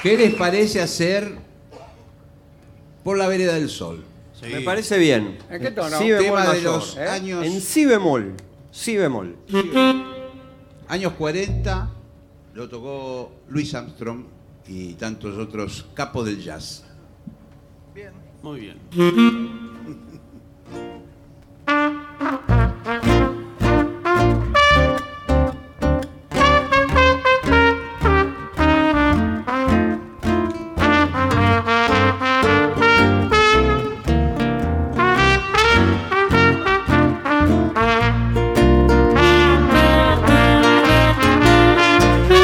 [SPEAKER 3] ¿Qué les parece hacer por la vereda del sol?
[SPEAKER 8] Me parece bien.
[SPEAKER 12] ¿En qué tono?
[SPEAKER 8] Si bemol
[SPEAKER 3] Tema de
[SPEAKER 8] mayor,
[SPEAKER 3] los
[SPEAKER 8] ¿eh?
[SPEAKER 3] años-
[SPEAKER 8] En si bemol. Si bemol.
[SPEAKER 3] Años 40 lo tocó Louis Armstrong y tantos otros capos del jazz.
[SPEAKER 2] Muy bien.
[SPEAKER 13] Thank you.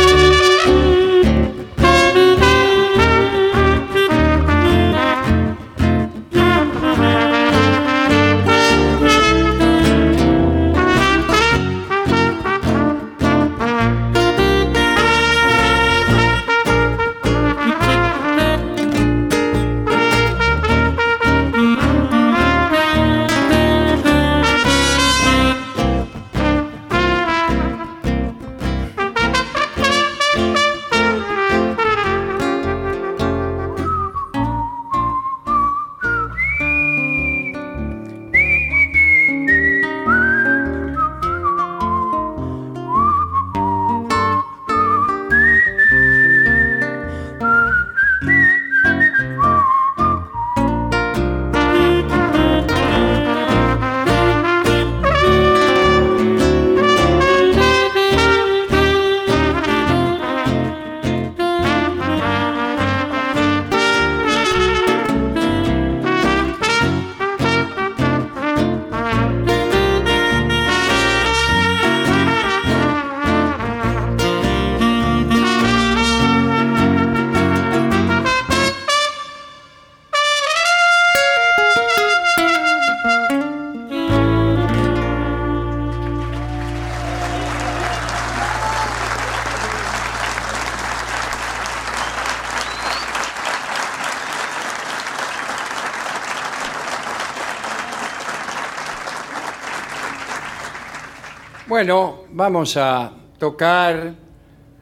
[SPEAKER 4] Bueno, vamos a tocar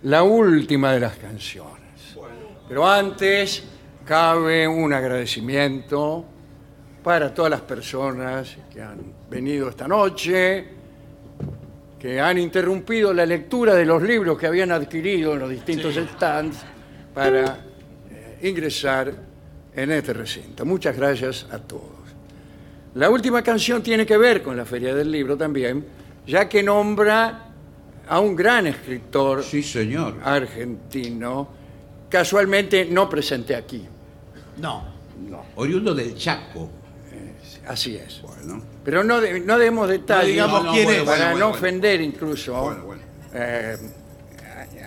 [SPEAKER 4] la última de las canciones. Pero antes cabe un agradecimiento para todas las personas que han venido esta noche, que han interrumpido la lectura de los libros que habían adquirido en los distintos stands para eh, ingresar en este recinto. Muchas gracias a todos. La última canción tiene que ver con la Feria del Libro también, ya que nombra a un gran escritor
[SPEAKER 3] Sí, señor.
[SPEAKER 4] argentino. Casualmente no presente aquí,
[SPEAKER 2] No.
[SPEAKER 3] Oriundo del Chaco.
[SPEAKER 4] así es.
[SPEAKER 3] Bueno.
[SPEAKER 4] Pero no, de- no demos detalles
[SPEAKER 2] No digamos
[SPEAKER 3] quién
[SPEAKER 4] para
[SPEAKER 3] es. bueno,
[SPEAKER 4] no
[SPEAKER 3] bueno,
[SPEAKER 4] ofender incluso
[SPEAKER 3] Bueno, bueno.
[SPEAKER 4] eh,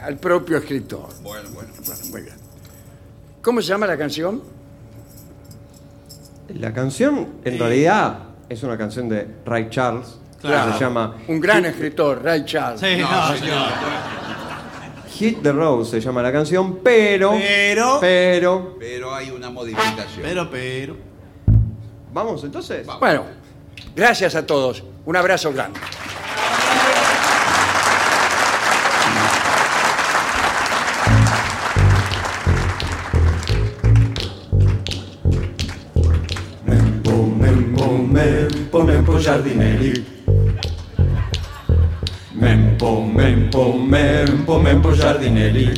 [SPEAKER 4] al propio escritor.
[SPEAKER 3] Bueno, bueno.
[SPEAKER 4] Bueno, muy bien. ¿Cómo se llama la canción?
[SPEAKER 8] La canción, en realidad, es una canción de Ray Charles.
[SPEAKER 2] Claro.
[SPEAKER 8] que Se llama
[SPEAKER 4] Un gran escritor, Ray Charles.
[SPEAKER 2] Sí, no, señor.
[SPEAKER 8] Hit the Road, se llama la canción, pero.
[SPEAKER 2] Pero-
[SPEAKER 8] Pero.
[SPEAKER 3] Pero hay una modificación.
[SPEAKER 2] Pero, pero.
[SPEAKER 8] Vamos entonces.
[SPEAKER 4] Bueno, gracias a todos. Un abrazo grande.
[SPEAKER 1] Mempo, mempo, mempo, mempo giardinelli. Mempo, mempo, mempo, mempo giardinelli.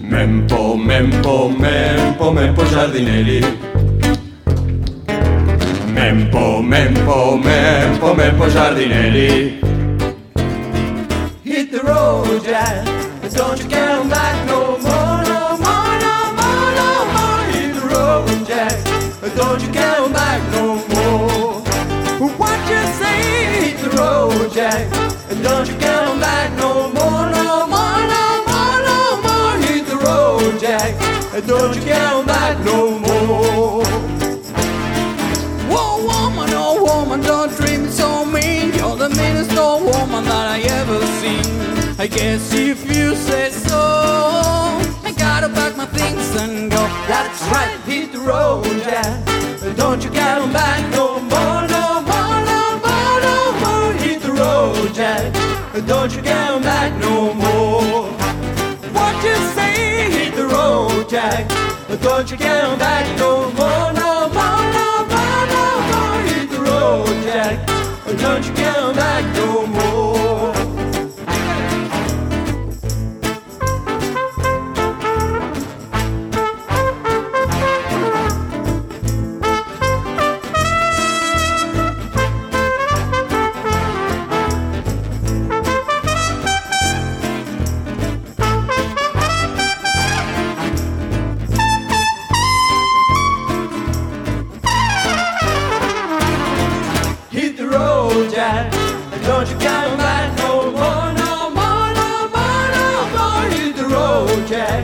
[SPEAKER 1] Mempo, mempo, mempo, mempo giardinelli. Mempo, mempo, mempo, mempo giardinelli.
[SPEAKER 5] Hit the road, Jack. But don't you come back no more, no more, no more, no more. Hit the road, Jack. But don't you come back no more. What you say? Hit the road, Jack. And don't you come back no more, no more, no more, no more. Hit the road, Jack. And don't you come back no more.
[SPEAKER 14] Whoa, woman, oh woman, don't treat me so mean. You're the meanest old woman that I ever seen. I guess if you say so, I gotta pack my things and go.
[SPEAKER 5] That's right, hit the road, Jack. Don't you come back no more, no more, no more, no more. Hit the road, Jack. Don't you come back no more. What you say? Hit the road, Jack. Don't you come back no more, no more, no more, no more. Hit the road, Jack. Don't you come back no more. Hit the road, Jack. Don't you come back no more, no more, no more, no more. Hit the road, Jack.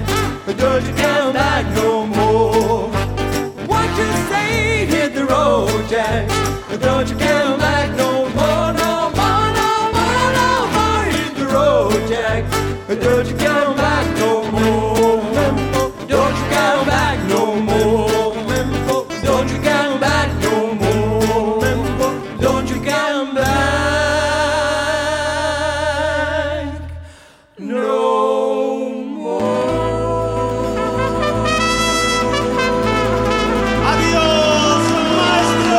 [SPEAKER 5] Don't you come back no more. What you say? Hit the road, Jack. Don't you come back no more, no more, no more, no more. Hit the road, Jack. Don't you come back no more. Don't you come back no more. Don't you come back no more. Don't you come back no more.
[SPEAKER 2] ¡Adiós, maestro!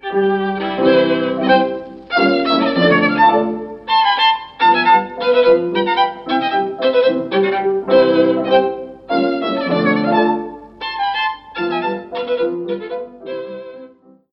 [SPEAKER 14] Thank you.